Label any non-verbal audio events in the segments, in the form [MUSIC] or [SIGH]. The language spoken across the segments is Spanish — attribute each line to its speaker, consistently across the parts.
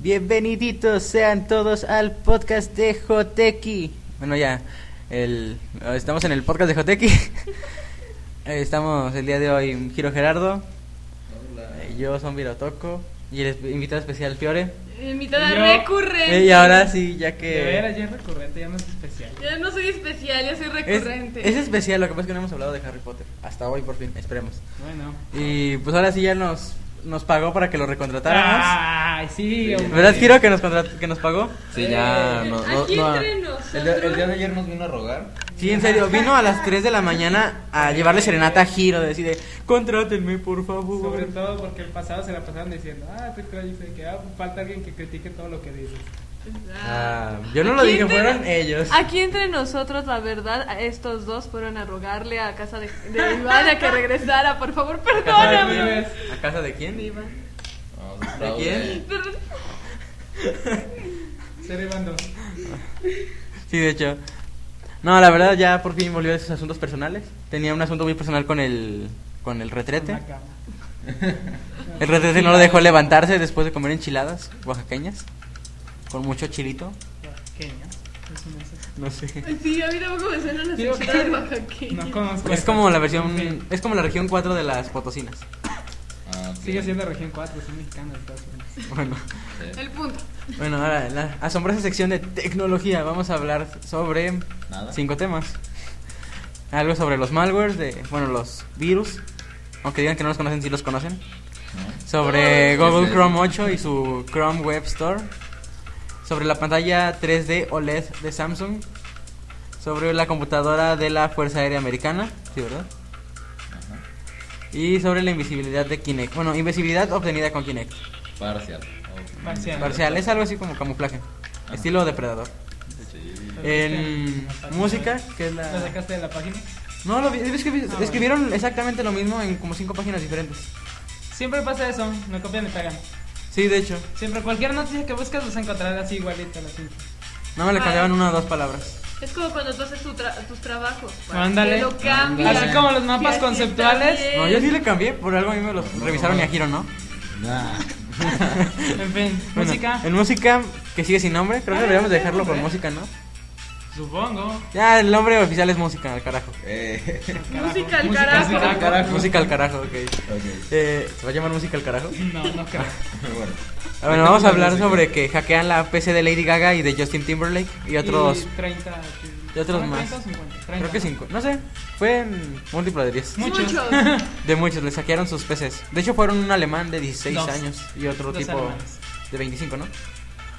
Speaker 1: Bienveniditos sean todos al podcast de Joteki. Bueno, ya, el, estamos en el podcast de Joteki. [LAUGHS] Eh, estamos el día de hoy, Giro Gerardo, eh, yo, Son Virotoco, y el espe- invitado especial Fiore.
Speaker 2: Invitada
Speaker 3: Yo-
Speaker 1: Eh,
Speaker 2: recurrente.
Speaker 1: y ahora sí, ya
Speaker 3: De veras,
Speaker 1: que.
Speaker 3: ya es recurrente, ya no es especial.
Speaker 2: Yo no soy especial, yo soy
Speaker 1: Es,
Speaker 2: recurrente.
Speaker 1: es especial, lo que pasa es que no hemos hablado de Harry Potter. Hasta hoy, por fin, esperemos.
Speaker 3: Bueno.
Speaker 1: Y pues ahora sí ya nos, nos pagó para que lo recontratáramos.
Speaker 3: Ay, Ah, sí, hombre.
Speaker 1: ¿Verdad, Giro, que nos, contra- que nos pagó?
Speaker 4: Sí, ya. No, no,
Speaker 2: Eh, Aquí
Speaker 4: no,
Speaker 2: entre
Speaker 4: el, día, el día de
Speaker 2: nosotros.
Speaker 4: ayer nos vino a rogar.
Speaker 1: Sí, en serio, vino a las 3 de la mañana a llevarle serenata a Giro, decide, contrátenme, por favor.
Speaker 3: Sobre todo porque el pasado se la pasaron diciendo, ah, tú crees que ah, falta alguien que critique todo lo que dices.
Speaker 1: Ah, yo no lo
Speaker 2: Aquí
Speaker 1: dije,
Speaker 2: entre-
Speaker 1: fueron ellos.
Speaker 2: Aquí entre nosotros, la verdad, a estos dos fueron a rogarle a casa de, de Ivana que regresara. Por favor,
Speaker 1: casa de
Speaker 2: perdóname.
Speaker 1: quién? ¿A casa de quién, Diva?
Speaker 4: No, se estaba-
Speaker 1: quién?
Speaker 2: Perdón.
Speaker 3: Se le mandó.
Speaker 1: Sí, de hecho. No, la verdad ya por fin volvió a sus asuntos personales. Tenía un asunto muy personal con el con el retrete.
Speaker 3: Una cama.
Speaker 1: El retrete no lo dejó levantarse después de comer enchiladas oaxaqueñas con mucho chilito.
Speaker 3: Pequeña. Es una esas-
Speaker 1: No sé.
Speaker 2: Sí, a mí tampoco me suenan las
Speaker 3: Digo que-
Speaker 2: enchiladas oaxaqueñas.
Speaker 3: No conozco.
Speaker 1: Es como la
Speaker 3: Sí.
Speaker 1: versión es como la región 4 de las potosinas.
Speaker 4: Ah, ok.
Speaker 3: Sigue siendo región 4, son mexicanos. Estados Unidos.
Speaker 1: Bueno,
Speaker 4: Sí.
Speaker 2: El punto.
Speaker 1: bueno, ahora la asombrosa sección de tecnología, vamos a hablar sobre
Speaker 4: Nada.
Speaker 1: Cinco temas. Algo sobre los malwares, de, bueno, los virus. Aunque digan que no los conocen, sí los conocen.
Speaker 4: No.
Speaker 1: Sobre
Speaker 4: Oh,
Speaker 1: Google
Speaker 4: sí.
Speaker 1: Chrome 8 y su Chrome Web Store. Sobre la pantalla 3D OLED E de Samsung. Sobre la computadora de la Fuerza Aérea Americana. Sí, ¿verdad?
Speaker 4: Ajá.
Speaker 1: Y sobre la invisibilidad de Kinect. Bueno, invisibilidad obtenida con Kinect.
Speaker 4: Parcial. Oh,
Speaker 3: Parcial.
Speaker 1: Parcial, es algo así como camuflaje.
Speaker 4: Ajá.
Speaker 1: Estilo depredador.
Speaker 4: Sí.
Speaker 1: En música, que es la...
Speaker 3: ¿La sacaste de la página?
Speaker 1: No, lo vi- es que vi-
Speaker 3: Ah,
Speaker 1: escribieron exactamente lo mismo en como cinco páginas diferentes.
Speaker 3: Siempre pasa eso, no copian ni pagan.
Speaker 1: Sí, de hecho.
Speaker 3: Siempre cualquier noticia que buscas vas a encontrar así igualita la cinta.
Speaker 1: No me le
Speaker 2: Ah.
Speaker 1: cambiaban una o dos palabras.
Speaker 2: Es como cuando tú haces tu tra- tus trabajos. pues,
Speaker 3: Ándale.
Speaker 2: Que lo cambias.
Speaker 3: Así como los mapas
Speaker 2: Que así
Speaker 3: conceptuales.
Speaker 2: está bien.
Speaker 1: No, yo sí le cambié, por algo a mí me los revisaron y a giro, ¿no?
Speaker 4: Nah.
Speaker 3: [LAUGHS]
Speaker 4: [LAUGHS]
Speaker 3: En fin,
Speaker 1: Bueno,
Speaker 3: música.
Speaker 1: En música, que sigue sin nombre, creo que
Speaker 3: Ah,
Speaker 1: deberíamos
Speaker 3: sí,
Speaker 1: dejarlo con
Speaker 3: hombre.
Speaker 1: música, ¿no?
Speaker 3: Supongo.
Speaker 1: Ya, el nombre oficial es música, al carajo.
Speaker 4: Eh. [LAUGHS]
Speaker 2: Música al
Speaker 3: Música
Speaker 2: carajo.
Speaker 4: al carajo.
Speaker 1: Música al carajo, ok.
Speaker 4: Ok. [LAUGHS]
Speaker 1: Eh, ¿Se va a llamar música al carajo?
Speaker 3: No, no creo.
Speaker 4: Bueno.
Speaker 1: Ah, Bueno, vamos a hablar
Speaker 4: Música.
Speaker 1: sobre que hackean la PC de Lady Gaga y de Justin Timberlake y otros...
Speaker 3: Y 30.
Speaker 1: y otros
Speaker 3: ¿no?
Speaker 1: más.
Speaker 3: 30 o 50, 30,
Speaker 1: Creo que
Speaker 3: ¿no?
Speaker 1: cinco, no sé, fue en múltiplo de 10.
Speaker 2: [LAUGHS]
Speaker 3: Muchos.
Speaker 2: Muchos.
Speaker 1: De muchos, le saquearon sus peces. De hecho, fueron un alemán de 16
Speaker 3: Dos.
Speaker 1: años y otro
Speaker 3: Dos
Speaker 1: tipo
Speaker 3: alemanes.
Speaker 1: de 25, ¿no?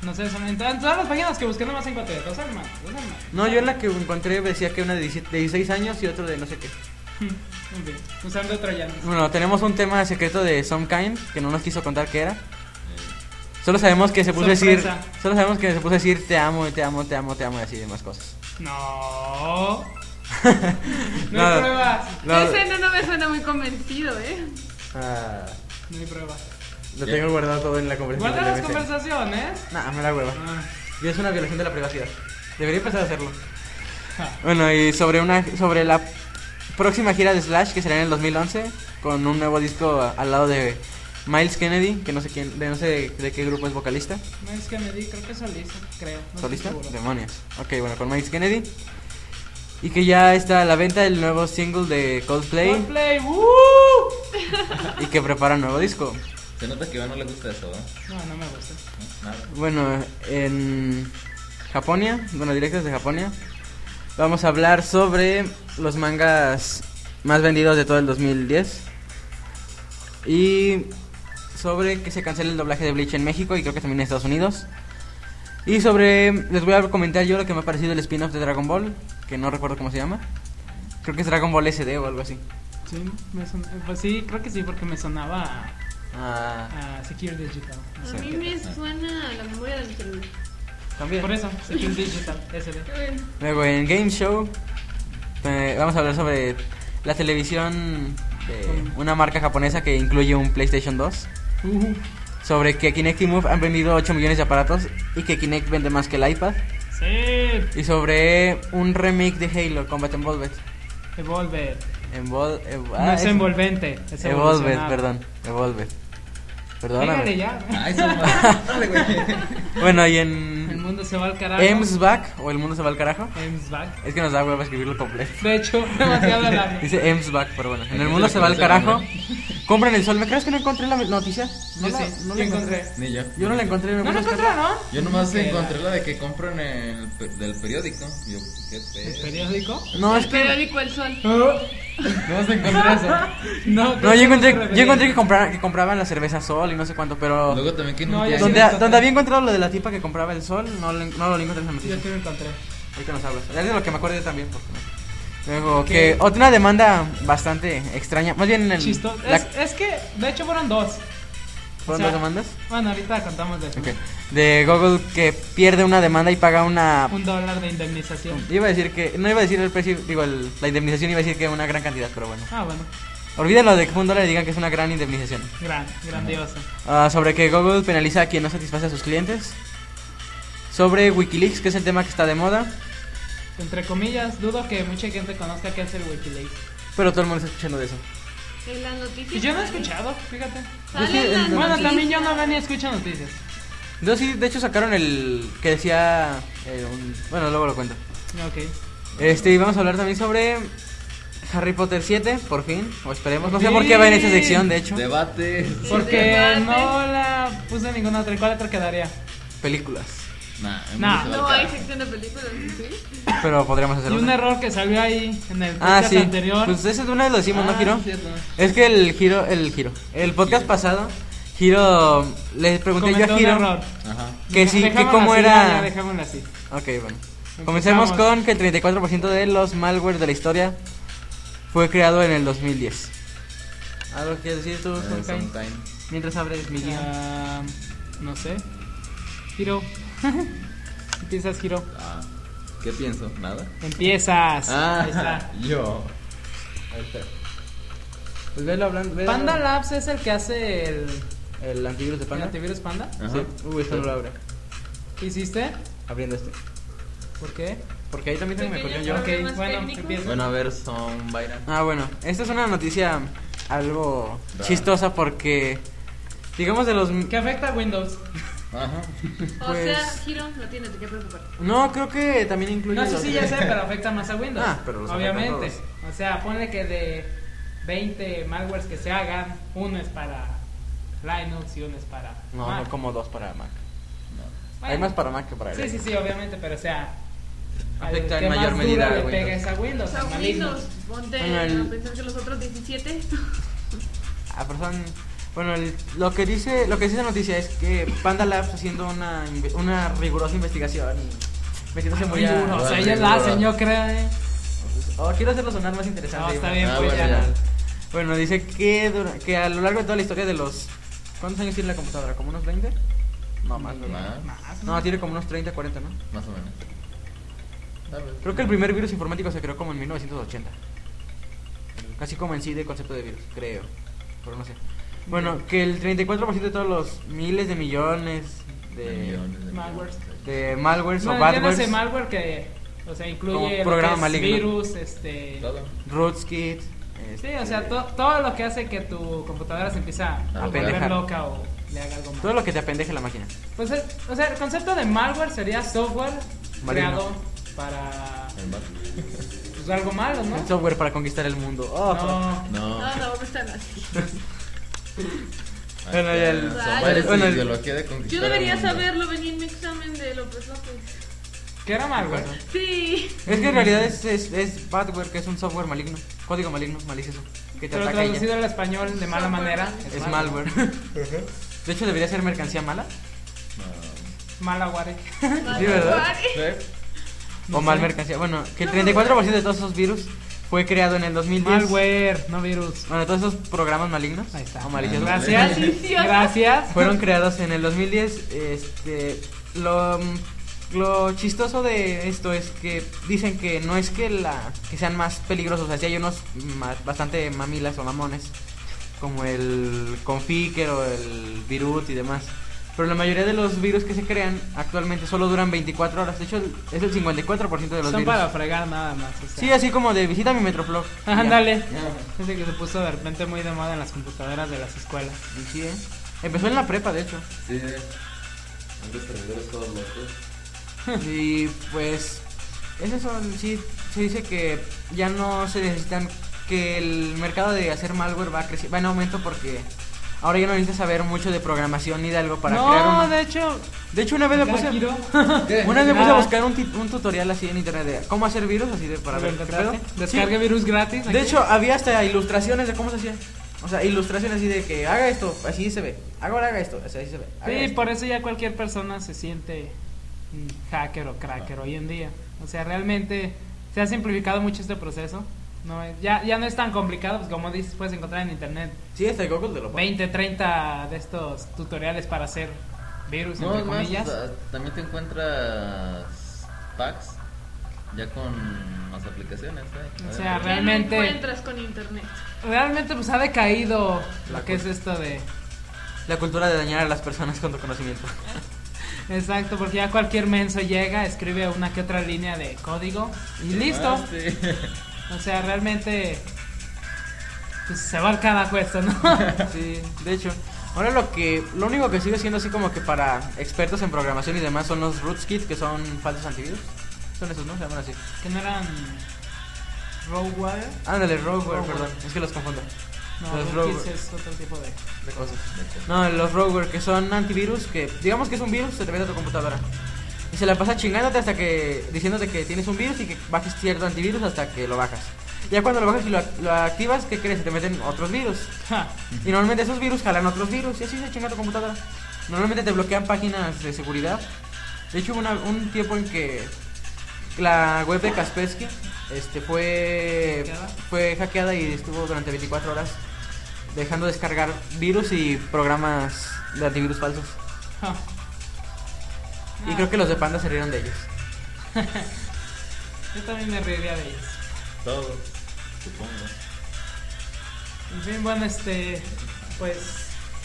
Speaker 3: No sé, son en, to- en todas las páginas que busqué nomás encontré. Dos hermanos, dos hermanos.
Speaker 1: No, yo en
Speaker 3: [LAUGHS]
Speaker 1: la que encontré decía que una de 17 de 16 años y otro de no sé qué.
Speaker 3: En fin, usando troyanos.
Speaker 1: Bueno, tenemos un tema secreto de Some Kind que no nos quiso contar qué era.
Speaker 4: eh,
Speaker 1: Solo sabemos que se puso a
Speaker 3: Sorpresa.
Speaker 1: decir. Solo sabemos que se puso a decir te amo, te amo, te amo, te amo y así demás cosas.
Speaker 3: [LAUGHS] No. No hay
Speaker 1: Nada.
Speaker 3: pruebas.
Speaker 1: Lo,
Speaker 2: Ese no, no me suena muy convencido, ¿eh?
Speaker 1: Ah,
Speaker 3: No hay pruebas.
Speaker 1: lo tengo guardado todo en la conversación.
Speaker 3: Guarda
Speaker 1: del
Speaker 3: las
Speaker 1: MC.
Speaker 3: conversaciones.
Speaker 1: Nah, me la hueva.
Speaker 3: Ah,
Speaker 1: Y es una violación de la privacidad. Debería empezar a hacerlo.
Speaker 3: Ja.
Speaker 1: Bueno, y sobre una sobre la próxima gira de Slash que será en el 2011 con un nuevo disco a- al lado de Miles Kennedy, que no sé quién, de no sé de qué grupo es vocalista,
Speaker 3: no es que me di, creo que solista, creo. No estoy
Speaker 1: solista,
Speaker 3: seguro.
Speaker 1: demonios. Ok, bueno, con Miles Kennedy. Y que ya está a la venta el nuevo single de Coldplay
Speaker 3: Coldplay, ¡uh!
Speaker 1: y que prepara un nuevo disco.
Speaker 4: Se nota que a Iván no le gusta eso, ¿eh?
Speaker 3: No, no me gusta.
Speaker 4: No, Nada.
Speaker 1: Bueno, en Japonia, bueno, directos de Japonia, vamos a hablar sobre los mangas más vendidos de todo el 2010 y sobre que se cancele el doblaje de Bleach en México y creo que también en Estados Unidos. Y sobre, les voy a comentar yo lo que me ha parecido el spin-off de Dragon Ball, que no recuerdo cómo se llama. Creo que es Dragon Ball SD o algo así.
Speaker 3: Sí, me son- Pues sí, creo que sí, porque me sonaba a,
Speaker 1: Ah,
Speaker 3: a Secure Digital.
Speaker 2: A mí me suena a la memoria de mi celular.
Speaker 1: también.
Speaker 3: Por eso, Secure Digital, SD.
Speaker 2: Qué bueno.
Speaker 1: Luego en Game Show eh, vamos a hablar sobre la televisión de una marca japonesa que incluye un PlayStation 2.
Speaker 3: Uh,
Speaker 1: Sobre que Kinect y Move han vendido 8 millones de aparatos y que Kinect vende más que el iPad.
Speaker 3: sí,
Speaker 1: Y sobre un remake de Halo Combat Evolved.
Speaker 3: Evolver.
Speaker 1: Envol- ev-
Speaker 3: no
Speaker 1: ah,
Speaker 3: es
Speaker 1: es-
Speaker 3: envolvente, es
Speaker 1: Evolved,
Speaker 3: evolucionado.
Speaker 1: perdón. Evolved. Perdóname.
Speaker 3: Díganle ya.
Speaker 4: Ay, su madre. Dale, güey.
Speaker 1: Bueno, y
Speaker 3: [LAUGHS] El
Speaker 1: en.
Speaker 3: mundo se va al carajo.
Speaker 1: Ames Back o El Mundo se va al carajo.
Speaker 3: Ems back.
Speaker 1: Es que nos da hueva escribirlo completo.
Speaker 3: De hecho, [LAUGHS] demasiado largo.
Speaker 1: Dice Ames Back, pero bueno. En el
Speaker 4: Aquí
Speaker 1: mundo
Speaker 4: se
Speaker 1: se va al
Speaker 4: reconoce el
Speaker 1: carajo.
Speaker 4: nombre.
Speaker 1: Compren el sol. ¿Me crees que no encontré la noticia? No
Speaker 3: Yo
Speaker 1: la-
Speaker 3: sí,
Speaker 1: no
Speaker 3: yo
Speaker 1: la
Speaker 3: encontré.
Speaker 4: Ni yo.
Speaker 1: Yo no la encontré. me
Speaker 3: No
Speaker 1: puse
Speaker 3: lo
Speaker 1: a buscar.
Speaker 3: encontraron.
Speaker 4: Yo nomás
Speaker 3: Qué
Speaker 4: encontré la de que compran el pe- del periódico. Yo, qué
Speaker 3: ¿El
Speaker 1: [LAUGHS]
Speaker 4: pedo.
Speaker 3: periódico?
Speaker 1: No, es
Speaker 2: El
Speaker 1: que.
Speaker 2: periódico El Sol.
Speaker 4: Nomás encontré eso.
Speaker 3: [LAUGHS] No,
Speaker 1: No,
Speaker 3: creo
Speaker 1: yo
Speaker 3: que
Speaker 1: encontré,
Speaker 3: me
Speaker 1: yo encontré que,
Speaker 3: refería.
Speaker 1: compra- que compraban la cerveza sol y no sé cuánto, pero.
Speaker 4: Luego también que
Speaker 3: No,
Speaker 4: un
Speaker 3: ya
Speaker 4: día-
Speaker 3: sí.
Speaker 1: Donde, donde había encontrado lo de la tipa que compraba el sol, no, lo en- no lo encontré en la noticia.
Speaker 3: Yo sí lo encontré.
Speaker 1: Ahorita nos hablas. Es de lo que me acuerdo yo también. Porque... Luego, que otra demanda bastante extraña. Más bien, el,
Speaker 3: Chistoso.
Speaker 1: la-
Speaker 3: Es, es que, de hecho, fueron dos.
Speaker 1: ¿fueron
Speaker 3: o sea,
Speaker 1: dos demandas?
Speaker 3: Bueno, ahorita contamos de eso.
Speaker 1: Ok. De Google que pierde una demanda y paga una.
Speaker 3: Un dólar de indemnización.
Speaker 1: Iba a decir que. No iba a decir el precio, digo, el- la indemnización iba a decir que una gran cantidad, pero bueno.
Speaker 3: Ah, bueno.
Speaker 1: Olvídenlo de que un dólar y digan que es una gran indemnización.
Speaker 3: Gran, grandioso.
Speaker 1: Ah, sobre que Google penaliza a quien no satisface a sus clientes. Sobre Wikileaks, que es el tema que está de moda.
Speaker 3: Entre comillas, dudo que mucha gente conozca qué hace el Wikileaks.
Speaker 1: Pero todo el mundo está escuchando de eso.
Speaker 2: En las
Speaker 3: Y
Speaker 2: noticias.
Speaker 3: yo no he escuchado, fíjate.
Speaker 1: Yo sí,
Speaker 2: Salen las
Speaker 1: en-
Speaker 3: Bueno,
Speaker 2: noticias.
Speaker 3: también yo no veo ni escucho noticias.
Speaker 1: Yo sí, de hecho sacaron el que decía... eh, un- Bueno, luego lo cuento.
Speaker 3: Ok.
Speaker 1: Este, y vamos a hablar también sobre Harry Potter 7, por fin. O esperemos. No sé por qué
Speaker 3: Sí.
Speaker 1: va en esa sección, de hecho.
Speaker 4: Debate.
Speaker 3: Porque
Speaker 2: debate.
Speaker 3: no la puse ninguna otra. ¿Cuál otra quedaría?
Speaker 1: Películas.
Speaker 4: Nah, el
Speaker 3: Nah.
Speaker 4: mundo se va al
Speaker 2: No hay
Speaker 4: carajo.
Speaker 2: sección de películas, ¿sí?
Speaker 1: Pero podríamos
Speaker 3: Y
Speaker 1: hacer
Speaker 3: un
Speaker 1: una.
Speaker 3: error que salió ahí en el
Speaker 1: Ah,
Speaker 3: podcast
Speaker 1: sí.
Speaker 3: anterior.
Speaker 1: Pues ese de una vez lo decimos, ¿no,
Speaker 4: Ah,
Speaker 1: Giro?
Speaker 4: sí, cierto.
Speaker 1: Es que el Giro... El Giro. El podcast pasado, Giro... Le pregunté
Speaker 3: comentó
Speaker 1: yo a
Speaker 3: un
Speaker 1: Giro...
Speaker 3: error.
Speaker 4: Ajá.
Speaker 1: Que sí, que
Speaker 3: Dejámoslo
Speaker 1: cómo
Speaker 3: así,
Speaker 1: era...
Speaker 3: ya, ya, dejámoslo así.
Speaker 1: Ok, bueno. Comencemos con que el 34% de los malware de la historia fue creado en el 2010. ¿Algo quieres decir tú,
Speaker 4: Eh,
Speaker 1: Sunshine?
Speaker 4: sometime.
Speaker 1: Mientras abres mi guía.
Speaker 3: Ah, no sé. Giro. [LAUGHS] Empiezas, Giro.
Speaker 4: Ah, ¿Qué pienso? ¿Nada?
Speaker 3: Empiezas. Ahí
Speaker 4: Ah,
Speaker 1: [LAUGHS]
Speaker 3: está.
Speaker 4: [LAUGHS] yo. Ahí está.
Speaker 1: Pues velo hablando. velo.
Speaker 3: Panda Labs es el que hace el,
Speaker 1: El antivirus de
Speaker 3: el
Speaker 1: Panda.
Speaker 3: antivirus Panda.
Speaker 4: Ajá.
Speaker 1: Sí. Uh, esto no lo abre.
Speaker 3: ¿Qué hiciste?
Speaker 1: Abriendo este.
Speaker 3: ¿Por qué?
Speaker 1: Porque ahí también tengo mi
Speaker 2: Pequeños
Speaker 1: acordeón yo.
Speaker 3: Ok,
Speaker 2: problemas
Speaker 3: bueno,
Speaker 2: técnicos.
Speaker 3: empieza.
Speaker 4: Bueno, a ver, son Byron.
Speaker 1: Ah, bueno. Esta es una noticia algo
Speaker 4: Da.
Speaker 1: chistosa porque. Digamos de los.
Speaker 3: ¿Qué afecta a Windows?
Speaker 4: Ajá.
Speaker 2: O
Speaker 1: Pues-
Speaker 2: sea, Giro, no tienes de qué preocuparte.
Speaker 1: No, creo que también incluye.
Speaker 3: No sé
Speaker 1: los-
Speaker 3: si ya sé, pero afecta más a Windows.
Speaker 1: Ah, pero los
Speaker 3: Obviamente.
Speaker 1: afecta
Speaker 3: O sea, ponle que de 20 malwares que se hagan, uno es para Linux y uno es para.
Speaker 1: No,
Speaker 3: Mac.
Speaker 1: no como dos para Mac.
Speaker 3: Ah. Bueno,
Speaker 1: Hay más para Mac que para
Speaker 3: Sí,
Speaker 1: Linux.
Speaker 3: sí, sí, obviamente, pero o sea. al
Speaker 1: Afecta en
Speaker 3: que
Speaker 1: mayor
Speaker 3: más
Speaker 1: medida
Speaker 3: duro
Speaker 1: a
Speaker 3: le pega
Speaker 1: Windows.
Speaker 3: es a Windows.
Speaker 2: O sea,
Speaker 3: al maligno.
Speaker 2: Windows, ponte
Speaker 1: Bueno, el-
Speaker 2: a pensar que los otros 17.
Speaker 1: Ah, pero son- Bueno, el- lo que dice lo que dice la noticia es que Panda Labs haciendo una, inve- una rigurosa investigación y
Speaker 3: Ah,
Speaker 1: metiéndose muy a-
Speaker 3: Duro, o sea,
Speaker 4: Bueno,
Speaker 3: ellos la
Speaker 4: duro.
Speaker 3: hacen, yo creo. eh.
Speaker 1: Oh, quiero hacerlo sonar más interesante.
Speaker 3: No, está
Speaker 1: ¿no?
Speaker 3: bien,
Speaker 4: Ah,
Speaker 3: pues
Speaker 4: bueno,
Speaker 3: ya.
Speaker 4: ya.
Speaker 1: Bueno, dice que, dura- que a lo largo de toda la historia de los... ¿Cuántos años tiene la computadora? ¿Como unos 20? No, más. ¿verdad?
Speaker 4: Más,
Speaker 3: Más,
Speaker 1: No, tiene como unos 30, 40, ¿no?
Speaker 4: más o menos. Tal vez.
Speaker 1: Creo que el primer virus informático se creó como en 1980. Casi como en sí de concepto de virus, creo. Pero no sé. Bueno, que el 34% de todos los miles de millones
Speaker 4: De
Speaker 1: de,
Speaker 4: millones, de
Speaker 3: malwares.
Speaker 4: millones.
Speaker 1: de malwares o
Speaker 3: Bueno, ya no sé,
Speaker 1: badwares,
Speaker 3: malware que. O sea,
Speaker 1: pues. Como
Speaker 3: incluye. lo
Speaker 1: programa
Speaker 3: que es
Speaker 1: maligno.
Speaker 3: Virus, este.
Speaker 4: Todo.
Speaker 1: rootkit.
Speaker 3: Sí,
Speaker 1: este,
Speaker 3: o sea, to- todo lo que hace que tu computadora se empiece a
Speaker 4: A
Speaker 3: volver
Speaker 1: pendejar.
Speaker 3: loca o le haga algo mal.
Speaker 1: Todo lo que te apendeje la máquina.
Speaker 3: Pues el- o sea, el concepto de malware sería software
Speaker 1: Maligno.
Speaker 3: creado para
Speaker 4: El mal.
Speaker 3: pues, algo malo, ¿no?
Speaker 1: El software para conquistar el mundo. Oh,
Speaker 3: No.
Speaker 2: [LAUGHS] No,
Speaker 4: No.
Speaker 2: no, no están así.
Speaker 4: Ahí
Speaker 1: Bueno, ya el-
Speaker 4: está.
Speaker 2: Rayos.
Speaker 4: Son varias
Speaker 1: Bueno, el-
Speaker 4: ideología de conquistar
Speaker 2: Yo debería
Speaker 4: al mundo.
Speaker 2: saberlo, venía en mi examen de López López.
Speaker 3: ¿Qué era malware?
Speaker 2: Sí.
Speaker 1: Es que en realidad es, es, es badware, que es un software maligno. Código maligno, malicioso. Que te
Speaker 3: Pero
Speaker 1: ataca y ya.
Speaker 3: traducido al español de mala
Speaker 2: Software
Speaker 3: manera.
Speaker 2: maligno.
Speaker 1: Es malware. [LAUGHS] De hecho, debería ser mercancía mala.
Speaker 4: No.
Speaker 1: [LAUGHS]
Speaker 3: Malaware. [LAUGHS]
Speaker 1: Sí, ¿verdad?
Speaker 4: ¿Sí?
Speaker 1: o
Speaker 3: No
Speaker 1: mal
Speaker 3: sé.
Speaker 1: mercancía. Bueno, que el
Speaker 2: No,
Speaker 1: 34% de todos esos virus fue creado en el 2010.
Speaker 3: Malware, no virus.
Speaker 1: Bueno, todos esos programas malignos
Speaker 3: Ahí está.
Speaker 1: o maliciosos
Speaker 3: Gracias.
Speaker 2: Malicioso.
Speaker 3: Gracias.
Speaker 1: fueron creados en el 2010. Este, lo, lo chistoso de esto es que dicen que no es que la que sean más peligrosos, así hay unos ma- bastante mamilas o mamones como el Conficker o el Virut y demás. Pero la mayoría de los virus que se crean actualmente solo duran 24 horas. De hecho, el- es el 54% de los
Speaker 3: Son
Speaker 1: virus.
Speaker 3: para fregar nada más. O sea. [LAUGHS]
Speaker 1: Sí, así como de visita mi Metroflog.
Speaker 3: Ándale. Gente que se puso de repente muy de moda en las computadoras de las escuelas.
Speaker 1: Y ya. Y sí, ¿eh? Empezó en la prepa, de
Speaker 3: [LAUGHS]
Speaker 1: hecho.
Speaker 4: Sí, sí. Antes servidores todos locos.
Speaker 1: Y pues eso son, sí, se dice que ya no se necesitan, que el mercado de hacer malware va, a crecer, va en aumento porque ahora ya no necesitas saber mucho de programación ni de algo para
Speaker 3: no,
Speaker 1: crear uno.
Speaker 3: de Ah. hecho.
Speaker 1: De hecho una vez me puse, [LAUGHS]
Speaker 3: Gakiro.
Speaker 1: una vez me puse a
Speaker 3: Nada.
Speaker 1: buscar un, tit- un tutorial así en internet de cómo hacer virus, así de para
Speaker 3: ¿Lo
Speaker 1: ver qué pedo.
Speaker 3: encontraste? Descargue virus gratis.
Speaker 1: Sí. De
Speaker 3: aquí.
Speaker 1: hecho había hasta ilustraciones de cómo se hacía. O sea, ilustraciones así de que haga esto, así se ve. Ahora haga esto, así se ve. haga
Speaker 3: Sí,
Speaker 1: esto.
Speaker 3: por eso ya cualquier persona se siente mm, hacker o cracker hoy en día. O sea, realmente se ha simplificado mucho este proceso. No, es- ya, ya no es tan complicado, pues como dices, puedes encontrar en internet
Speaker 1: Sí, hasta Google te lo pone.
Speaker 3: 20, 30 de estos tutoriales para hacer virus,
Speaker 4: No,
Speaker 3: Pues, entre
Speaker 4: es más,
Speaker 3: comillas.
Speaker 4: o sea, también te encuentras packs ya con las aplicaciones. ¿eh?
Speaker 3: O sea,
Speaker 2: Ya no
Speaker 3: Realmente-
Speaker 2: encuentras con internet.
Speaker 3: Realmente pues ha decaído
Speaker 1: La
Speaker 3: lo que es esto de...
Speaker 1: La cultura de dañar a las personas con tu conocimiento.
Speaker 3: Exacto, porque ya cualquier menso llega, escribe una que otra línea de código y
Speaker 4: Te
Speaker 3: listo.
Speaker 4: [LAUGHS] mamaste.
Speaker 3: O sea, realmente pues, se va cada
Speaker 1: [LAUGHS]
Speaker 3: cuesta, ¿no?
Speaker 1: [LAUGHS] Sí, de hecho. Ahora lo que, lo único que sigue siendo así como que para expertos en programación y demás son los rootkits que son falsos antivirus. Son esos, ¿no? Se llaman así.
Speaker 3: que no eran Roadwire.
Speaker 1: Ándale, rogueware,
Speaker 3: Rogueware.
Speaker 1: perdón. Es que los confundo.
Speaker 3: No,
Speaker 1: Los
Speaker 3: Rootkits
Speaker 1: Roadware.
Speaker 3: es otro tipo de. [LAUGHS]
Speaker 1: De cosas.
Speaker 4: De hecho,
Speaker 1: No, los rogueware que son antivirus que, digamos que es un virus, se te mete a tu computadora. Y se la pasa chingándote hasta que, diciéndote que tienes un virus y que bajes cierto antivirus hasta que lo bajas. Ya cuando lo bajas y lo, ac- lo activas, ¿qué crees? Se te meten otros virus.
Speaker 3: Ja,
Speaker 1: Y normalmente esos virus jalan otros virus y así se chinga tu computadora. Normalmente te bloquean páginas de seguridad. De hecho, hubo una- un tiempo en que la web de Kaspersky este, fue,
Speaker 3: ¿Hackeada?
Speaker 1: fue hackeada y estuvo durante 24 horas dejando descargar virus y programas de antivirus falsos.
Speaker 3: ja.
Speaker 1: Y
Speaker 3: Ah,
Speaker 1: creo que los de Panda se rieron de ellos.
Speaker 3: Yo también me reiría de ellos.
Speaker 4: Todos, supongo.
Speaker 3: En fin, bueno, este. Pues.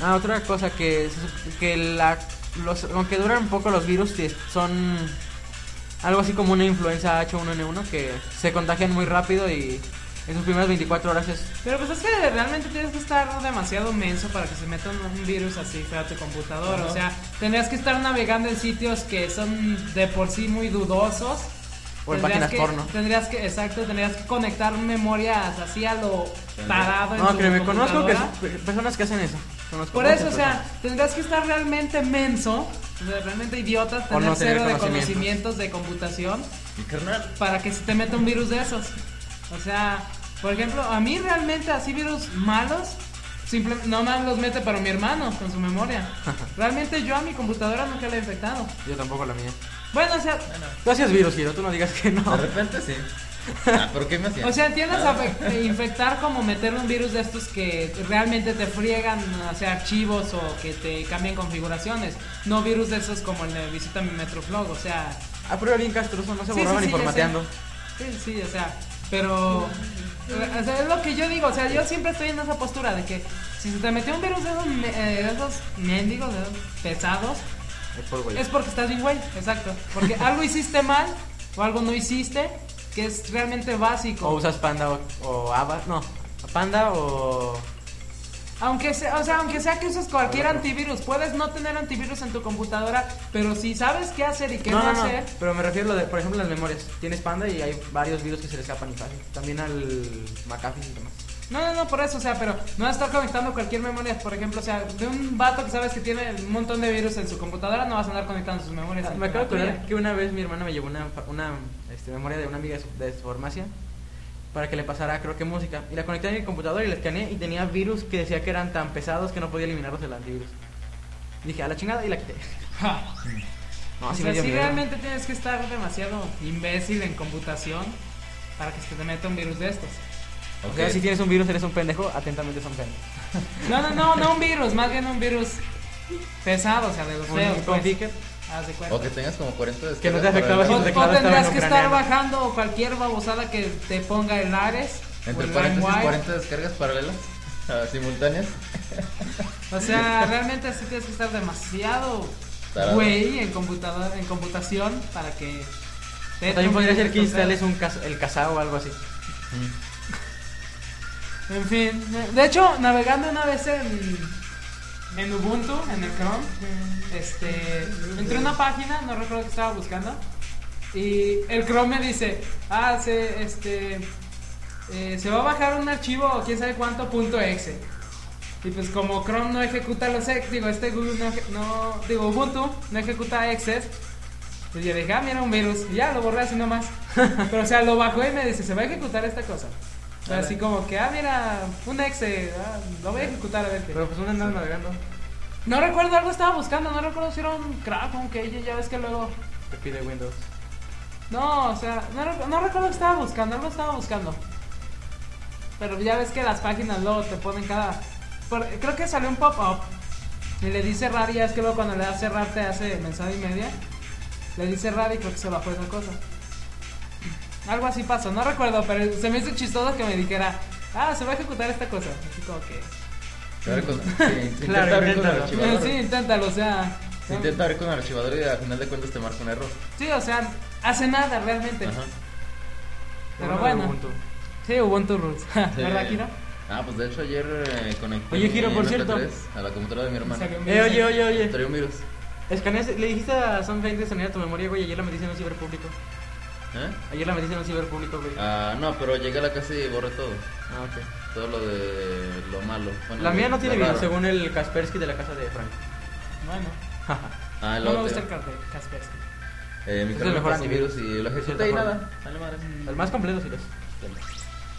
Speaker 1: Ah, otra cosa que, se sup- que la, los, aunque duran poco los virus, sí, son algo así como una influenza H1N1 que se contagian muy rápido y en sus primeras 24 horas es...
Speaker 3: Pero pues es que realmente tienes que estar demasiado menso para que se meta un, un virus así feo a tu computadora.
Speaker 4: Ajá.
Speaker 3: O sea, tendrías que estar navegando en sitios que son de por sí muy dudosos.
Speaker 1: O en
Speaker 3: Tendrías
Speaker 1: páginas
Speaker 3: que-
Speaker 1: porno.
Speaker 3: Tendrías que, exacto, tendrías que conectar memorias así a lo tarado. en
Speaker 1: No,
Speaker 3: tu
Speaker 1: créeme, conozco que
Speaker 3: computadora.
Speaker 1: pe- personas que hacen eso. Conozco
Speaker 3: Por eso, o
Speaker 1: muchas
Speaker 3: sea,
Speaker 1: personas.
Speaker 3: tendrás que estar realmente menso, o sea, realmente idiota,
Speaker 1: O
Speaker 3: tener
Speaker 1: no tener
Speaker 3: cero de
Speaker 1: conocimientos.
Speaker 3: conocimientos de computación
Speaker 4: Mi carnal.
Speaker 3: para que se te meta un virus de esos. O sea, por ejemplo, a mí realmente así virus malos, simplemente no más los mete pero mi hermano con su
Speaker 1: [LAUGHS]
Speaker 3: memoria. Realmente yo a mi computadora nunca la he infectado.
Speaker 1: Yo tampoco la mía.
Speaker 3: Bueno, o sea,
Speaker 1: Tú hacías virus, Giro, tú no digas que no.
Speaker 4: De
Speaker 3: [LAUGHS]
Speaker 4: repente sí. Ah, ¿Pero qué me hacían?
Speaker 3: o sea, entiendes
Speaker 4: Ah,
Speaker 3: afe- infectar como meter un virus de estos que realmente te friegan, o sea, archivos o que te cambian configuraciones. No virus de esos como el de visita mi Metroflog, o sea,
Speaker 1: Ah, pero era bien castroso, no se
Speaker 3: Sí, sí,
Speaker 1: borraban
Speaker 3: sí,
Speaker 1: ni
Speaker 3: ya sé.
Speaker 1: formateando.
Speaker 3: Sí, sí, o sea, pero... o sea, es lo que yo digo, o sea, yo siempre estoy en esa postura de que si se te metió un virus de esos, me- eh, de esos mendigos, de esos pesados,
Speaker 1: Es por güey.
Speaker 3: es porque estás bien güey, exacto. Porque algo hiciste mal o algo no hiciste, que es realmente básico.
Speaker 1: O usas Panda o, o Ava, no, Panda o...
Speaker 3: Aunque sea, o sea, aunque sea que uses cualquier
Speaker 1: Claro.
Speaker 3: antivirus, puedes no tener antivirus en tu computadora, pero si sabes qué hacer y qué no,
Speaker 1: no, no,
Speaker 3: hacer...
Speaker 1: no, pero me refiero a lo de, por ejemplo, las memorias. Tienes Panda y hay varios virus que se le escapan y fácil. También al McAfee y demás.
Speaker 3: No, no, no, por eso, o sea, pero no vas a estar conectando cualquier memoria, por ejemplo, o sea, de un vato que sabes que tiene un montón de virus en su computadora, no vas a andar conectando sus memorias.
Speaker 1: me acabo de
Speaker 3: con
Speaker 1: acordar que una vez mi hermana me llevó una, fa- una este, memoria de una amiga de su, de su farmacia para que le pasara, creo que música. Y la conecté a mi computadora y la escaneé y tenía virus que decía que eran tan pesados que no podía eliminarlos del antivirus. Dije, a la chingada y la [LAUGHS] quité. No,
Speaker 3: o
Speaker 1: así
Speaker 3: sea,
Speaker 1: Ah, me dio
Speaker 3: sí,
Speaker 1: miedo.
Speaker 3: realmente tienes que estar demasiado imbécil en computación para que se te meta un virus de estos.
Speaker 1: O
Speaker 4: ok.
Speaker 1: sea, si tienes un virus, eres un pendejo, atentamente son pendejos.
Speaker 3: No, no, no, no un virus, más bien un virus pesado, o sea, de los feos,
Speaker 1: Un
Speaker 3: pues.
Speaker 1: configure.
Speaker 3: Haz de cuenta.
Speaker 4: O que tengas como 40 descargas.
Speaker 1: Que no te
Speaker 4: para
Speaker 1: afectaba
Speaker 4: el-
Speaker 1: si
Speaker 3: O,
Speaker 1: tu
Speaker 3: o
Speaker 1: teclado pues estaba
Speaker 3: tendrás
Speaker 1: en
Speaker 3: que estar
Speaker 1: ucraniano.
Speaker 3: bajando cualquier babosada que te ponga el Ares. o
Speaker 4: Entre
Speaker 3: el
Speaker 4: 40 y
Speaker 3: LimeWire.
Speaker 4: 40 descargas paralelas, [LAUGHS] ah, simultáneas.
Speaker 1: [LAUGHS]
Speaker 3: O sea, realmente sí tienes que estar demasiado
Speaker 4: Tarado.
Speaker 3: güey en computadora, en computación para que te
Speaker 1: También podría ser que
Speaker 3: o sea,
Speaker 1: instales un cas- el casado o algo así.
Speaker 4: Mm.
Speaker 3: En fin, de hecho, navegando una vez en en Ubuntu, en el Chrome, este, entré a una página, no recuerdo qué estaba buscando, y el Chrome me dice, ah, se, este, eh, se va a bajar un archivo, quién sabe cuánto, punto exe. Y pues como Chrome no ejecuta los ex, digo, este Google no, eje- no- digo, Ubuntu no ejecuta exes, pues yo dije, ah, mira, un virus, y ya, lo borré así nomás. Pero o sea, lo bajó y me dice, se va a ejecutar esta cosa. O sea,
Speaker 4: Órale.
Speaker 3: así como que, ah, mira, un exe, ah, lo voy a ejecutar a ver qué.
Speaker 1: Pero pues uno andaba navegando.
Speaker 3: No recuerdo, algo estaba buscando, no recuerdo si era un crack o un cage, ya ves que luego...
Speaker 1: Te pide Windows.
Speaker 3: No, o sea, no, recu- no recuerdo que estaba buscando, algo estaba buscando. Pero ya ves que las páginas luego te ponen cada... por- creo que salió un pop-up y le dice cerrar y ya es que luego cuando le das cerrar te hace mensaje y media. Le dice cerrar y creo que se bajó esa cosa. Algo así pasó, no recuerdo, pero se me hizo chistoso que me dijera, ah, se va a ejecutar esta cosa. Así como que...
Speaker 4: Que
Speaker 3: [LAUGHS]
Speaker 4: abre con- que intenta
Speaker 1: Claro,
Speaker 4: abrir con
Speaker 1: inténtalo.
Speaker 4: archivador.
Speaker 3: Sí, inténtalo, o sea...
Speaker 4: Se intenta abrir con archivador y al final de cuentas te marca un error.
Speaker 3: Sí, o sea, hace nada realmente.
Speaker 4: Ajá.
Speaker 3: Pero
Speaker 1: Uno de
Speaker 3: bueno.
Speaker 1: Ubuntu.
Speaker 3: Sí, Ubuntu Roots.
Speaker 4: Sí.
Speaker 3: ¿Verdad, Kira?
Speaker 4: Ah, pues de hecho ayer eh, conecté
Speaker 1: Oye, Giro,
Speaker 4: mi
Speaker 1: por
Speaker 4: MP3
Speaker 1: cierto.
Speaker 4: a la computadora de mi hermana.
Speaker 3: Salió un
Speaker 1: Eh,
Speaker 3: video.
Speaker 1: oye, oye, oye.
Speaker 4: Traía un virus.
Speaker 1: Escaneaste, le dijiste a Sam 20 escanear tu memoria, güey. Ayer la metiste en un ciberpúblico.
Speaker 4: ¿Eh?
Speaker 1: Ayer la metiste en un ciberpúblico, güey.
Speaker 4: Ah, no, pero llegué a la casa y borré todo.
Speaker 1: Ah, ok.
Speaker 4: Todo lo de lo malo. Bueno,
Speaker 1: La mía no tiene
Speaker 4: lo
Speaker 1: video,
Speaker 4: raro.
Speaker 1: según el Kaspersky de la casa de Frank.
Speaker 3: [LAUGHS] Bueno,
Speaker 4: Ah, el
Speaker 3: no me
Speaker 4: otro.
Speaker 3: gusta el cartel, Kaspersky.
Speaker 4: Eh,
Speaker 1: Es
Speaker 4: mi
Speaker 1: el
Speaker 4: carnal
Speaker 1: mejor
Speaker 4: pasó un
Speaker 1: anime.
Speaker 4: virus y lo ejecuté
Speaker 1: Sí,
Speaker 4: y
Speaker 1: está
Speaker 4: nada. Vale, madre.
Speaker 1: El más completo, sí lo es.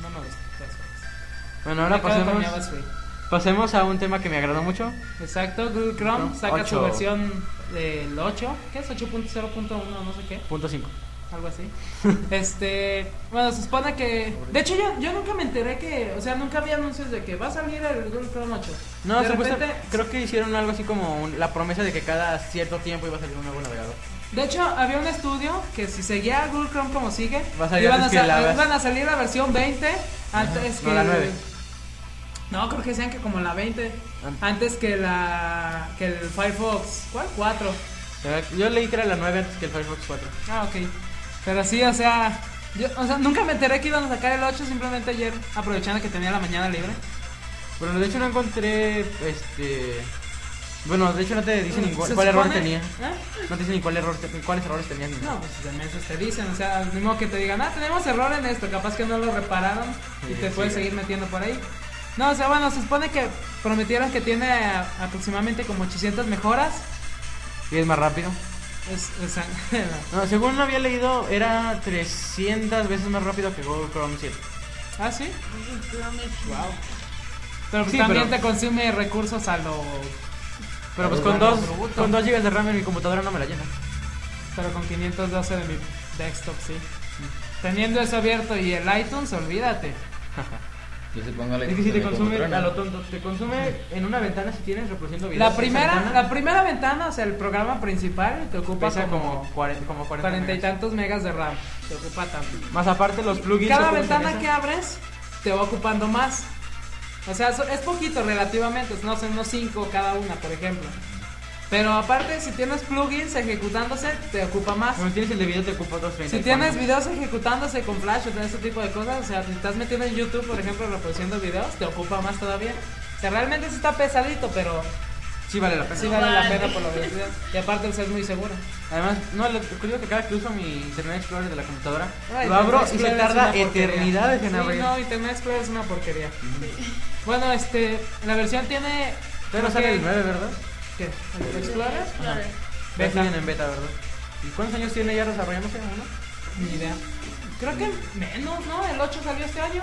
Speaker 3: No me gusta Kaspersky.
Speaker 1: Bueno, ahora
Speaker 3: Me quedo con
Speaker 1: pasemos,
Speaker 3: mi Avast Free.
Speaker 1: pasemos a un tema que me agradó mucho.
Speaker 3: Exacto, Google Chrome
Speaker 1: Chrome
Speaker 3: saca su
Speaker 1: ocho.
Speaker 3: versión del 8, ¿qué es? 8.0.1, no sé qué,
Speaker 1: Punto 5.
Speaker 3: algo así.
Speaker 1: [LAUGHS]
Speaker 3: este, bueno, se supone que. De hecho, yo, yo nunca me enteré que. O sea, nunca había anuncios de que va a salir el Google Chrome 8.
Speaker 1: No,
Speaker 3: de
Speaker 1: supuesta-
Speaker 3: repente,
Speaker 1: creo que hicieron algo así como un- la promesa de que cada cierto tiempo iba a salir un nuevo navegador.
Speaker 3: De hecho, había un estudio que si seguía a Google Chrome como sigue,
Speaker 1: Va a salir
Speaker 3: iban, a
Speaker 1: antes que la
Speaker 3: sa-
Speaker 1: vas-
Speaker 3: iban a salir la versión 20 antes
Speaker 1: no
Speaker 3: que...
Speaker 1: la nueve.
Speaker 3: No, creo que decían que como la 20,
Speaker 1: Antes.
Speaker 3: antes que la que el Firefox, ¿cuál? 4.
Speaker 1: Yo leí que era la 9 antes que el Firefox 4.
Speaker 3: Ah, ok. Pero sí, o sea, yo, o sea, nunca me enteré que iban a sacar el 8, simplemente ayer, aprovechando que tenía la mañana libre.
Speaker 1: Bueno, de hecho no encontré este bueno, de hecho no te dice
Speaker 3: Bueno,
Speaker 1: ni cuál,
Speaker 3: se
Speaker 1: cuál error
Speaker 3: supone-
Speaker 1: tenía.
Speaker 3: ¿Eh?
Speaker 1: No te dice ni cuál error te- cuáles errores tenías ni nada.
Speaker 3: No, pues de meses te dicen, o sea, ni modo que te digan, ah, tenemos error en esto, capaz que no lo repararon y
Speaker 1: Sí,
Speaker 3: te
Speaker 1: sí.
Speaker 3: puedes seguir metiendo por ahí. No, o sea, bueno, se supone que prometieron que tiene a- aproximadamente como 800 mejoras.
Speaker 1: Y es más rápido.
Speaker 3: Es, es- [LAUGHS]
Speaker 1: No, según había leído era 300 veces más rápido que Google Chrome 7.
Speaker 3: ah, sí.
Speaker 1: Wow.
Speaker 3: Pero
Speaker 1: Sí,
Speaker 3: también
Speaker 1: pero-
Speaker 3: te consume recursos a lo.
Speaker 1: Pero pues
Speaker 4: Ah,
Speaker 1: con
Speaker 4: bueno,
Speaker 1: dos
Speaker 3: bruto.
Speaker 1: con 2 GB de RAM en mi computadora no me la llena.
Speaker 3: Pero con 512 de mi desktop, sí. Teniendo eso abierto y el iTunes, olvídate.
Speaker 4: Yo sí pongo la
Speaker 1: Es que si te
Speaker 4: mi
Speaker 1: consume
Speaker 4: computadora,
Speaker 1: a lo
Speaker 4: ¿no?
Speaker 1: tonto, te consume en una ventana si tienes reproduciendo videos.
Speaker 3: La primera, la primera ventana, o sea, el programa principal, te ocupa
Speaker 1: pesa como 40 como 40.
Speaker 3: cuarenta y
Speaker 1: megas.
Speaker 3: tantos megas de RAM. Te ocupa tanto.
Speaker 1: Más aparte los plugins
Speaker 3: Cada
Speaker 1: ocupan
Speaker 3: ventana
Speaker 1: esa.
Speaker 3: que abres te va ocupando más. O sea, so- es poquito relativamente, no sé, unos 5 cada una, por ejemplo. Pero aparte, si tienes plugins ejecutándose, te ocupa más.
Speaker 1: Cuando tienes el de video te ocupa otros 30.
Speaker 3: Si tienes videos ejecutándose con Flash o todo ese tipo de cosas, o sea, si estás metiendo en YouTube, por ejemplo, reproduciendo videos, te ocupa más todavía. O sea, realmente sí está pesadito, pero
Speaker 1: Sí vale la pena.
Speaker 3: sí vale la
Speaker 2: vale.
Speaker 3: pena por la velocidad. Y aparte, o sea, es muy seguro.
Speaker 1: Además, no, lo curioso que cada que uso mi Internet Explorer de la computadora,
Speaker 3: Ay,
Speaker 1: lo abro y se
Speaker 3: Internet Explorer es
Speaker 1: tarda
Speaker 3: una porquería.
Speaker 1: eternidades en abrir.
Speaker 3: Sí, no, Internet Explorer es una porquería. Bueno, este, la versión tiene...
Speaker 1: Pero
Speaker 3: creo
Speaker 1: sale
Speaker 3: que-
Speaker 1: el 9, ¿verdad?
Speaker 3: ¿Qué? ¿El Explorer?
Speaker 2: Claro.
Speaker 1: Ya
Speaker 3: Beta.
Speaker 1: siguen en beta, ¿verdad? ¿Y cuántos años tiene ya desarrollándose uno?
Speaker 3: Ni idea. Creo que menos, ¿no? El 8 salió este año.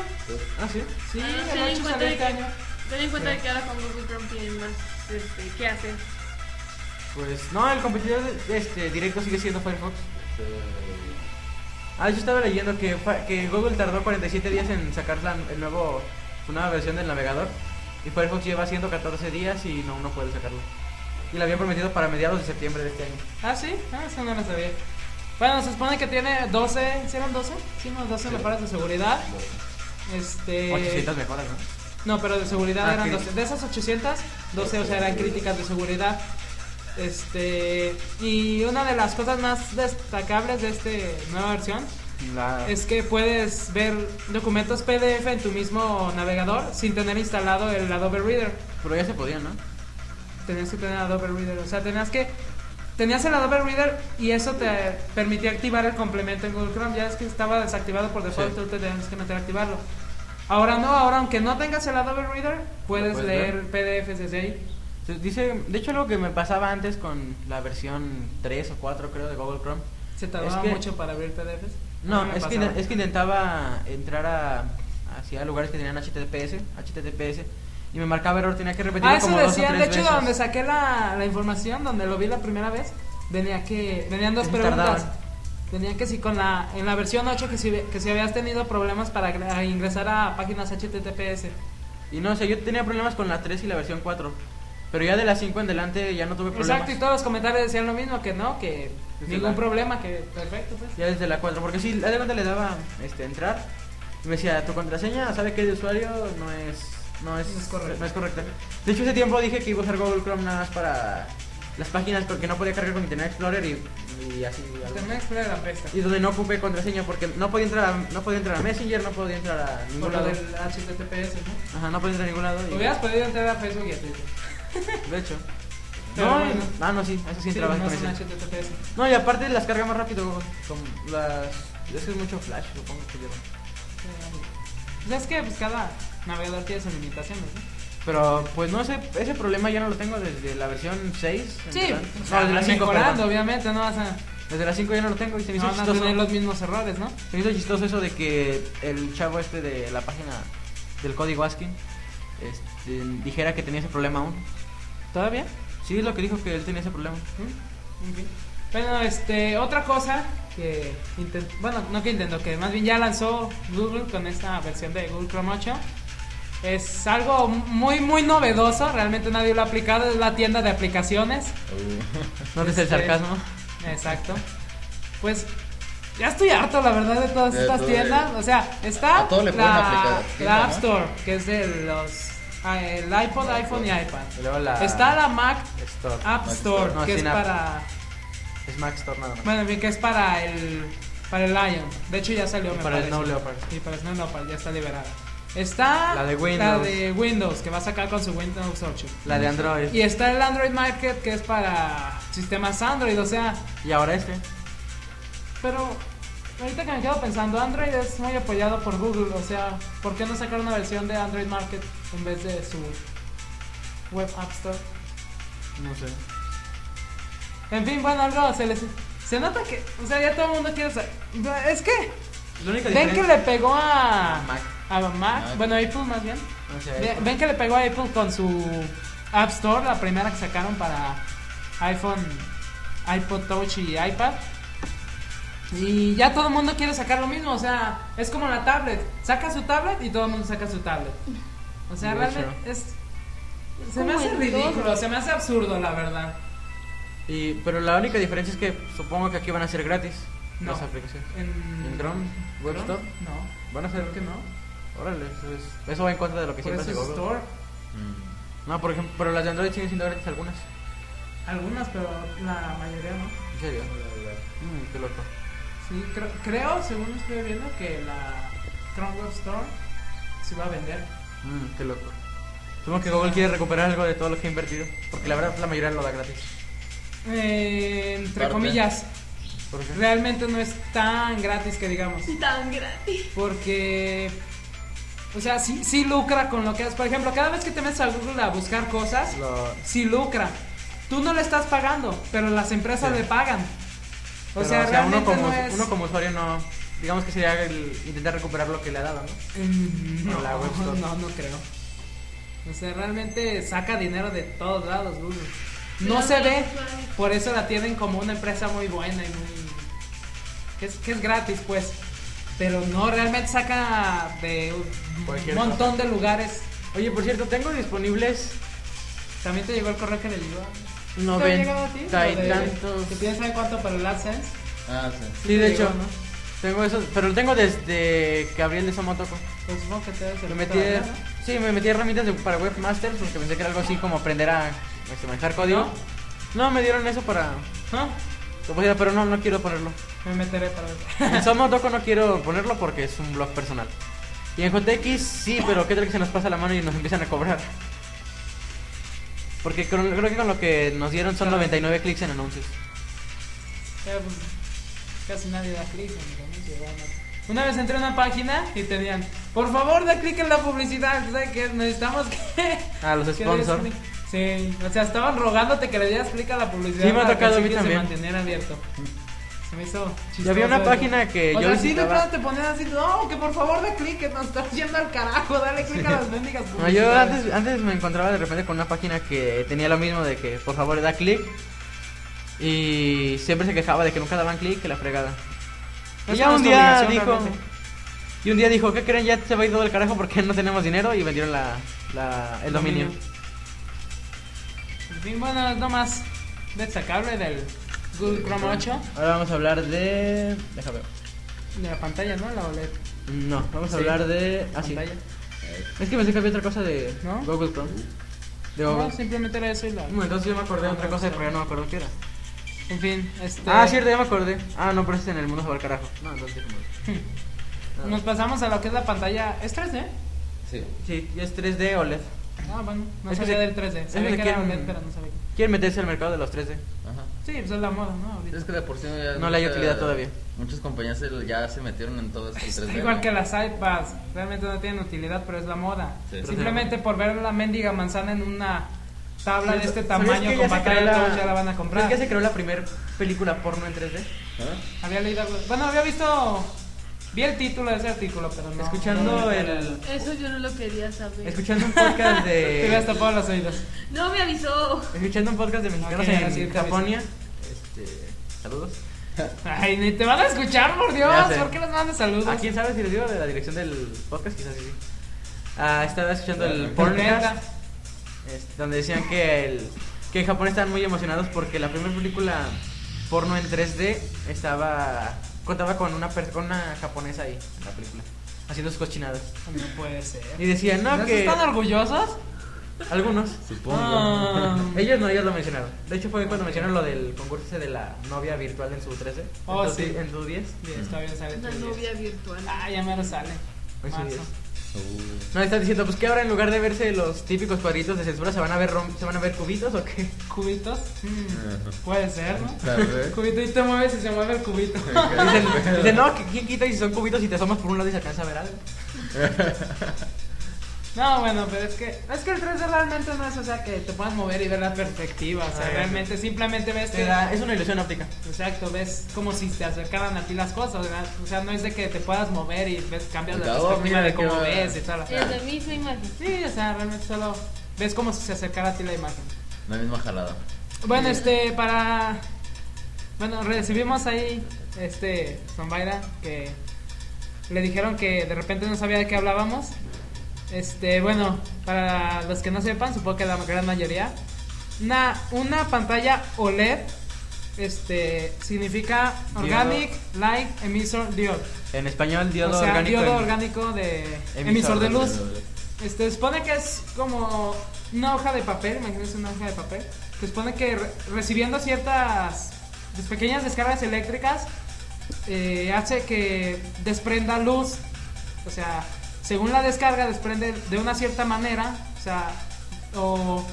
Speaker 1: Ah, sí.
Speaker 3: Sí,
Speaker 2: Ah, no, sí,
Speaker 3: el 8
Speaker 2: cuenta
Speaker 3: salió
Speaker 2: de
Speaker 3: este
Speaker 2: que-
Speaker 3: año.
Speaker 2: Ten en cuenta que ahora con Google Chrome tiene más este, qué hacer.
Speaker 1: Pues no, el competidor de- este, directo sigue siendo Firefox.
Speaker 4: Sí.
Speaker 1: Ah, yo estaba leyendo que, fa- que Google tardó 47 días en sacar la, el nuevo, su nueva versión del navegador y Firefox lleva 114 días y no, no puede sacarlo. Y la habían prometido para mediados de septiembre de este año.
Speaker 3: Ah, sí. Ah, eso no lo sabía. Bueno, se supone que tiene 12, ¿sí eran 12? Sí, unos 12 mejoras de seguridad. Este...
Speaker 1: 800 mejoras, ¿no?
Speaker 3: No, pero de seguridad
Speaker 1: Ah,
Speaker 3: eran
Speaker 1: críticas.
Speaker 3: 12. De esas 800, 12 o sea, eran críticas de seguridad. Este, y una de las cosas más destacables de esta nueva versión
Speaker 1: La-
Speaker 3: es que puedes ver documentos PDF en tu mismo navegador sin tener instalado el Adobe Reader.
Speaker 1: Pero ya se podía, ¿no?
Speaker 3: tenías que tener Adobe Reader. O sea, tenías que. Tenías el Adobe Reader y eso te permitía activar el complemento en Google Chrome. Ya es que estaba desactivado por default,
Speaker 5: Sí.
Speaker 3: tú te tenías que meter a activarlo. Ahora no, ahora aunque no tengas el Adobe Reader, puedes,
Speaker 1: puedes
Speaker 3: leer PDFs desde ahí.
Speaker 1: Se Dice, de hecho, algo que me pasaba antes con la versión 3 o 4, creo, de Google Chrome.
Speaker 3: ¿Se
Speaker 1: Es
Speaker 3: tardaba
Speaker 1: que-
Speaker 3: mucho para abrir PDFs? A
Speaker 1: No,
Speaker 3: mí me
Speaker 1: es, que,
Speaker 3: pasaba.
Speaker 1: es que intentaba entrar a, hacia lugares que tenían HTTPS, HTTPS, y me marcaba error, tenía que repetirlo
Speaker 3: Ah, eso
Speaker 1: como dos o
Speaker 3: decían, de
Speaker 1: tres
Speaker 3: hecho,
Speaker 1: veces.
Speaker 3: donde saqué la, la información, donde lo vi la primera vez, venía que venían dos
Speaker 1: Esos
Speaker 3: preguntas.
Speaker 1: tardaban.
Speaker 3: Venía que si con la en la versión 8 que si ve- que si habías tenido problemas para agre- ingresar a páginas HTTPS.
Speaker 1: Y no, sé, yo tenía problemas con la 3 y la versión 4, pero ya de la 5 en adelante ya no tuve problemas.
Speaker 3: Exacto, y todos los comentarios decían lo mismo, que no, que
Speaker 1: Desde
Speaker 3: ningún
Speaker 1: la-
Speaker 3: problema, que perfecto, pues.
Speaker 1: Ya desde la 4, porque sí, haz de cuenta le daba este, entrar y me decía, tu contraseña, ¿sabe qué de usuario? No es, no es,
Speaker 3: No es correcta.
Speaker 1: no es correcta. De hecho, ese tiempo dije que iba a usar Google Chrome nada más para las páginas porque no podía cargar con Internet Explorer y, y así. algo.
Speaker 3: Internet Explorer la pesta.
Speaker 1: Y donde no ocupé contraseña porque no podía entrar a, no podía entrar a Messenger, no podía entrar a
Speaker 3: Por
Speaker 1: ningún
Speaker 3: lo
Speaker 1: lado.
Speaker 3: del HTTPS, ¿no?
Speaker 1: Ajá, no podía entrar a ningún lado. y-
Speaker 3: Hubieras podido entrar a Facebook y a Twitter.
Speaker 1: De hecho.
Speaker 3: Pero
Speaker 1: No,
Speaker 3: bueno.
Speaker 1: y- ah, no, sí, eso sí,
Speaker 3: Sí,
Speaker 1: entraba
Speaker 3: no
Speaker 1: con
Speaker 3: son
Speaker 1: ese.
Speaker 3: HTTPS.
Speaker 1: No, y aparte las carga más rápido con las... Es que es mucho flash, supongo que lleva.
Speaker 3: Ya es que pues cada navegador tiene sus limitaciones, ¿no?
Speaker 1: Pero pues no sé, ese problema ya no lo tengo desde la versión 6. en
Speaker 3: Sí,
Speaker 1: verdad.
Speaker 3: o
Speaker 1: no,
Speaker 3: sea,
Speaker 1: desde la 5,
Speaker 3: mejorando,
Speaker 1: perdón.
Speaker 3: obviamente, no vas a,
Speaker 1: Desde la 5 ya no lo tengo y se me
Speaker 3: no
Speaker 1: hizo
Speaker 3: van a
Speaker 1: chistoso.
Speaker 3: tener los mismos errores, ¿no?
Speaker 1: Se me hizo chistoso eso de que el chavo este de la página del código ASCII este, dijera que tenía ese problema aún.
Speaker 3: ¿Todavía?
Speaker 1: Sí, es lo que dijo que él tenía ese problema.
Speaker 3: ¿Mm? Ok. Bueno, este, otra cosa que intent- bueno, no que intentó, que más bien ya lanzó Google con esta versión de Google Chrome 8. Es algo muy, muy novedoso, realmente nadie lo ha aplicado, es la tienda de aplicaciones.
Speaker 1: No es el
Speaker 3: Este,
Speaker 1: sarcasmo.
Speaker 3: Exacto. Pues ya estoy harto, la verdad, de todas
Speaker 4: De
Speaker 3: estas
Speaker 4: todo
Speaker 3: tiendas.
Speaker 4: el-
Speaker 3: O sea, está
Speaker 4: a todo le pueden
Speaker 3: la,
Speaker 4: aplicar tienda,
Speaker 3: la App
Speaker 4: ¿no?
Speaker 3: Store, que es de los ah, el iPod, iPhone y iPad.
Speaker 1: Y luego la-
Speaker 3: Está la Ah. Mac
Speaker 1: Store.
Speaker 3: App Store,
Speaker 4: Mac Store.
Speaker 1: No,
Speaker 3: que es
Speaker 1: sin app.
Speaker 3: para
Speaker 1: Es Mac Store nada más.
Speaker 3: bueno, bien que es para el para el Lion. De hecho ya salió,
Speaker 1: Y
Speaker 3: me
Speaker 1: para el
Speaker 3: parece.
Speaker 1: Snow Leopard.
Speaker 3: Y para el Snow Leopard ya está liberada. Está
Speaker 1: La de
Speaker 3: la
Speaker 1: Windows.
Speaker 3: de Windows, que va a sacar con su Windows 8.
Speaker 1: La de Android.
Speaker 3: Y está el Android Market, que es para sistemas Android, o sea,
Speaker 1: Y ahora este.
Speaker 3: Pero ahorita que me quedo pensando, Android es muy apoyado por Google, o sea, ¿por qué no sacar una versión de Android Market en vez de su Web App Store?
Speaker 1: No sé.
Speaker 3: En fin, bueno, algo se les... Se nota que, o sea, ya todo el mundo quiere... sa- Es que,
Speaker 1: La única
Speaker 3: ven que
Speaker 1: diferencia-
Speaker 3: le pegó a...
Speaker 1: A Mac.
Speaker 3: A Mac,
Speaker 4: Mac.
Speaker 3: bueno, Apple más bien.
Speaker 1: O sea,
Speaker 3: Ve- Ven que le pegó a Apple con su App Store, la primera que sacaron para iPhone, iPod Touch y iPad. Y ya todo el mundo quiere sacar lo mismo, o sea, es como la tablet. Saca su tablet y todo el mundo saca su tablet. O sea,
Speaker 1: De
Speaker 3: realmente
Speaker 1: hecho.
Speaker 3: es... Se me
Speaker 2: como
Speaker 3: hace
Speaker 2: en
Speaker 3: ridículo,
Speaker 2: todo.
Speaker 3: se me hace absurdo, la verdad.
Speaker 1: y- pero la única diferencia es que supongo que aquí van a ser gratis
Speaker 3: No.
Speaker 1: las aplicaciones.
Speaker 3: En,
Speaker 1: ¿En Chrome? ¿Web
Speaker 3: Chrome?
Speaker 1: Store?
Speaker 3: No,
Speaker 1: Van a ser
Speaker 3: creo que no.
Speaker 1: Órale, eso, es- eso va en contra de lo que
Speaker 3: Por
Speaker 1: siempre
Speaker 3: eso
Speaker 1: hace
Speaker 3: es
Speaker 1: Google.
Speaker 3: Store.
Speaker 1: No, por ejemplo, pero las de Android siguen siendo gratis algunas.
Speaker 3: Algunas, pero la mayoría no.
Speaker 1: En serio. Mm, qué loco.
Speaker 3: Sí, creo, creo, según estoy viendo, que la Chrome Web Store se va a vender.
Speaker 1: Mm, qué loco. Supongo que Google quiere recuperar algo de todo lo que ha invertido. Porque la verdad, la mayoría lo da gratis.
Speaker 3: Eh, entre
Speaker 4: Parte.
Speaker 3: comillas,
Speaker 1: ¿Por qué?
Speaker 3: realmente no es tan gratis que digamos.
Speaker 2: Tan gratis.
Speaker 3: Porque, o sea, sí, sí lucra con lo que haces. Por ejemplo, cada vez que te metes a Google a buscar cosas,
Speaker 1: Lo-
Speaker 3: sí lucra. Tú no le estás pagando, pero las empresas
Speaker 1: Sí.
Speaker 3: le pagan. O
Speaker 1: pero,
Speaker 3: sea, realmente
Speaker 1: uno como,
Speaker 3: no es...
Speaker 1: uno como usuario no. Digamos que sería el intentar recuperar lo que le ha dado, ¿no?
Speaker 3: Mm,
Speaker 1: Por
Speaker 3: No,
Speaker 1: la Web Store.
Speaker 3: no, no creo. O sea, realmente saca dinero de todos lados, Google. No
Speaker 2: Pero
Speaker 3: se
Speaker 2: no
Speaker 3: ve,
Speaker 2: es bueno.
Speaker 3: por eso la tienen como una empresa muy buena y muy... que es, que es gratis, pues. Pero no, realmente saca de un
Speaker 1: Cualquier
Speaker 3: montón de lugares.
Speaker 1: Oye, por cierto, tengo disponibles
Speaker 3: También te llegó el correo que le llegó. ¿No te ha llegado a ti? Lo
Speaker 1: noventa y
Speaker 3: de-
Speaker 1: tantos.
Speaker 3: Que pides saber cuánto para el AdSense.
Speaker 4: [LAUGHS] Ah, sí.
Speaker 1: Sí, de
Speaker 3: Te llegó,
Speaker 1: hecho.
Speaker 3: ¿no?
Speaker 1: Tengo eso, pero lo tengo desde que abrí el de Somotoco.
Speaker 3: Pues supongo que te debes el
Speaker 1: Me metí,
Speaker 3: puto de acá,
Speaker 1: sí, me metí herramientas de- para webmasters porque pensé que era algo así como aprender a este, manejar código. No, me dieron eso para...
Speaker 3: ¿no? ¿Ah?
Speaker 1: lo voy a- Pero no, no quiero ponerlo.
Speaker 3: Me meteré para ver.
Speaker 1: En Somotoco no quiero ponerlo porque es un blog personal. Y en JX sí, pero qué tal que se nos pasa la mano y nos empiezan a cobrar. Porque con- creo que con lo que nos dieron son 99 clics en anuncios.
Speaker 3: Pero, pues, casi nadie da clic en los anuncios, ¿verdad? Una vez entré a una página y tenían, por favor, da clic en la publicidad. O sea, que necesitamos
Speaker 1: [LAUGHS]
Speaker 3: que.
Speaker 1: Ah, los
Speaker 3: que
Speaker 1: sponsors.
Speaker 3: des clic. Sí, o sea, estaban rogándote que le dieras clic a la publicidad.
Speaker 1: Sí, me ha
Speaker 3: para que
Speaker 1: tocado a
Speaker 3: el
Speaker 1: mí
Speaker 3: sitio
Speaker 1: también.
Speaker 3: Se mantuviera abierto. Se me hizo chistoso.
Speaker 1: había una
Speaker 3: eso.
Speaker 1: página que
Speaker 3: o
Speaker 1: yo
Speaker 3: sea, sí, de
Speaker 1: visitaba.
Speaker 3: pronto te ponían así, no, que por favor da clic, que nos estás yendo al carajo, dale clic a las mendigas
Speaker 1: No, yo antes, antes me encontraba de repente con una página que tenía lo mismo de que por favor da clic. Y siempre se quejaba de que nunca daban clic, que la fregada. Y
Speaker 3: Pues Es
Speaker 1: ya un
Speaker 3: nuestra
Speaker 1: día
Speaker 3: obligación,
Speaker 1: dijo.
Speaker 3: realmente.
Speaker 1: Y un día dijo, ¿qué creen? Ya se va a ir todo el carajo porque no tenemos dinero y vendieron la, la- el dominio.
Speaker 3: En fin, "Pues, bueno, es lo más destacable del Google Chrome 8.
Speaker 1: Ahora vamos a hablar de. Déjame ver.
Speaker 3: De la pantalla, ¿no? La OLED.
Speaker 1: No, vamos a
Speaker 3: Sí.
Speaker 1: hablar de. Ah, sí.
Speaker 3: pantalla.
Speaker 1: Es que pensé que había otra cosa de
Speaker 3: ¿No?
Speaker 1: Google Chrome. De
Speaker 3: No,
Speaker 1: Google.
Speaker 3: simplemente era eso y la.
Speaker 1: Bueno, entonces yo me acordé de otra cosa, pero ya no me acuerdo qué era.
Speaker 3: En fin, este.
Speaker 1: Ah, cierto, ya me acordé. Ah, no, pero este en el mundo se va al carajo. No, entonces déjame ver. [LAUGHS]
Speaker 3: Nos pasamos a lo que es la pantalla. ¿Es 3D?
Speaker 4: Sí.
Speaker 1: Sí, ya es 3D OLED.
Speaker 3: Ah, bueno, no
Speaker 1: Es que
Speaker 3: sabía
Speaker 1: se-
Speaker 3: del 3D.
Speaker 1: es
Speaker 3: Sabía
Speaker 1: que
Speaker 3: que era
Speaker 1: quieren-
Speaker 3: OLED, pero no sabía. que-
Speaker 1: Quieren meterse al mercado de los 3D.
Speaker 4: Ajá.
Speaker 3: Sí, pues es la moda, ¿no? Ahorita.
Speaker 4: Es que de por sí no, ya
Speaker 1: No le hay
Speaker 4: mucha-
Speaker 1: utilidad todavía.
Speaker 4: Muchas compañías se- ya se metieron en todo esto.
Speaker 3: Está
Speaker 4: 3D,
Speaker 3: igual
Speaker 4: ¿no?
Speaker 3: que las iPads, realmente no tienen utilidad, pero es la moda.
Speaker 4: Sí.
Speaker 3: Simplemente por ver la mendiga manzana en una tabla de este tamaño
Speaker 1: ¿Sabías que
Speaker 3: con
Speaker 1: ya se creó
Speaker 3: pantalla,
Speaker 1: la-
Speaker 3: todos ya la van a comprar.
Speaker 1: ¿Sabías que se creó la primera película porno en 3D?
Speaker 4: ¿Ah?
Speaker 3: Había leído algo- Bueno, había visto. Vi el título de ese artículo, pero no.
Speaker 1: Escuchando
Speaker 3: no-
Speaker 1: el...
Speaker 2: Eso yo no lo quería saber.
Speaker 1: Escuchando un podcast
Speaker 3: [LAUGHS] Te habías
Speaker 1: de...
Speaker 3: tapado los oídos.
Speaker 2: No me avisó.
Speaker 1: Escuchando un podcast de mexicanos
Speaker 3: Ok, ahora sí,
Speaker 1: en
Speaker 3: otra vez.
Speaker 1: Japonia. Este... Saludos.
Speaker 3: Ay, ni te van a escuchar, por Dios.
Speaker 1: Ya sé.
Speaker 3: ¿Por qué les mandas saludos?
Speaker 1: ¿A Ah, quién sabe si les digo la dirección del podcast? Quizás sí. Ah, estaba escuchando el
Speaker 3: Intenta.
Speaker 1: podcast este, donde decían que el, que en Japón estaban muy emocionados porque la primera película porno en 3D estaba contaba con una per- con una japonesa ahí en la película haciendo sus cochinadas
Speaker 3: No puede ser.
Speaker 1: y decían no
Speaker 3: ¿No
Speaker 1: que
Speaker 3: están orgullosos?
Speaker 1: algunos
Speaker 4: Supongo.
Speaker 3: Ah.
Speaker 1: ellos no ellos lo mencionaron de hecho fue cuando mencionaron lo del concurso ese de la novia virtual en su 3D
Speaker 3: Oh,
Speaker 1: en, su-
Speaker 3: sí.
Speaker 1: en su 10
Speaker 3: Bien, está bien, sale.
Speaker 2: Una
Speaker 3: tu diez.
Speaker 2: novia virtual.
Speaker 3: Ah, ya me lo sale.
Speaker 1: en su
Speaker 3: Marzo.
Speaker 1: 10
Speaker 4: Uh.
Speaker 1: No, están diciendo, pues que ahora en lugar de verse los típicos cuadritos de censura, ¿se van a ver, rom- ¿se van a ver cubitos o [LAUGHS] qué?
Speaker 3: ¿Cubitos? Mm, puede ser, ¿no? [LAUGHS]
Speaker 4: Tal vez.
Speaker 3: Cubito y te mueves y se mueve el cubito.
Speaker 1: Dicen, dicen, no, que ¿quién quita y si son cubitos y te asomas por un lado y se alcanza a ver algo?
Speaker 3: [LAUGHS] No, bueno, pero es que es que el 3D realmente no es, o sea, que te puedas mover y ver la perspectiva, o sea,
Speaker 1: Ah, ya.
Speaker 3: realmente simplemente ves
Speaker 1: Te
Speaker 3: que
Speaker 1: da- es una ilusión óptica.
Speaker 3: Exacto, ves como si te acercaran a ti las cosas, ¿verdad? O sea, no es de que te puedas mover y ves cambias la
Speaker 4: Ya, oh,
Speaker 3: perspectiva
Speaker 4: mira,
Speaker 3: de cómo
Speaker 4: qué va.
Speaker 3: ves y tal.
Speaker 2: Es la misma imagen.
Speaker 3: Sí, o sea, realmente solo ves como si se acercara a ti la imagen.
Speaker 4: La misma jalada.
Speaker 3: Bueno, este, para... Bueno, recibimos ahí, este, Zombaira, que le dijeron que de repente no sabía de qué hablábamos. Este, bueno, para los que no sepan, supongo que la gran mayoría, una, una pantalla OLED, este, significa
Speaker 1: Diodo.
Speaker 3: Organic Light Emissor Diode.
Speaker 1: En español, diodo
Speaker 3: o sea,
Speaker 1: orgánico.
Speaker 3: diodo
Speaker 1: en-
Speaker 3: orgánico de
Speaker 1: Emisor
Speaker 3: emisor,
Speaker 1: de
Speaker 3: de luz. Este, se supone que es como una hoja de papel, imagínense una hoja de papel. Se supone que re- recibiendo ciertas pues, pequeñas descargas eléctricas eh, hace que desprenda luz. O sea, según la descarga desprende de una cierta manera. O sea, o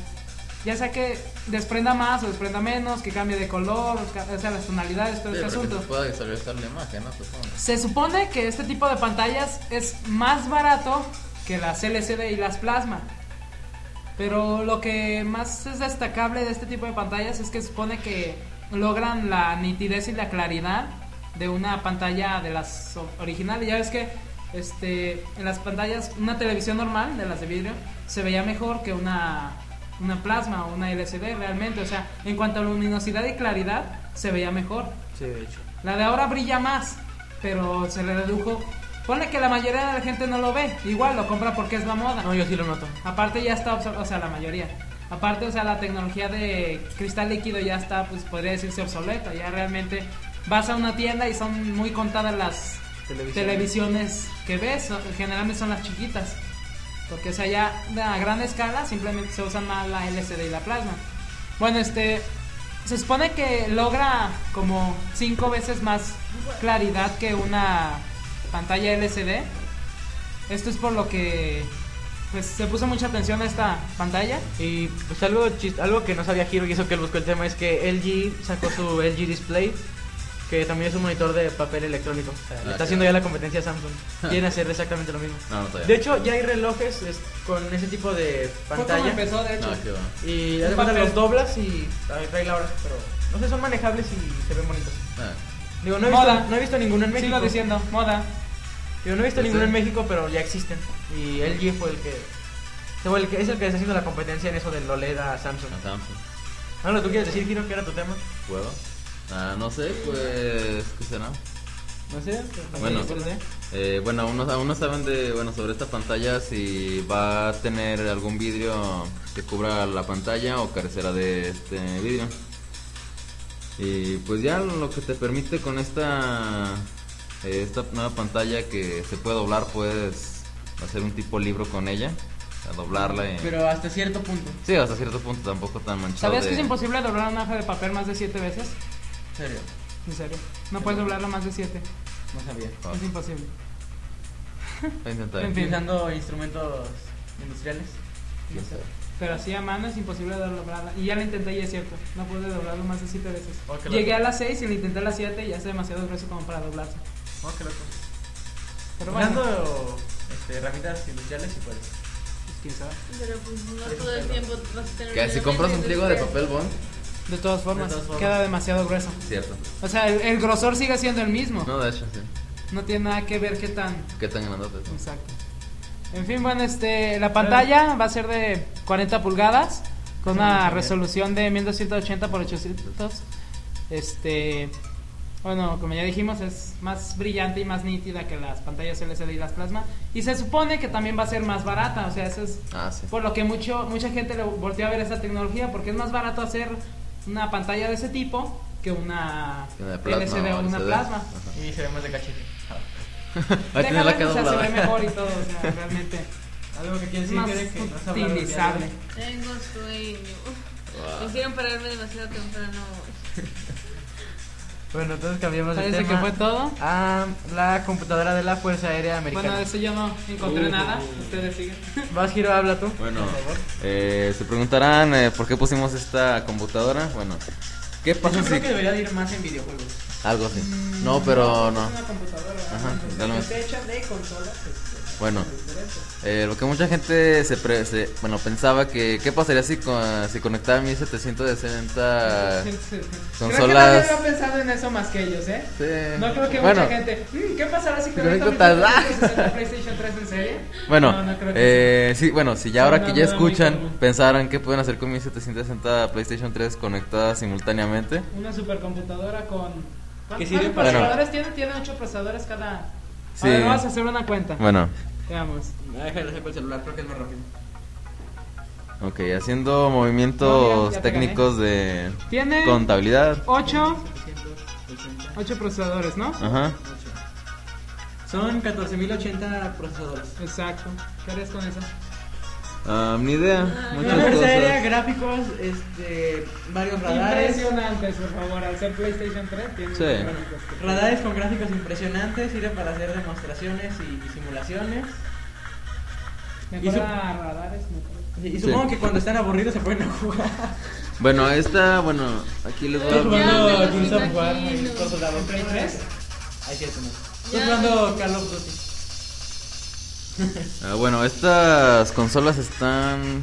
Speaker 3: ya sea que desprenda más o desprenda menos, que cambie de color, ca- o sea, las tonalidades, todo
Speaker 4: Sí,
Speaker 3: este
Speaker 4: porque
Speaker 3: asunto.
Speaker 4: se puede visualizar la imagen, ¿no? Supongo.
Speaker 3: Se supone que este tipo de pantallas es más barato que las LCD y las plasma. Pero lo que más es destacable de este tipo de pantallas es que se supone que logran la nitidez y la claridad de una pantalla de las o- originales. Ya ves que este, en las pantallas, una televisión normal, de las de vidrio, se veía mejor que una, una plasma o una LCD realmente. O sea, en cuanto a luminosidad y claridad, se veía mejor.
Speaker 1: Sí, de hecho.
Speaker 3: La de ahora brilla más, pero se le redujo. Pone que la mayoría de la gente no lo ve, igual lo compra porque es la moda.
Speaker 1: No, yo sí lo noto.
Speaker 3: Aparte ya está, obs- o sea, la mayoría. Aparte, o sea, la tecnología de cristal líquido ya está, pues podría decirse obsoleta. Ya realmente vas a una tienda y son muy contadas las
Speaker 1: Televisión.
Speaker 3: televisiones que ves, o- generalmente son las chiquitas. Porque, o sea, ya a gran escala simplemente se usan más la LCD y la plasma. Bueno, este. Se supone que logra como cinco veces más claridad que una pantalla LCD. Esto es por lo que pues se puso mucha atención a esta pantalla.
Speaker 1: Y pues algo, chis- algo que no sabía Hiro y eso que él buscó el tema es que LG sacó su LG Display, que también es un monitor de papel electrónico. O sea, le
Speaker 4: Ah,
Speaker 1: está haciendo ya
Speaker 4: claro.
Speaker 1: la competencia a [LAUGHS] Samsung. Quieren hacer exactamente lo mismo.
Speaker 4: No, no sabía.
Speaker 1: De hecho, ya hay relojes es- con ese tipo de
Speaker 3: Fue como
Speaker 1: pantalla.
Speaker 3: empezó, de hecho.
Speaker 4: no, qué va.
Speaker 1: Y
Speaker 3: Un
Speaker 1: haz de cuenta,
Speaker 3: papel.
Speaker 1: los doblas y ahí trae la hora. Pero no sé, son manejables y se ven bonitos.
Speaker 4: Ah,
Speaker 1: Digo, no he, visto,
Speaker 3: Moda.
Speaker 1: no he visto ninguno en México.
Speaker 3: Sigo diciendo, moda.
Speaker 1: Digo, no he visto
Speaker 4: Sí.
Speaker 1: ninguno en México, pero ya existen. Y LG fue el que. fue el que- Es el que está haciendo la competencia en eso del OLED a Samsung.
Speaker 4: a Samsung.
Speaker 1: Ahora tú quieres decir, Giro, que era tu tema.
Speaker 4: ¿Huevo? Ah, no sé, pues. ¿Qué será?
Speaker 3: No sé.
Speaker 4: Bueno. Eh, bueno, aún no, aún no saben de, bueno, sobre esta pantalla si va a tener algún vidrio que cubra la pantalla o carecerá de este vidrio. Y pues ya lo que te permite con esta eh, esta nueva pantalla que se puede doblar, puedes hacer un tipo libro con ella, o sea, doblarla. Y...
Speaker 3: Pero hasta cierto punto.
Speaker 4: Sí, hasta cierto punto tampoco tan manchado.
Speaker 3: ¿Sabías
Speaker 4: de-
Speaker 3: que es imposible doblar una hoja de papel más de siete veces?
Speaker 1: serio,
Speaker 3: En serio. No puedes doblarla más de siete.
Speaker 1: no sabía.
Speaker 4: Ah,
Speaker 3: Es imposible.
Speaker 4: voy a intentar.
Speaker 3: En fin.
Speaker 1: Utilizando instrumentos industriales.
Speaker 4: No sé.
Speaker 3: Pero así a mano es imposible doblarla. Y ya la intenté y es cierto. No pude doblarlo más de siete veces.
Speaker 1: Oh, qué
Speaker 3: Llegué
Speaker 1: loco.
Speaker 3: a las seis y lo intenté a las siete y ya es demasiado grueso como para doblarse.
Speaker 1: Oh, qué loco.
Speaker 3: Pero bueno.
Speaker 1: Usando este, herramientas industriales y pues.
Speaker 3: pues, quién sabe.
Speaker 2: Pero pues no todo el tiempo vas a tener.
Speaker 4: Que si compras un pliego de papel bond,
Speaker 3: De todas formas,
Speaker 1: todas formas.
Speaker 3: queda demasiado grueso.
Speaker 4: cierto.
Speaker 3: O sea, el, el grosor sigue siendo el mismo. No.
Speaker 4: No, de hecho, sí.
Speaker 3: tiene nada que ver qué tan.
Speaker 4: ¿Qué tan grandote es?
Speaker 3: Exacto. En fin, bueno, este, la pantalla va a ser de 40 pulgadas con una resolución de 1280 por 800. Este, bueno, como ya dijimos, es más brillante y más nítida que las pantallas LCD y las plasma. Y se supone que también va a ser más barata, o sea, eso es
Speaker 4: Ah, sí.
Speaker 3: por lo que mucho, mucha gente le volteó a ver esa tecnología porque es más barato hacer una pantalla de ese tipo que una
Speaker 4: Que una de plasma
Speaker 3: LCD o
Speaker 4: o
Speaker 3: una
Speaker 4: LCD.
Speaker 3: plasma.
Speaker 1: Y se ve más de cachete. Ah.
Speaker 4: [LAUGHS] Ahí tiene
Speaker 3: Déjala,
Speaker 4: la cara
Speaker 3: o sea, se ve
Speaker 4: doblada.
Speaker 3: mejor
Speaker 4: [LAUGHS]
Speaker 3: y todo, o sea, realmente
Speaker 1: Algo que
Speaker 3: es
Speaker 1: quieres
Speaker 3: más
Speaker 1: decir, Giro, que no has hablado del día de
Speaker 3: utilizable.
Speaker 1: hoy.
Speaker 2: Tengo sueño.
Speaker 4: Wow.
Speaker 2: Quisieron pararme demasiado temprano.
Speaker 1: Bueno, entonces cambiamos de
Speaker 3: Parece
Speaker 1: tema.
Speaker 3: que fue todo.
Speaker 1: Ah, la computadora de la Fuerza Aérea Americana.
Speaker 3: Bueno, de eso yo no encontré
Speaker 1: Uh.
Speaker 3: nada. Ustedes siguen.
Speaker 1: Vas, Giro, habla tú.
Speaker 4: Bueno,
Speaker 1: por favor.
Speaker 4: eh, se preguntarán eh, por qué pusimos esta computadora. Bueno, ¿qué pasa
Speaker 1: Yo
Speaker 4: si
Speaker 1: creo que debería de ir más en videojuegos.
Speaker 4: algo así?
Speaker 3: Mm.
Speaker 4: No, pero no.
Speaker 1: computadora.
Speaker 4: Ajá, dale más.
Speaker 1: echan de consolas.
Speaker 4: Bueno, eh, lo que mucha gente se, pre- se- bueno pensaba que qué pasaría si con- si conectaba mi
Speaker 3: [LAUGHS] Creo
Speaker 4: 760
Speaker 3: que nadie
Speaker 4: consolas.
Speaker 3: había pensado en eso más que ellos, ¿eh?
Speaker 4: Sí.
Speaker 3: No creo que
Speaker 4: bueno,
Speaker 3: mucha gente. "Mm, ¿Qué pasará si
Speaker 4: Creo
Speaker 3: conecto
Speaker 4: que
Speaker 3: mi
Speaker 4: tal-
Speaker 3: 360 PlayStation 3 en serie?
Speaker 4: Bueno,
Speaker 3: No, no creo que
Speaker 4: eh, sí, bueno, si ya ahora
Speaker 3: Una
Speaker 4: que ya
Speaker 3: duda muy
Speaker 4: escuchan,
Speaker 3: común.
Speaker 4: pensaran qué pueden hacer con mi 760 PlayStation 3 conectada simultáneamente.
Speaker 3: sea. Una supercomputadora con.
Speaker 1: Que
Speaker 3: ¿Cuántos
Speaker 1: sirve para-
Speaker 3: procesadores tiene? Tiene 8 procesadores cada.
Speaker 4: Sí.
Speaker 3: A ver, vamos a hacer una cuenta.
Speaker 4: Bueno,
Speaker 3: Veamos.
Speaker 1: Déjale saco el celular, creo que es más rápido.
Speaker 4: ok, haciendo movimientos
Speaker 3: ya te gané.
Speaker 4: técnicos de
Speaker 3: Tiene
Speaker 4: contabilidad.
Speaker 3: 8,
Speaker 1: 760.
Speaker 3: 8 procesadores, ¿no?
Speaker 4: Ajá.
Speaker 1: Son 14.080 procesadores.
Speaker 3: Exacto. ¿Qué harías con eso?
Speaker 4: Ah, ni idea.
Speaker 1: Una
Speaker 4: Muchas
Speaker 1: fuerza aérea,
Speaker 4: cosas.
Speaker 1: gráficos, este, varios radares.
Speaker 3: Impresionantes, por favor. Al ser PlayStation 3, tiene.
Speaker 4: Sí.
Speaker 3: unos gráficos que-
Speaker 1: Radares con gráficos impresionantes, sirve para hacer demostraciones y simulaciones.
Speaker 3: Mejora
Speaker 1: Y su-
Speaker 3: radares, mejor.
Speaker 1: Y y supongo que cuando están aburridos se ponen a [LAUGHS] jugar.
Speaker 4: Bueno, esta, bueno, aquí les voy
Speaker 1: Estoy
Speaker 4: a...
Speaker 1: jugando
Speaker 2: me los
Speaker 1: Gears of War,
Speaker 2: imagino.
Speaker 1: con soldados.
Speaker 3: ¿En Play 3?
Speaker 1: Ahí cierto, no. Estoy
Speaker 2: Ya
Speaker 1: jugando
Speaker 2: me-
Speaker 1: Call of Duty.
Speaker 4: Ah, bueno, estas consolas están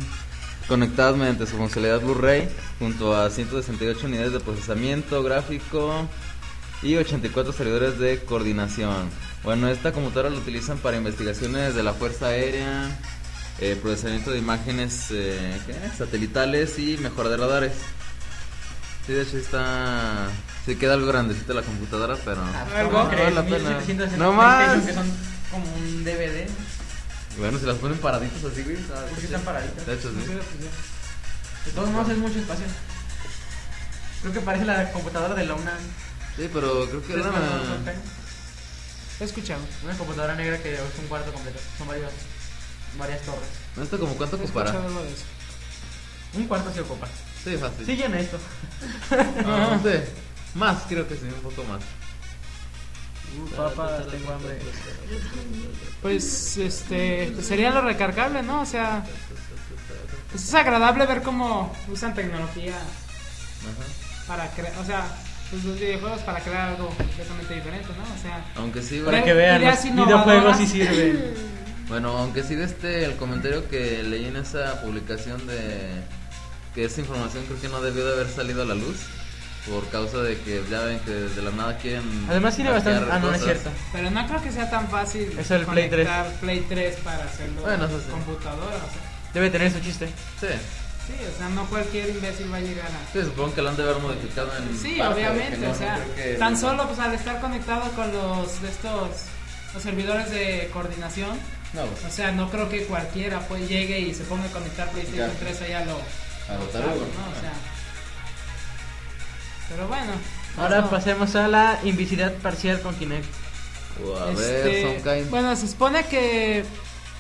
Speaker 4: conectadas mediante su funcionalidad Blu-ray junto a 168 unidades de procesamiento gráfico y 84 servidores de coordinación. Bueno, esta computadora la utilizan para investigaciones de la Fuerza Aérea, eh, procesamiento de imágenes eh, ¿qué? satelitales y mejora de radares. Sí, de hecho está... Sí queda algo grandecita la computadora, pero...
Speaker 3: ver,
Speaker 1: Ah, ¿Cómo
Speaker 3: ¿cómo
Speaker 1: crees?
Speaker 4: Ah, la pena.
Speaker 1: 1760
Speaker 4: No más. Ah,
Speaker 1: PlayStation, Que son como un DVD.
Speaker 4: Bueno, si las ponen paraditos así, güey. está-
Speaker 1: ¿Por qué están paraditas?
Speaker 4: De hecho,
Speaker 3: No
Speaker 4: sí.
Speaker 3: sé, pues ya.
Speaker 1: De todos modos es mucho espacio. Creo que parece la computadora de la UNAM.
Speaker 4: Sí, pero creo que
Speaker 1: ¿Ustedes
Speaker 4: era
Speaker 1: cuando son tan-
Speaker 3: He escuchado.
Speaker 1: Una computadora negra que es un cuarto completo. Son varios, varias torres.
Speaker 4: No, esto como cuánto
Speaker 3: He escuchado
Speaker 4: compara.
Speaker 3: algo de eso.
Speaker 1: Un cuarto se ocupa.
Speaker 4: Sí, fácil.
Speaker 1: Sí, llena esto.
Speaker 4: Ah, sí. Más, creo que sí, un poco más.
Speaker 3: Uh, papa, tengo hambre. Pues, este, pues sería lo recargable, ¿no? O sea, pues es agradable ver cómo usan tecnología
Speaker 4: Ajá.
Speaker 3: para crear, o sea, pues los videojuegos para crear algo completamente diferente, ¿no? O sea,
Speaker 4: Aunque sí,
Speaker 3: Pero-
Speaker 4: güey.
Speaker 1: Para que vean,
Speaker 3: Ideas
Speaker 1: los
Speaker 3: innovadoras.
Speaker 1: videojuegos sí sirven.
Speaker 3: [CLEARS THROAT]
Speaker 4: Bueno, aunque sigue este el comentario que leí en esa publicación de que esa información creo que no debió de haber salido a la luz por causa de que ya ven que de la nada quieren
Speaker 1: Además tiene bastante...
Speaker 4: hackear
Speaker 1: Ah, no, no es
Speaker 4: cosas.
Speaker 1: cierto.
Speaker 3: pero no creo que sea tan fácil
Speaker 1: Es el Play tres.
Speaker 3: conectar Play 3 para hacerlo
Speaker 4: Bueno, eso sí.
Speaker 3: computadora, o sea.
Speaker 1: Debe tener su chiste.
Speaker 4: Sí,
Speaker 3: Sí, o sea, no cualquier imbécil va a llegar a...
Speaker 4: sí, supongo que lo han de haber modificado en
Speaker 3: Sí,
Speaker 4: parte,
Speaker 3: obviamente,
Speaker 4: que no,
Speaker 3: o sea,
Speaker 4: creo que-
Speaker 3: tan solo pues al estar conectado con los de estos los servidores de coordinación,
Speaker 4: No, pues,
Speaker 3: o sea, no creo que cualquiera pues llegue y se ponga a conectar PlayStation
Speaker 4: Ya.
Speaker 3: 3 allá lo
Speaker 4: a
Speaker 3: lo
Speaker 4: votar
Speaker 3: sabe,
Speaker 4: algo.
Speaker 3: ¿no? O sea. Pero bueno,
Speaker 1: Ahora
Speaker 3: pues, no.
Speaker 1: pasemos a la invisibilidad parcial con Kinect.
Speaker 4: O a
Speaker 3: Este,
Speaker 4: ver, Sonkai.
Speaker 3: Bueno, se supone que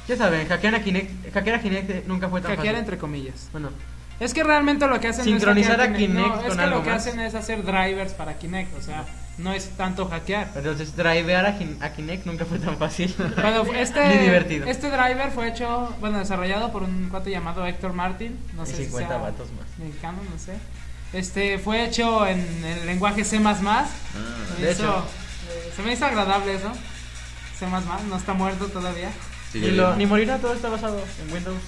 Speaker 1: Ya saben, hackear a Kinect, hackear a Kinect eh, nunca fue tan
Speaker 3: hackear
Speaker 1: fácil.
Speaker 3: entre comillas.
Speaker 1: Bueno,
Speaker 3: Es que realmente lo que hacen no es
Speaker 1: Sincronizar
Speaker 3: hackear
Speaker 1: a
Speaker 3: no,
Speaker 1: Kinect
Speaker 3: es
Speaker 1: con
Speaker 3: que lo
Speaker 1: algo
Speaker 3: que
Speaker 1: más.
Speaker 3: hacen es hacer drivers para Kinect, o sea, no es tanto hackear.
Speaker 1: entonces drivear a, Kin- a Kinect nunca fue tan
Speaker 3: [LAUGHS]
Speaker 1: fácil. [LAUGHS]
Speaker 3: Bueno, este,
Speaker 1: Ni divertido.
Speaker 3: este driver fue hecho, bueno, desarrollado por un cuate llamado Héctor Martin, no
Speaker 1: Y
Speaker 3: sé
Speaker 1: 50
Speaker 3: si sea
Speaker 1: vatos más.
Speaker 3: mexicano, no sé. Este, fue hecho en el lenguaje C++,
Speaker 4: Ah,
Speaker 3: Se me
Speaker 1: de
Speaker 3: hizo-
Speaker 1: hecho.
Speaker 3: eh, se me hizo agradable eso, C++, no está muerto todavía.
Speaker 4: sí,
Speaker 1: Y lo- ni morirá, todo está basado en Windows,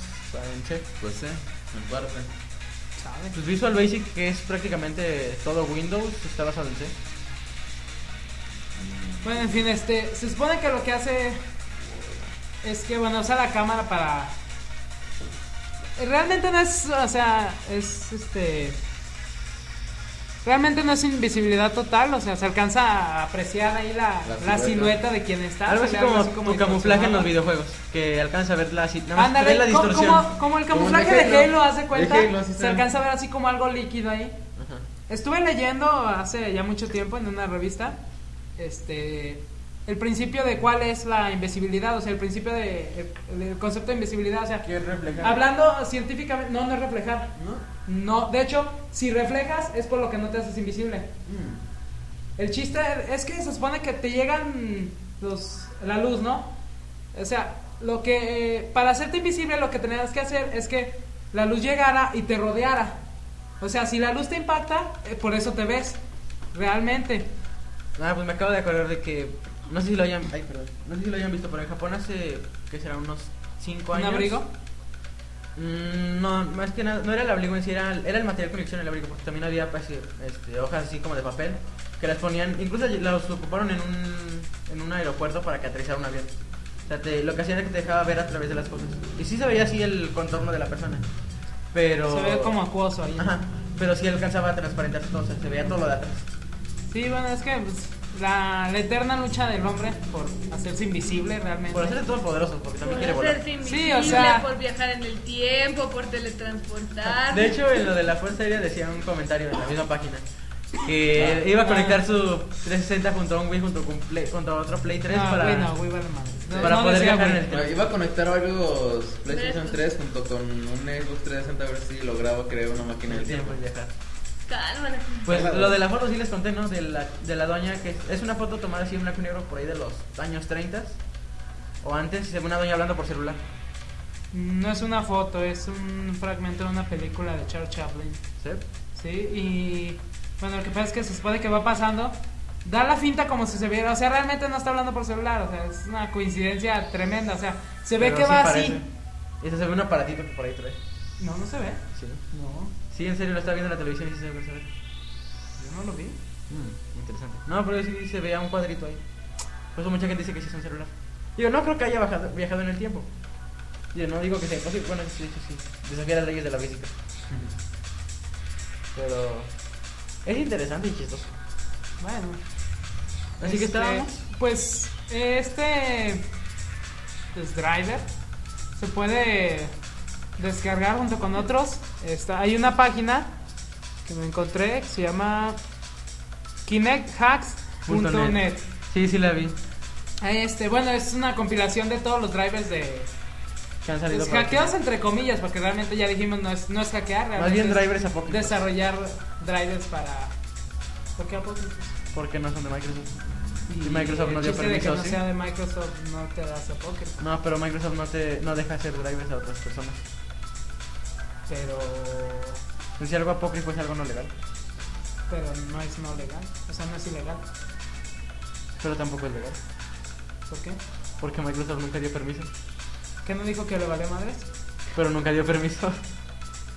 Speaker 1: en Chef.
Speaker 4: Pues sí, en parte.
Speaker 3: ¿sabes?
Speaker 1: Pues Visual Basic, que es prácticamente todo Windows, está basado en C.
Speaker 3: Bueno, en fin, este, se supone que lo que hace es que, bueno, usa la cámara para... Realmente no es, o sea, es este... Realmente no es invisibilidad total, o sea, se alcanza a apreciar ahí la,
Speaker 4: La
Speaker 3: la silueta.
Speaker 4: silueta
Speaker 3: de quien está.
Speaker 1: Algo
Speaker 3: se
Speaker 1: así
Speaker 3: le
Speaker 1: como,
Speaker 3: habla
Speaker 1: tu camuflaje en los
Speaker 3: distorsionado.
Speaker 1: videojuegos, que alcanza a ver la, si- nada más
Speaker 3: Ándale,
Speaker 1: ver la
Speaker 3: co-
Speaker 1: distorsión.
Speaker 3: Como, como el
Speaker 4: Como el
Speaker 3: camuflaje
Speaker 4: de
Speaker 3: de Halo,
Speaker 4: Halo.
Speaker 3: hace cuenta,
Speaker 4: De Halo, así se
Speaker 3: se
Speaker 4: ve.
Speaker 3: alcanza a ver así como algo líquido ahí.
Speaker 1: Ajá.
Speaker 3: Estuve leyendo hace ya mucho tiempo en una revista este el principio de cuál es la invisibilidad, o sea, el principio de el, el concepto de invisibilidad, o sea,
Speaker 1: reflejar.
Speaker 3: hablando científicamente, no, no es reflejar. No, de hecho, si reflejas es por lo que no te haces invisible. El chiste es que se supone que te llegan los la luz, ¿no? O sea, lo que eh, para hacerte invisible lo que tenías que hacer es que la luz llegara y te rodeara. O sea, si la luz te impacta, eh, por eso te ves realmente.
Speaker 1: Ah, pues me acabo de acordar de que no sé si lo hayan, ay, perdón, no sé si lo hayan visto, pero en Japón hace que será unos 5
Speaker 3: ¿Un
Speaker 1: años.
Speaker 3: abrigo?
Speaker 1: Mm, no, más que nada, no era el abrigo en sí, era, el- era el material de conexión el abrigo, porque también había pues, eh, este, hojas así como de papel que las ponían, incluso las ocuparon en un, en un aeropuerto para que aterrizara un avión. O sea, te- lo que hacían era que te dejaba ver a través de las cosas. Y sí se veía así el contorno de la persona, pero...
Speaker 3: Se ve como acuoso ahí.
Speaker 1: Ajá, pero sí alcanzaba a transparentar todo, o sea, se veía todo lo de atrás.
Speaker 3: Sí, bueno, es que pues, la, la eterna lucha del hombre por hacerse invisible realmente.
Speaker 1: Por hacerse todo poderoso, porque también quiere
Speaker 2: Por
Speaker 1: volar.
Speaker 2: hacerse
Speaker 3: Sí,
Speaker 2: invisible,
Speaker 3: o sea-
Speaker 2: por viajar en el tiempo, por teletransportar.
Speaker 1: De hecho, en lo de la Fuerza Aérea decía un comentario en la misma página que
Speaker 3: Ah.
Speaker 1: iba a conectar su 360 junto a un Wii junto con, Play- junto a otro Play 3
Speaker 3: No,
Speaker 1: para
Speaker 3: güey, no, Ah, güey, vale madre. No,
Speaker 1: para
Speaker 3: no
Speaker 1: poder
Speaker 3: decía,
Speaker 1: viajar en
Speaker 3: güey.
Speaker 1: el tiempo.
Speaker 4: Iba a conectar varios PlayStation
Speaker 2: Versus.
Speaker 4: 3 junto con un Xbox 360 a ver si lograba crear una máquina del tiempo.
Speaker 1: Tiempo y viajar.
Speaker 2: Cálmala.
Speaker 1: Pues
Speaker 4: Claro.
Speaker 1: lo de la foto sí les conté, ¿no? De la, de la doña que es una foto tomada así en blanco y negro por ahí de los años 30 o antes, y se ve una doña hablando por celular.
Speaker 3: No es una foto, es un fragmento de una película de Charles Chaplin.
Speaker 1: ¿Sí?
Speaker 3: Sí, y bueno, lo que pasa es que se supone que va pasando. Da la finta como si se viera, o sea, realmente no está hablando por celular, o sea, es una coincidencia tremenda, o sea, se ve
Speaker 1: Pero
Speaker 3: que
Speaker 1: sí
Speaker 3: va
Speaker 1: parece.
Speaker 3: así.
Speaker 1: Y se ve un aparatito que por ahí trae.
Speaker 3: No, no se ve.
Speaker 1: Sí.
Speaker 3: No,
Speaker 1: Sí, en serio lo estaba viendo en la televisión y sí se ve. se ve.
Speaker 3: yo no lo vi.
Speaker 1: Mm, interesante. No, pero sí se veía un cuadrito ahí. Por eso mucha gente dice que sí es un celular. Digo, no creo que haya bajado- viajado en el tiempo. Yo no digo que sea imposible. Bueno, sí, sí, sí. Desafiar las leyes de la física. Pero es interesante y chistoso.
Speaker 3: Bueno.
Speaker 1: Así que
Speaker 3: Este,
Speaker 1: estábamos.
Speaker 3: Pues este pues, driver se puede descargar junto con otros. Está, hay una página que me encontré que se llama
Speaker 1: Punto
Speaker 3: kinecthacks.net.
Speaker 1: net. Sí, sí la vi.
Speaker 3: Ahí este, bueno, es una compilación de todos los drivers de
Speaker 1: Que han salido
Speaker 3: pues,
Speaker 1: por
Speaker 3: hackeos
Speaker 1: aquí.
Speaker 3: entre comillas, porque realmente ya dijimos no es, no es hackear,
Speaker 1: Más
Speaker 3: realmente
Speaker 1: bien
Speaker 3: es
Speaker 1: drivers apócrifos.
Speaker 3: desarrollar drivers para ¿Por qué apócrifos?
Speaker 1: Porque no son de Microsoft. Y Microsoft no
Speaker 3: el
Speaker 1: dio
Speaker 3: chiste de que
Speaker 1: permiso,
Speaker 3: no
Speaker 1: ¿sí?
Speaker 3: sea de Microsoft no te das apócrifo.
Speaker 1: No, pero Microsoft no te no deja hacer drivers a otras personas.
Speaker 3: Pero.
Speaker 1: Entonces, Pues, si algo apócrifo es algo no legal,
Speaker 3: Pero no es no legal. O sea, no es ilegal.
Speaker 1: pero tampoco es legal,
Speaker 3: ¿Por qué?
Speaker 1: porque Microsoft nunca dio permiso,
Speaker 3: ¿Qué no dijo que le vale madres?
Speaker 1: pero nunca dio permiso.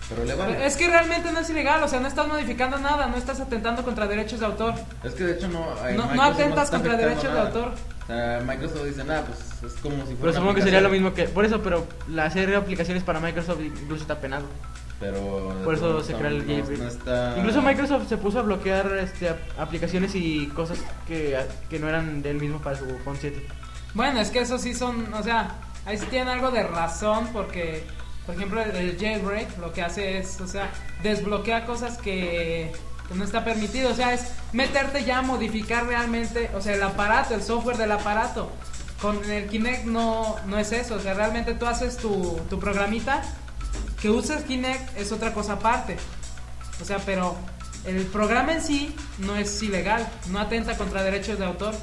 Speaker 4: Pero le
Speaker 3: Pero
Speaker 4: vale.
Speaker 3: Es que realmente no es ilegal, o sea, no estás modificando nada, no estás atentando contra derechos de autor.
Speaker 4: Es que de hecho no. ay,
Speaker 3: No- no
Speaker 4: Microsoft
Speaker 3: atentas
Speaker 4: está
Speaker 3: contra
Speaker 4: afectando
Speaker 3: derechos de
Speaker 4: nada.
Speaker 3: autor.
Speaker 4: O sea, Microsoft dice, nada, pues es como si fuera.
Speaker 1: Pero
Speaker 4: una
Speaker 1: supongo que sería lo mismo
Speaker 4: aplicación".
Speaker 1: que por eso, pero la hacer aplicaciones para Microsoft incluso está penado.
Speaker 4: Pero.
Speaker 1: Por eso
Speaker 4: no,
Speaker 1: se crea el
Speaker 4: no-
Speaker 1: jailbreak.
Speaker 4: no está-
Speaker 1: Incluso Microsoft se puso a bloquear este, ap- aplicaciones y cosas que, ah, que no eran del mismo para su con 7.
Speaker 3: Bueno, es que eso sí son, o sea, ahí sí tienen algo de razón porque, por ejemplo, el, el jailbreak lo que hace es, o sea, desbloquea cosas que, que no está permitido, o sea, es meterte ya a modificar realmente, o sea, el aparato, el software del aparato. Con el Kinect no, no es eso, o sea, realmente tú haces tu, tu programita, que uses Kinect es otra cosa aparte. O sea, pero el programa en sí no es ilegal, no atenta contra derechos de autor.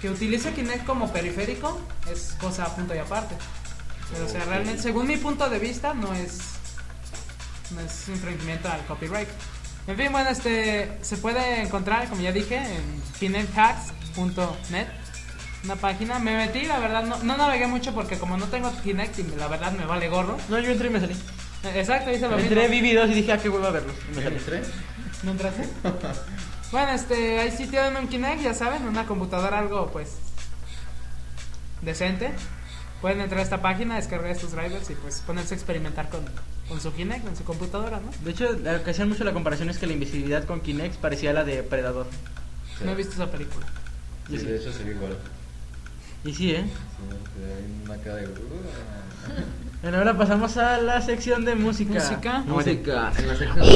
Speaker 3: Que utilice Kinect como periférico es cosa a punto y aparte. Pero, o sea, realmente, según mi punto de vista, no es, no es infringimiento al copyright. En fin, bueno, este se puede encontrar, como ya dije, en kinecthacks.net. Una página, me metí, la verdad, no, no navegué mucho porque como no tengo Kinect y la verdad me vale gorro.
Speaker 1: No, yo entré y me salí.
Speaker 3: Eh, Exacto, hice lo
Speaker 1: Entré,
Speaker 3: mismo.
Speaker 1: vi videos y dije, ah, qué hueva verlos. Y me salí.
Speaker 4: ¿Entré?
Speaker 1: [LAUGHS]
Speaker 3: ¿No entraste? bueno, este, ahí sí tienen un Kinect, ya saben, una computadora algo, pues, decente. Pueden entrar a esta página, descargar estos drivers y, pues, ponerse a experimentar con, con su Kinect, con su computadora, ¿no?
Speaker 1: De hecho, lo que hacían mucho la comparación es que la invisibilidad con Kinect parecía la de Predador.
Speaker 4: Sí.
Speaker 3: No he visto esa película. [COUGHS]
Speaker 4: Sí, de hecho se ve igual.
Speaker 1: Y sí, ¿eh?
Speaker 4: Sí, que hay una cara de.
Speaker 1: Bueno, ahora pasamos a la sección de música.
Speaker 3: Música.
Speaker 1: No, bueno,
Speaker 4: Música en la sección.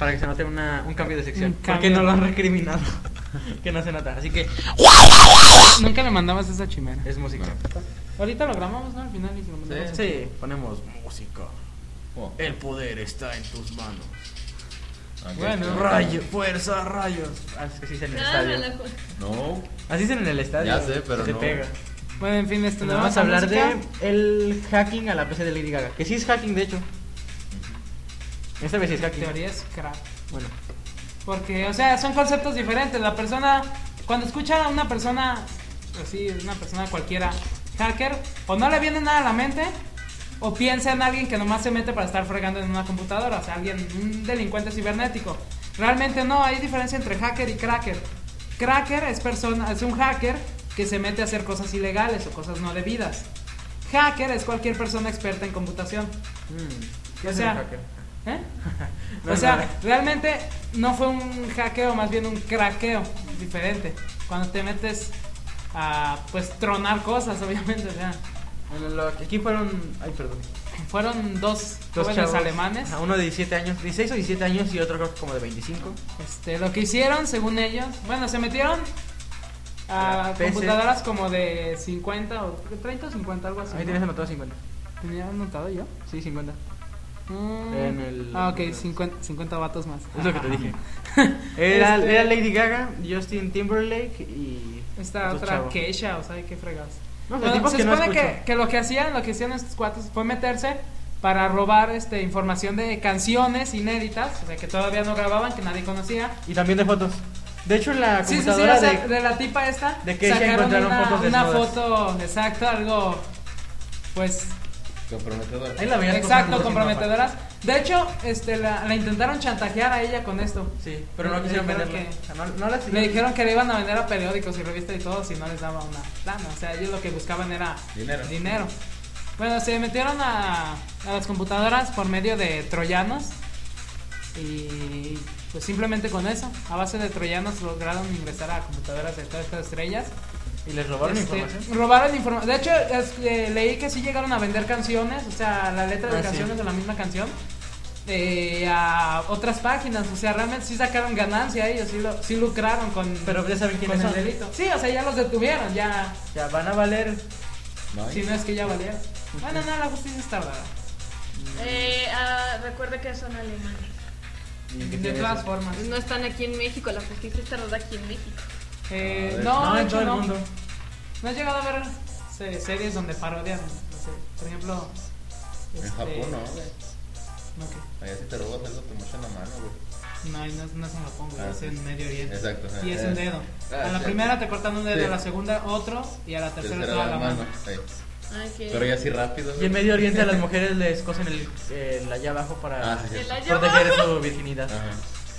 Speaker 1: Para que se note una, un cambio de sección.
Speaker 3: Un
Speaker 1: Porque
Speaker 3: cambio.
Speaker 1: no lo han recriminado. [LAUGHS] que no se nota. Así que
Speaker 3: Nunca le mandabas esa chimera.
Speaker 1: es música.
Speaker 3: Ahorita lo grabamos, ¿no? Al final y se lo mandamos.
Speaker 1: Sí, ponemos música.
Speaker 4: Oh,
Speaker 1: El poder está en tus manos.
Speaker 4: aunque
Speaker 3: Bueno,
Speaker 4: este-
Speaker 1: Rayo, fuerza, rayos. Así se dicen en el
Speaker 2: Nada, me la
Speaker 1: estadio.
Speaker 2: ju-
Speaker 4: No.
Speaker 1: Así dicen en el estadio.
Speaker 4: Ya sé, pero
Speaker 1: se
Speaker 4: no.
Speaker 1: pega.
Speaker 3: Bueno, en fin, este,
Speaker 1: Nos
Speaker 3: ¿no?
Speaker 1: vamos a Pues hablar de
Speaker 3: música.
Speaker 1: el hacking a la PC de Lady Gaga. Que sí es hacking, de hecho. Esta vez sí es hacking.
Speaker 3: Teoría es crap.
Speaker 1: Bueno.
Speaker 3: Porque, o sea, son conceptos diferentes. La persona, cuando escucha a una persona, así, una persona cualquiera, hacker, o no le viene nada a la mente, o piensa en alguien que nomás se mete para estar fregando en una computadora, o sea, alguien, un delincuente cibernético. Realmente no, hay diferencia entre hacker y cracker. Cracker es, persona, es un hacker que se mete a hacer cosas ilegales o cosas no debidas. Hacker es cualquier persona experta en computación.
Speaker 1: Mm.
Speaker 3: O
Speaker 1: es
Speaker 3: sea,
Speaker 1: un hacker? [LAUGHS]
Speaker 3: ¿Eh?
Speaker 1: No,
Speaker 3: o sea,
Speaker 1: nada.
Speaker 3: realmente no fue un hackeo, más bien un craqueo diferente. Cuando te metes a pues tronar cosas, [LAUGHS] obviamente, o sea,
Speaker 1: Bueno, lo que aquí fueron. Ay, perdón.
Speaker 3: fueron dos,
Speaker 1: Dos
Speaker 3: jóvenes
Speaker 1: chavos.
Speaker 3: alemanes.
Speaker 1: Ajá, Uno de 17 años, 16 o 17 años y otro creo que como de 25.
Speaker 3: Este, lo que hicieron, según ellos, bueno, se metieron a
Speaker 1: Ah, PC.
Speaker 3: computadoras como de 50 o 30 o 50 algo así.
Speaker 1: Ahí
Speaker 3: ¿no?
Speaker 1: tienes anotado 50.
Speaker 3: ¿Tenía anotado yo?
Speaker 1: Sí, 50.
Speaker 3: Mm.
Speaker 1: En el-
Speaker 3: Ah, ok, 50, 50 vatos más.
Speaker 1: Es lo que te
Speaker 3: [LAUGHS]
Speaker 1: dije. Era,
Speaker 3: Era-
Speaker 1: era Lady Gaga, Justin Timberlake y.
Speaker 3: Esta
Speaker 1: otro
Speaker 3: otra
Speaker 1: chavo.
Speaker 3: Keisha, o sea, qué fregados.
Speaker 1: No,
Speaker 3: Bueno,
Speaker 1: son tipos
Speaker 3: se
Speaker 1: que no
Speaker 3: supone que,
Speaker 1: escucho.
Speaker 3: que lo que hacían, lo que hacían estos cuates fue meterse para robar este información de canciones inéditas, o sea, que todavía no grababan, que nadie conocía.
Speaker 1: Y también de fotos. De hecho, en la
Speaker 3: Sí, sí, sí, o
Speaker 1: computadora
Speaker 3: sea, de,
Speaker 1: de.
Speaker 3: la tipa esta
Speaker 1: de Keisha encontraron
Speaker 3: una,
Speaker 1: fotos
Speaker 3: una
Speaker 1: desnudas.
Speaker 3: foto, exacto, algo pues
Speaker 4: Comprometedor.
Speaker 1: Ahí la veías
Speaker 3: exacto,
Speaker 1: posando sin
Speaker 3: comprometedoras. De hecho, este la, la intentaron chantajear a ella con esto.
Speaker 1: ropa. Sí, pero no
Speaker 3: Le
Speaker 1: quisieron
Speaker 3: dijeron
Speaker 1: venderla.
Speaker 3: que-
Speaker 1: O sea, No, no la
Speaker 3: Le dijeron que le iban a vender a periódicos y revistas y todo si no les daba una plana. O sea, ellos lo que buscaban era
Speaker 4: Dinero.
Speaker 3: dinero. Bueno, se metieron a, a las computadoras por medio de troyanos y pues simplemente con eso, a base de troyanos lograron ingresar a computadoras de todas estas estrellas.
Speaker 1: Y les robaron
Speaker 3: Este,
Speaker 1: información.
Speaker 3: robaron informa- De hecho, es que leí que sí llegaron a vender canciones, o sea, la letra de
Speaker 1: Ah, sí.
Speaker 3: canciones de la misma canción. eh, a otras páginas, o sea, realmente sí sacaron ganancia ellos, sí, lo- sí lucraron con,
Speaker 1: Pero ya saben quiénes
Speaker 3: con el
Speaker 1: son.
Speaker 3: delito. Sí, o sea, ya los detuvieron, ya,
Speaker 1: Ya van a valer.
Speaker 4: No hay.
Speaker 3: si no es que ya valieron. Bueno, no, la justicia es tardada.
Speaker 2: Eh, ah, recuerda que son alemanes.
Speaker 5: Y que
Speaker 3: De
Speaker 5: tiene
Speaker 3: todas
Speaker 5: eso.
Speaker 3: formas.
Speaker 2: No están aquí en México, la justicia está rodada aquí en México.
Speaker 3: Eh,
Speaker 4: A ver.
Speaker 3: no,
Speaker 4: No,
Speaker 3: de
Speaker 4: en
Speaker 3: hecho
Speaker 4: todo el
Speaker 3: no.
Speaker 4: mundo.
Speaker 3: No he llegado a ver se- series donde parodian. No sé, por ejemplo.
Speaker 6: En
Speaker 3: este,
Speaker 6: Japón, ¿no? güey?
Speaker 3: No, ¿qué?
Speaker 6: Allá si te robas algo te mochan la mano, güey.
Speaker 3: No, y no, es- no es en Japón, güey,
Speaker 6: Ah,
Speaker 3: es en
Speaker 6: sí.
Speaker 3: Medio Oriente.
Speaker 6: Exacto, ajá.
Speaker 3: Y es un
Speaker 6: Ah,
Speaker 3: dedo.
Speaker 6: ah,
Speaker 3: A la
Speaker 6: sí.
Speaker 3: primera te cortan un dedo,
Speaker 6: Sí.
Speaker 3: a la segunda otro y a la tercera
Speaker 6: Tercera
Speaker 3: te da la mano.
Speaker 6: Sí.
Speaker 2: Ay, que.
Speaker 6: Pero ya así rápido,
Speaker 1: Y
Speaker 6: güey.
Speaker 1: en Medio Oriente a las mujeres les cosen el, el allá abajo para
Speaker 6: Ah, sí.
Speaker 2: El allá
Speaker 1: proteger su virginidad.
Speaker 6: [LAUGHS] Ajá.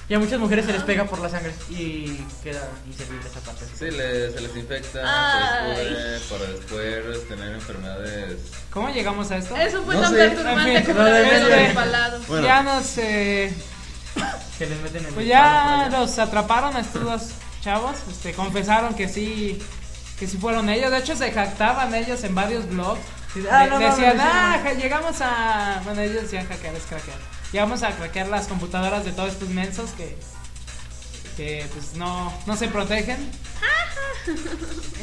Speaker 1: Y a muchas mujeres se les pega por la sangre y queda inservible esa parte.
Speaker 6: Sí, le- se les infecta,
Speaker 2: Ay.
Speaker 6: se les cubre para después tener enfermedades.
Speaker 3: ¿Cómo llegamos a esto?
Speaker 2: Eso fue
Speaker 6: No
Speaker 2: tan
Speaker 6: sé.
Speaker 2: perturbante
Speaker 3: En fin,
Speaker 2: como la
Speaker 1: no,
Speaker 2: vez
Speaker 1: no,
Speaker 2: de
Speaker 1: no.
Speaker 2: los palados.
Speaker 6: Bueno.
Speaker 3: Ya nos. eh,
Speaker 1: Que les meten el disparo
Speaker 3: pues ya
Speaker 1: por allá.
Speaker 3: los atraparon a estos dos chavos. Este, confesaron que sí. Que sí fueron ellos. De hecho, se jactaban ellos en varios blogs.
Speaker 1: Dice, "Ah,
Speaker 3: Le-
Speaker 1: no, no,
Speaker 3: decían,
Speaker 1: no, no,
Speaker 3: ah,
Speaker 1: no".
Speaker 3: ja- llegamos a. Bueno, ellos decían hackear es craquear. Llegamos a craquear las computadoras de todos estos mensos que. que pues no, no se protegen.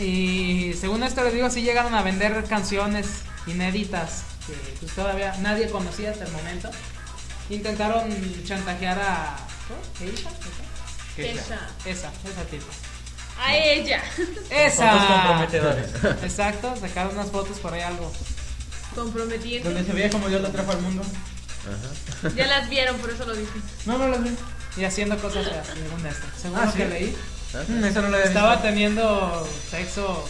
Speaker 3: Y según esto les digo, sí llegaron a vender canciones inéditas que pues todavía nadie conocía hasta el momento. Intentaron chantajear a. ¿cómo? ¿Keisha?
Speaker 2: Keisha.
Speaker 3: Esa, esa tipa.
Speaker 2: A ella.
Speaker 1: Fotos
Speaker 3: ¡Esa!
Speaker 1: comprometedores.
Speaker 3: Exacto, sacaron unas fotos por ahí algo.
Speaker 2: Comprometiente.
Speaker 1: Donde se veía como Dios la trajo al mundo.
Speaker 2: Ya las vieron, por eso lo dije.
Speaker 1: No, no las vi.
Speaker 3: Y haciendo cosas feas, según esto. Según
Speaker 1: Ah,
Speaker 3: lo que
Speaker 1: ¿sí?
Speaker 3: leí,
Speaker 1: Mm, eso no lo había
Speaker 3: estaba
Speaker 1: visto.
Speaker 3: teniendo sexo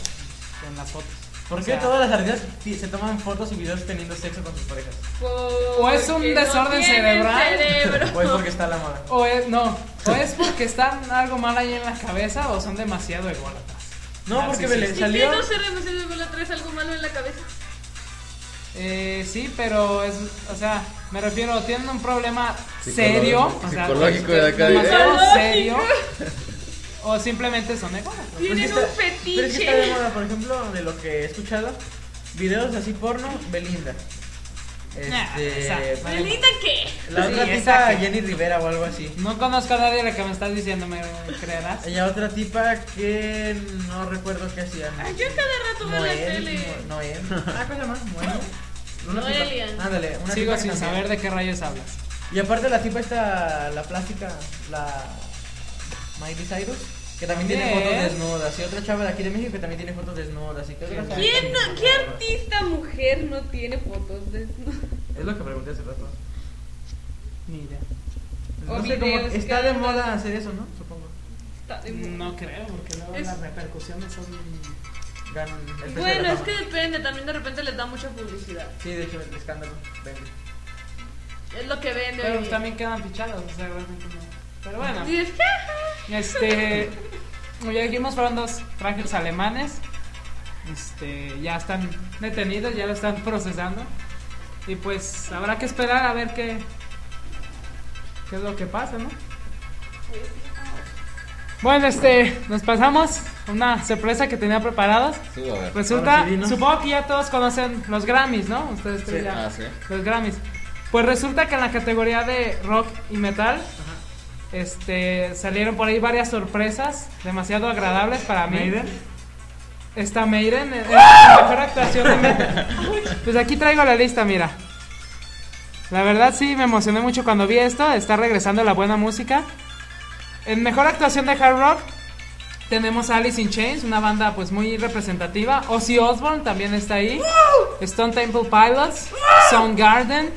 Speaker 3: con las fotos.
Speaker 1: ¿Por
Speaker 3: O
Speaker 1: qué
Speaker 3: sea,
Speaker 1: todas las artistas ti- se toman fotos y videos teniendo sexo con sus parejas?
Speaker 2: O
Speaker 3: es un desorden cerebral.
Speaker 1: O es porque está la moda.
Speaker 3: O es, no, o es porque están algo mal ahí en la cabeza o son demasiado ególatas.
Speaker 1: No, porque
Speaker 3: Narcisistas.
Speaker 1: Belén
Speaker 2: ¿Y
Speaker 1: salió. Pues,
Speaker 2: qué no se renuncia con la traes algo malo en la cabeza?
Speaker 3: Eh, sí, pero es, o sea, me refiero, tienen un problema serio, o sea,
Speaker 6: Psicológico de acá,
Speaker 3: demasiado
Speaker 2: ¿eh?
Speaker 3: serio, o simplemente son ególatas.
Speaker 1: Pero es que
Speaker 2: Tienen
Speaker 1: pues está-
Speaker 2: un fetiche.
Speaker 1: Pero es que está de moda, por ejemplo, de lo que he escuchado, videos así porno, Belinda. Este,
Speaker 3: Nah, esa.
Speaker 2: ¿Belinda qué?
Speaker 1: La
Speaker 3: Sí,
Speaker 1: otra tipa,
Speaker 3: esa que-
Speaker 1: Jenny Rivera o algo así.
Speaker 3: No conozco a nadie de la que me estás diciendo, ¿me creerás?
Speaker 1: Y la otra tipa que no recuerdo qué hacía.
Speaker 2: Ay, yo cada rato veo la tele.
Speaker 1: Mo- Noel. Ah, ¿cómo se llama? Noel. Una tipa-
Speaker 2: Noelia.
Speaker 1: Ándale, una
Speaker 3: Sigo
Speaker 1: tipa que
Speaker 3: sin
Speaker 1: también-
Speaker 3: saber de qué rayos hablas.
Speaker 1: Y aparte la tipa está la plástica, la Miley Cyrus, que también tiene
Speaker 3: Bien.
Speaker 1: fotos desnudas. Y otra chava de aquí de México que también tiene fotos desnudas. Y creo que la-
Speaker 2: ¿Quién no- ¿Qué artista mujer no tiene fotos de
Speaker 1: Es lo que pregunté hace rato.
Speaker 3: Ni idea.
Speaker 2: O
Speaker 1: No sé, como
Speaker 2: videos
Speaker 1: está
Speaker 2: que-
Speaker 1: de moda hacer eso, ¿no? Supongo.
Speaker 2: Está de moda.
Speaker 3: No creo, porque luego
Speaker 2: Es-
Speaker 3: las repercusiones son...
Speaker 1: Ganan el
Speaker 3: este
Speaker 1: precio de
Speaker 2: Bueno,
Speaker 1: la
Speaker 2: es
Speaker 1: fama.
Speaker 2: que depende, también de repente les da mucha publicidad.
Speaker 1: Sí, de hecho, el escándalo. Vende.
Speaker 2: Es lo que vende.
Speaker 3: Pero
Speaker 2: hoy.
Speaker 3: también quedan fichados, o sea, realmente no. Pero bueno.
Speaker 2: Y es que,
Speaker 3: Este, como ya dijimos, fueron dos trajes alemanes. Este, ya están detenidos, ya lo están procesando. Y pues habrá que esperar a ver qué, qué es lo que pasa, ¿no? Bueno, este, nos pasamos a una sorpresa que tenía preparadas.
Speaker 6: Tú, a ver.
Speaker 3: Resulta,
Speaker 1: Ahora sí, dinos.
Speaker 3: supongo que ya todos conocen los Grammys, ¿no? Ustedes tres ya.
Speaker 6: Ah, sí.
Speaker 3: Los Grammys. Pues resulta que en la categoría de rock y metal, este, salieron por ahí varias sorpresas demasiado agradables para mí. Está Maiden, eh, eh, la mejor actuación de Maiden. Pues aquí traigo la lista, mira. La verdad sí, me emocioné mucho cuando vi esto, está regresando la buena música. En mejor actuación de hard rock tenemos Alice in Chains, una banda pues muy representativa. Ozzy Osbourne también está ahí. Stone Temple Pilots, Soundgarden.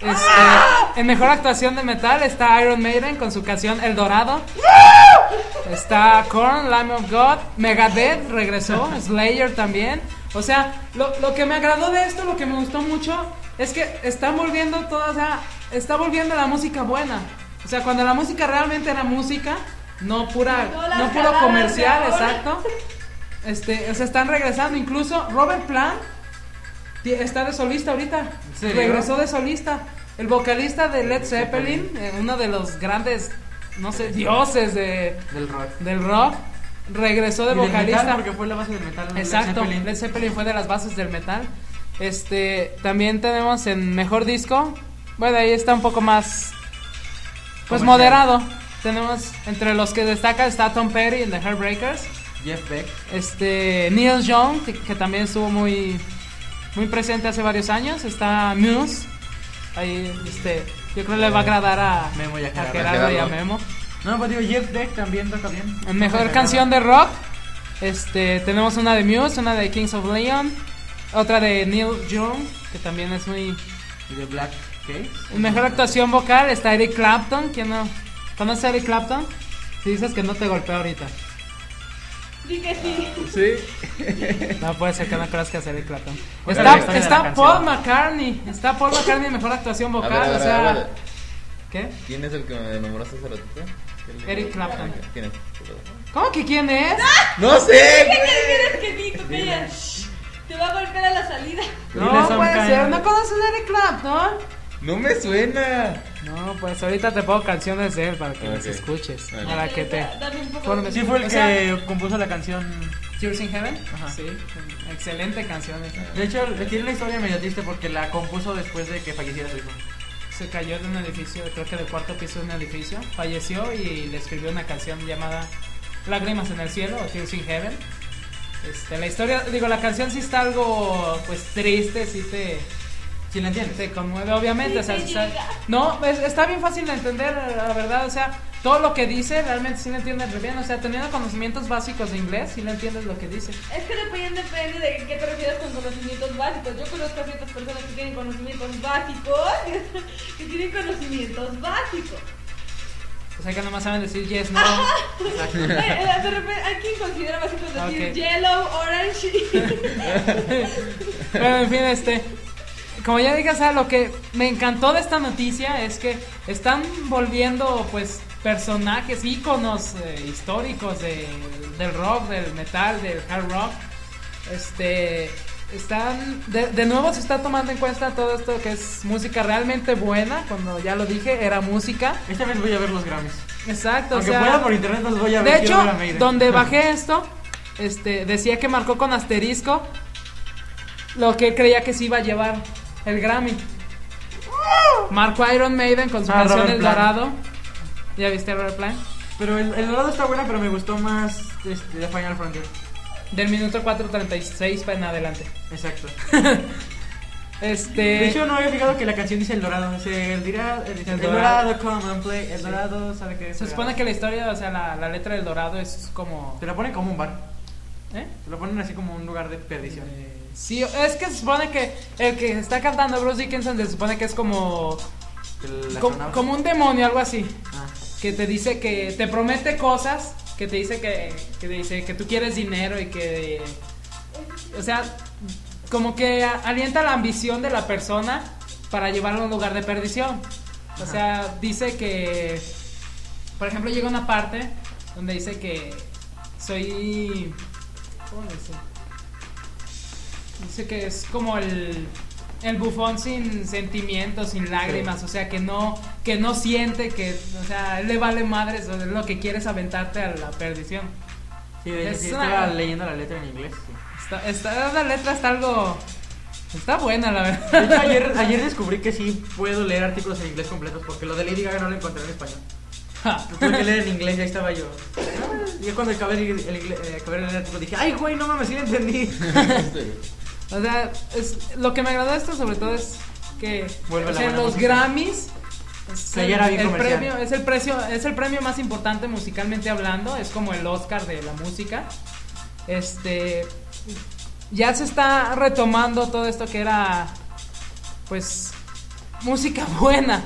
Speaker 3: Este, en mejor actuación de metal está Iron Maiden con su canción El Dorado. Está Korn, Lamb of God, Megadeth regresó, Slayer también. O sea, lo, lo que me agradó de esto, lo que me gustó mucho, es que está volviendo toda, o sea, está volviendo la música buena. O sea, cuando la música realmente era música, no pura,
Speaker 2: No las
Speaker 3: no puro
Speaker 2: jaladas de
Speaker 3: comercial,
Speaker 2: ahora.
Speaker 3: exacto. Este, o sea, están regresando. Incluso Robert Plant ti- está de solista ahorita.
Speaker 1: serio?
Speaker 3: Regresó de solista. El vocalista de Led Zeppelin, eh, uno de los grandes, no sé, dioses de,
Speaker 1: Del rock.
Speaker 3: del rock, regresó de
Speaker 1: Y del metal,
Speaker 3: vocalista.
Speaker 1: porque fue la base del metal. Led
Speaker 3: Exacto,
Speaker 1: Zeppelin.
Speaker 3: Led Zeppelin fue de las bases del metal. Este, también tenemos en mejor disco. Bueno, ahí está un poco más pues
Speaker 1: Comercial.
Speaker 3: moderado. Tenemos entre los que destaca está Tom Petty en The Heartbreakers,
Speaker 1: Jeff Beck.
Speaker 3: este Neil Young que, que también estuvo muy muy presente hace varios años, está Muse. Ahí este Yo creo que le va a agradar a
Speaker 1: Memo y a Gerardo.
Speaker 3: Gerardo y a
Speaker 6: Gerardo.
Speaker 3: Memo.
Speaker 1: No, pues digo, Jeff Beck también toca bien.
Speaker 3: Mejor canción de rock. Este, tenemos una de Muse, una de Kings of Leon, otra de Neil Young, que también es muy
Speaker 1: Y de Black Case.
Speaker 3: Mejor actuación vocal está Eric Clapton, ¿quién no? ¿Conoces a Eric Clapton? Si dices que no te golpea ahorita.
Speaker 2: Di que
Speaker 3: [LAUGHS]
Speaker 2: sí. [LAUGHS]
Speaker 1: Sí.
Speaker 3: No puede ser que no conozcas a Eric Clapton.
Speaker 1: Pues
Speaker 3: Está,
Speaker 1: la historia de
Speaker 3: está
Speaker 1: la
Speaker 3: Paul
Speaker 1: canción.
Speaker 3: McCartney, está Paul McCartney en mejor actuación
Speaker 6: A ver,
Speaker 3: vocal,
Speaker 6: a ver,
Speaker 3: o
Speaker 6: a
Speaker 3: sea,
Speaker 6: ver, a ver.
Speaker 3: ¿qué?
Speaker 6: ¿Quién es el que me nombraste hace ratito? ¿Quién le- Ah,
Speaker 3: Eric Clapton.
Speaker 6: ¿Quién es?
Speaker 3: ¿Cómo que quién es?
Speaker 6: No sé,
Speaker 2: ¿Qué
Speaker 6: güey. [LAUGHS]
Speaker 2: quieres que di, tú callas? Te va a golpear a la salida.
Speaker 3: No
Speaker 1: Dile, Sam
Speaker 3: puede
Speaker 1: Kine.
Speaker 3: ser, ¿no conoces a Eric Clapton?
Speaker 6: No me suena.
Speaker 3: No, pues ahorita te pongo canciones de él para que las
Speaker 6: Ok.
Speaker 3: escuches,
Speaker 6: Ok.
Speaker 3: para que te
Speaker 2: Dame un poco de-
Speaker 3: formes.
Speaker 1: Sí fue el
Speaker 3: O
Speaker 1: que
Speaker 3: sea,
Speaker 1: compuso la canción.
Speaker 3: Tears in Heaven.
Speaker 1: Ajá.
Speaker 3: Sí, excelente canción. esa.
Speaker 6: [LAUGHS]
Speaker 1: De hecho, tiene una historia medio triste porque la compuso después de que falleciera su hijo.
Speaker 3: Se cayó de un edificio, creo que del cuarto piso de un edificio, falleció y le escribió una canción llamada Lágrimas en el cielo o Tears in Heaven. Este, la historia, digo, la canción sí está algo pues triste, sí te,
Speaker 1: ¿Sí la entiendes?
Speaker 3: te conmueve, obviamente.
Speaker 2: Sí
Speaker 3: o sea,
Speaker 2: te
Speaker 3: está-
Speaker 2: llega.
Speaker 3: no, es- está bien fácil de entender, la verdad. O sea, todo lo que dice realmente sí lo entiendes re bien. O sea, teniendo conocimientos básicos de inglés, sí lo entiendes lo que dice.
Speaker 2: Es que depende, depende de qué te refieres con conocimientos básicos. Yo conozco a ciertas personas que tienen conocimientos básicos, [LAUGHS] que tienen conocimientos básicos.
Speaker 3: O sea, que nomás saben decir yes, no.
Speaker 2: Eh, eh, de repente, hay quien considera básicos decir
Speaker 3: Ok.
Speaker 2: yellow, orange y...
Speaker 3: [LAUGHS] Pero en fin, este. Como ya dije, o sea, lo que me encantó de esta noticia es que están volviendo, pues, personajes, íconos eh, históricos de- del rock, del metal, del hard rock. Este. Están. De, de nuevo se está tomando en cuenta todo esto que es música realmente buena. Cuando ya lo dije, era música.
Speaker 1: Esta vez Este voy a ver los Grammys.
Speaker 3: Exacto,
Speaker 1: Aunque
Speaker 3: o sea.
Speaker 1: pueda por internet los voy a ver.
Speaker 3: De
Speaker 1: quiero
Speaker 3: hecho,
Speaker 1: ver a Maiden. [LAUGHS]
Speaker 3: donde bajé esto, este, decía que marcó con asterisco lo que él creía que se iba a llevar el Grammy. Marcó a Iron Maiden con su
Speaker 1: Ah,
Speaker 3: canción
Speaker 1: Robert
Speaker 3: El
Speaker 1: Plant.
Speaker 3: Dorado. ¿Ya viste Robert Plant?
Speaker 1: Pero el, el dorado está buena, pero me gustó más este, de Final Frontier.
Speaker 3: Del minuto 4.36 para en adelante.
Speaker 1: Exacto.
Speaker 3: Este,
Speaker 1: De hecho, no había fijado que la canción dice el dorado. Dice el, dira- el,
Speaker 3: El
Speaker 1: el
Speaker 3: dorado.
Speaker 1: dorado, come and play. El dorado, sabe que es.
Speaker 3: se supone que la historia, o sea, la, la letra del Dorado es como...
Speaker 1: Te la ponen como un bar.
Speaker 3: ¿eh?
Speaker 1: Te lo ponen así como un lugar de perdición.
Speaker 3: Sí, es que se supone que el que está cantando Bruce Dickinson se supone que es como...
Speaker 1: El
Speaker 3: com-
Speaker 1: astronauta.
Speaker 3: como un demonio, algo así.
Speaker 1: Este, Ah.
Speaker 3: que te dice que te promete cosas, que te dice que, que te dice que tú quieres dinero y que o sea, como que a- alienta la ambición de la persona para llevarlo a un lugar de perdición. O sea, dice que por ejemplo, llega una parte donde dice que soy ¿cómo le dice? Dice que es como el el bufón sin sentimientos, sin lágrimas, o sea, que no que no siente que, o sea, a él le vale madres, o sea, lo que quieres aventarte a la perdición.
Speaker 1: Sí, de hecho,
Speaker 3: Es
Speaker 1: sí,
Speaker 3: una-
Speaker 1: estaba leyendo la letra en inglés. sí.
Speaker 3: Está, está la letra está algo está buena la
Speaker 1: De hecho,
Speaker 3: verdad.
Speaker 1: ayer, ayer descubrí que sí puedo leer artículos en inglés completos porque lo de Lady Gaga no lo encontré en español. Lo tuve que leer en inglés y ahí estaba yo. Ah, Y ya cuando acabé de, el, ingle- eh, acabé de leer el artículo dije, ay, güey, no mames, sí lo entendí.
Speaker 3: O sea, es, lo que me agradó de esto sobre todo es que
Speaker 1: Vuelve
Speaker 3: o
Speaker 1: la
Speaker 3: sea,
Speaker 1: buena
Speaker 3: los
Speaker 1: música.
Speaker 3: Grammys es
Speaker 1: Que ya era bien comercial.
Speaker 3: premio, es el precio, es el premio más importante musicalmente hablando, es como el Oscar de la música. Este ya se está retomando todo esto que era pues música [LAUGHS] buena,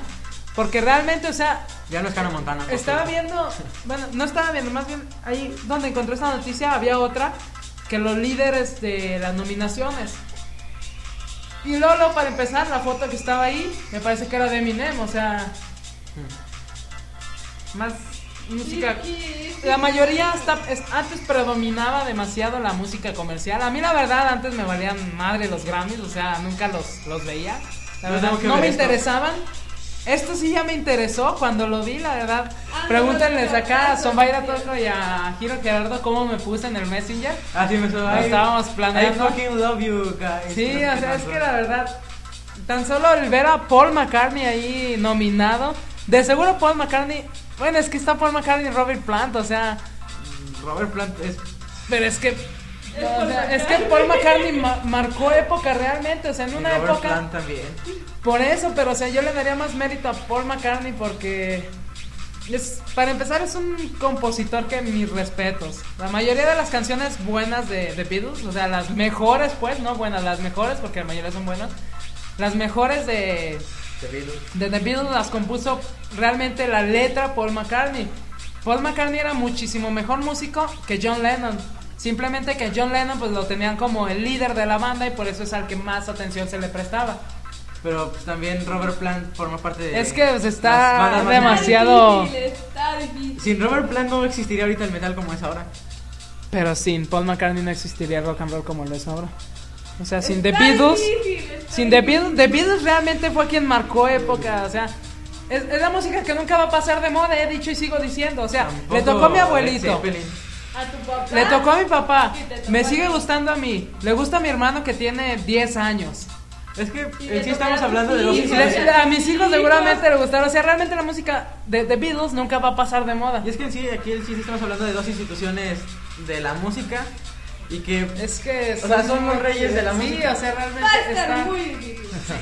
Speaker 3: porque realmente, o sea,
Speaker 1: Ya no es Hannah Montana. por
Speaker 3: Estaba
Speaker 1: cierto.
Speaker 3: viendo, bueno, no estaba viendo, más bien ahí donde encontré esta noticia había otra que los líderes de las nominaciones. Y Lolo, para empezar, la foto que estaba ahí me parece que era de Eminem, o sea, más música. La mayoría hasta es- antes predominaba demasiado la música comercial. A mí la verdad antes me valían madre los Grammys, o sea, nunca los, los veía. La
Speaker 1: Yo
Speaker 3: verdad
Speaker 1: tengo que
Speaker 3: no
Speaker 1: ver
Speaker 3: me
Speaker 1: esto.
Speaker 3: interesaban. Esto sí ya me interesó cuando lo vi, la verdad.
Speaker 2: Ah,
Speaker 3: Pregúntenles
Speaker 2: no,
Speaker 3: acá a
Speaker 2: no,
Speaker 3: Zombaira
Speaker 2: no,
Speaker 3: Toco y a Giro Gerardo cómo me puse en el Messenger.
Speaker 1: Ah, sí, me estaba.
Speaker 3: Lo
Speaker 1: "Ay,
Speaker 3: estábamos
Speaker 1: I
Speaker 3: planeando.
Speaker 1: fucking love you guys.
Speaker 3: Sí, o sea, es que la
Speaker 1: era
Speaker 3: verdad, tan solo el ver a Paul McCartney ahí nominado, de seguro Paul McCartney, bueno, es que está Paul McCartney y Robert Plant, o sea,
Speaker 1: Robert Plant es.
Speaker 3: pero es que
Speaker 2: Es
Speaker 3: No, o
Speaker 2: Paul
Speaker 3: sea, [LAUGHS] es que
Speaker 2: McCartney.
Speaker 3: Paul McCartney ma- marcó época realmente, o sea, en
Speaker 1: Y
Speaker 3: una
Speaker 1: Robert
Speaker 3: época...
Speaker 1: Plant también.
Speaker 3: Por eso, pero o sea, yo le daría más mérito a Paul McCartney porque es- para empezar es un compositor que mis respetos. La mayoría de las canciones buenas de, de Beatles, o sea, las mejores pues, no buenas, las mejores porque la mayoría son buenas. Las mejores de, de The Beatles las compuso realmente la letra Paul McCartney. Paul McCartney era muchísimo mejor músico que John Lennon. Simplemente que John Lennon pues lo tenían como el líder de la banda y por eso es al que más atención se le prestaba.
Speaker 1: Pero pues, también Robert Plant forma parte de.
Speaker 3: Es que pues,
Speaker 1: las
Speaker 3: está
Speaker 1: bandas más
Speaker 3: demasiado.
Speaker 2: difícil, está difícil.
Speaker 1: Sin Robert Plant no existiría ahorita el metal como es ahora.
Speaker 3: Pero sin Paul McCartney no existiría rock and roll como lo es ahora. O sea, sin The
Speaker 2: Está
Speaker 3: Beatles.
Speaker 2: difícil, está
Speaker 3: Sin The
Speaker 2: difícil.
Speaker 3: Beatles, The Beatles realmente fue quien marcó época. O sea, es, es la música que nunca va a pasar de moda. He dicho y sigo diciendo. O sea, le
Speaker 1: Tampoco
Speaker 3: tocó a mi
Speaker 1: Led
Speaker 3: abuelito.
Speaker 1: Zeppelin.
Speaker 2: A tu papá.
Speaker 3: Le tocó a mi papá.
Speaker 2: Sí, te tocó a
Speaker 3: Me
Speaker 2: ti.
Speaker 3: sigue gustando a mí. Le gusta a mi hermano que tiene 10 años.
Speaker 1: Es que
Speaker 2: Y
Speaker 1: eh,
Speaker 2: le
Speaker 1: sí
Speaker 2: tocaron
Speaker 1: estamos hablando de
Speaker 2: tus
Speaker 1: dos
Speaker 2: hijos.
Speaker 1: influencias.
Speaker 3: Le- a mis hijos
Speaker 2: Hijos.
Speaker 3: seguramente le gustará. O sea, realmente la música de The Beatles nunca va a pasar de moda.
Speaker 1: Y es que en sí, aquí en sí estamos hablando de dos instituciones de la música y que
Speaker 3: Es que
Speaker 1: O sea, son los reyes de la
Speaker 3: sí,
Speaker 1: música.
Speaker 3: o sea, realmente
Speaker 2: Va a estar
Speaker 3: está-
Speaker 2: muy difícil.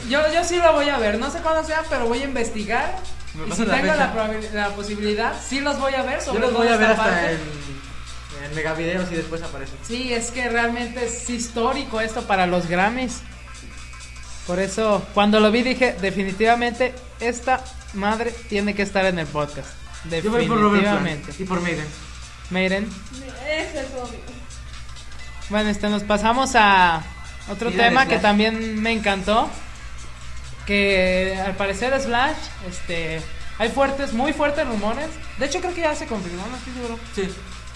Speaker 3: Yo, yo sí lo voy a ver, no sé cuándo sea, pero voy a investigar.
Speaker 1: Me
Speaker 3: Y si
Speaker 1: pasas
Speaker 3: tengo
Speaker 1: la fecha.
Speaker 3: la, probabil- la posibilidad, sí los voy a ver.
Speaker 1: yo
Speaker 3: Sobre
Speaker 1: los
Speaker 3: todo
Speaker 1: voy a
Speaker 3: esta
Speaker 1: ver hasta
Speaker 3: parte.
Speaker 1: en, en megavideos y después aparecen.
Speaker 3: Sí, es que realmente es histórico esto para los Grammys. Por eso, cuando lo vi dije, definitivamente esta madre tiene que estar en el podcast.
Speaker 1: Yo voy por Robert
Speaker 3: Definitivamente.
Speaker 1: Plant y por Maiden.
Speaker 3: Miren,
Speaker 2: Eso es obvio.
Speaker 3: Bueno, este, nos pasamos a otro
Speaker 1: Sí,
Speaker 3: tema
Speaker 1: de
Speaker 3: que
Speaker 1: Slash.
Speaker 3: también me encantó. Que al parecer Slash, este, hay fuertes, muy fuertes rumores. De hecho, creo que ya se confirmó, no estoy seguro.
Speaker 1: Sí.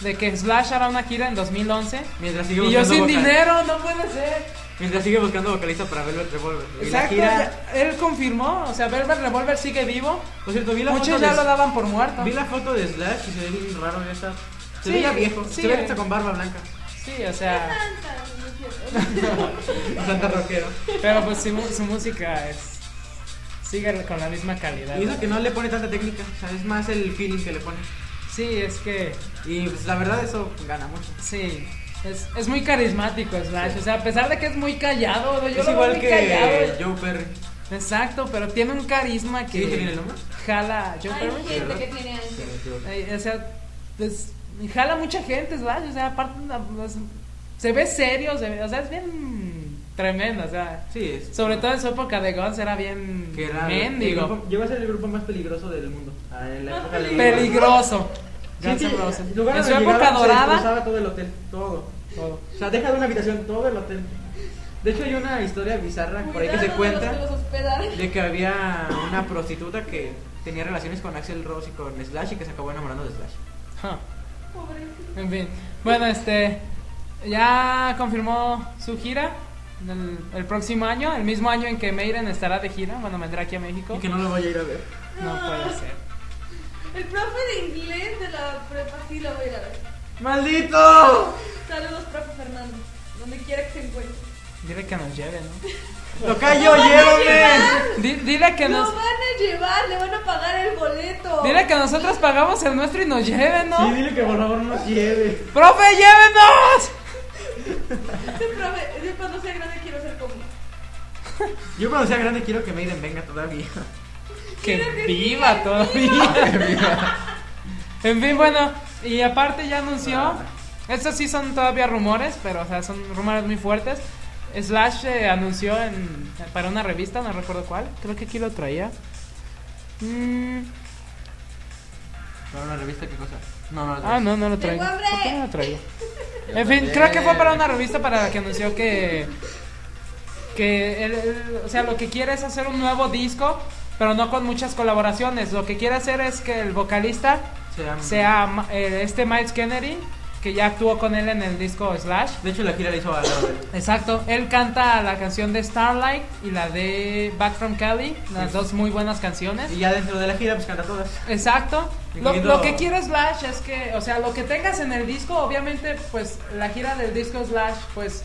Speaker 3: De que Slash hará una gira en 2011.
Speaker 1: Mientras sigue
Speaker 3: Y yo
Speaker 1: buscando
Speaker 3: sin
Speaker 1: vocal-
Speaker 3: dinero, no puede ser.
Speaker 1: Mientras sigue buscando vocalista para verlo el revólver. Y la
Speaker 3: Exacto,
Speaker 1: gira.
Speaker 3: ya- él confirmó. O sea, Velvet Revolver sigue vivo.
Speaker 1: Por cierto, vi la
Speaker 3: Muchos
Speaker 1: foto
Speaker 3: ya
Speaker 1: de,
Speaker 3: lo daban por muerto.
Speaker 1: Vi la foto de Slash y se ve bien raro ya está. Se
Speaker 3: Sí,
Speaker 1: veía viejo,
Speaker 3: sí.
Speaker 1: se ve hasta con barba blanca.
Speaker 3: Sí, o sea,
Speaker 1: Santa rockero.
Speaker 3: pero pues su, su música es sigue con la misma calidad.
Speaker 1: Y eso que no le pone tanta técnica, o sea, es más el feeling que le pone.
Speaker 3: Sí, es que
Speaker 1: Y pues la verdad eso gana mucho.
Speaker 3: Sí, es, es muy carismático Slash, o sea, a pesar de que es muy callado, yo
Speaker 1: es
Speaker 3: lo veo
Speaker 1: igual
Speaker 3: muy
Speaker 1: que
Speaker 3: callado.
Speaker 1: Joe Perry.
Speaker 3: Exacto, pero tiene un carisma que
Speaker 1: ¿Sí viste bien el nombre?
Speaker 3: jala a Joe
Speaker 2: Hay
Speaker 3: Perry.
Speaker 2: gente que tiene ángeles.
Speaker 3: Eh, o sea, pues, jala mucha gente Slash, o sea, aparte la- las- se ve serio, se ve- o sea, es bien tremendo, o sea,
Speaker 1: Sí, es.
Speaker 3: sobre todo en su época de Guns era bien
Speaker 1: Que era el
Speaker 3: mendigo,
Speaker 1: grupo- Llegó a ser el grupo más peligroso del mundo. Ah, en la
Speaker 2: Más
Speaker 1: época de-
Speaker 3: peligroso.
Speaker 1: Sí,
Speaker 3: Guns
Speaker 1: sí,
Speaker 3: N' Roses.
Speaker 1: lugar
Speaker 3: En su
Speaker 1: donde
Speaker 3: época
Speaker 1: llegaban, se
Speaker 3: dorada,
Speaker 1: destrozaba todo el hotel, todo, todo. O sea, deja de una habitación todo el hotel. De hecho hay una historia bizarra por ahí que se
Speaker 2: Cuidado de los que los
Speaker 1: cuenta
Speaker 2: hospedan.
Speaker 1: de que había una prostituta que tenía relaciones con Axel Rose y con Slash y que se acabó enamorando de Slash.
Speaker 3: Huh.
Speaker 2: Pobre.
Speaker 3: En fin, bueno, este ya confirmó su gira en el, el próximo año, el mismo año en que Meiren estará de gira, cuando vendrá aquí a México.
Speaker 1: Y que no lo vaya a ir a ver.
Speaker 3: No puede ser.
Speaker 2: Ah. El profe de inglés de la prepa sí lo voy a ir a ver.
Speaker 3: Oh.
Speaker 1: ¡Maldito!
Speaker 2: Saludos, profe Fernando. Donde quiera que se encuentre.
Speaker 3: Dile que nos lleve, ¿no?
Speaker 1: ¡Tocayo, llévame!
Speaker 3: [LAUGHS] Di- dile que
Speaker 2: Lo
Speaker 3: nos
Speaker 2: van a llevar, le van a pagar el boleto.
Speaker 3: dile que nosotros pagamos el nuestro y nos lleven, ¿no?
Speaker 1: Sí, dile que por favor nos lleve.
Speaker 3: Profe, llévenos.
Speaker 2: Ese profe, yo cuando sea grande quiero ser como.
Speaker 1: Yo cuando sea grande quiero que Maiden venga todavía. [LAUGHS]
Speaker 3: Que
Speaker 2: Quiero que
Speaker 3: viva todavía. en fin, bueno, y aparte ya anunció, estos sí son todavía rumores, pero o sea, son rumores muy fuertes. Slash eh, anunció en, para una revista, no recuerdo cuál, creo que aquí lo traía. Mm,
Speaker 1: ¿Para una revista qué cosa? No, no,
Speaker 3: ah, no, no lo
Speaker 2: ¡Tengo
Speaker 3: traía.
Speaker 2: hambre!
Speaker 3: ¿Por qué no lo traía?
Speaker 6: Yo
Speaker 3: En fin,
Speaker 6: también.
Speaker 3: creo que fue para una revista para la que anunció que. Que él, él, o sea, lo que quiere es hacer un nuevo disco, pero no con muchas colaboraciones. Lo que quiere hacer es que el vocalista
Speaker 1: Sea-
Speaker 3: sea Ma- eh, este Miles Kennedy, que ya actuó con él en el disco Slash.
Speaker 1: De hecho la gira la hizo a lado de él.
Speaker 3: Exacto, él canta la canción de Starlight y la de Back from Cali, las dos muy buenas canciones.
Speaker 1: Y ya dentro de la gira pues canta todas.
Speaker 3: Exacto. Lo,
Speaker 1: Incluido-
Speaker 3: lo que quiere Slash es que, o sea, lo que tengas en el disco, obviamente, pues la gira del disco Slash, pues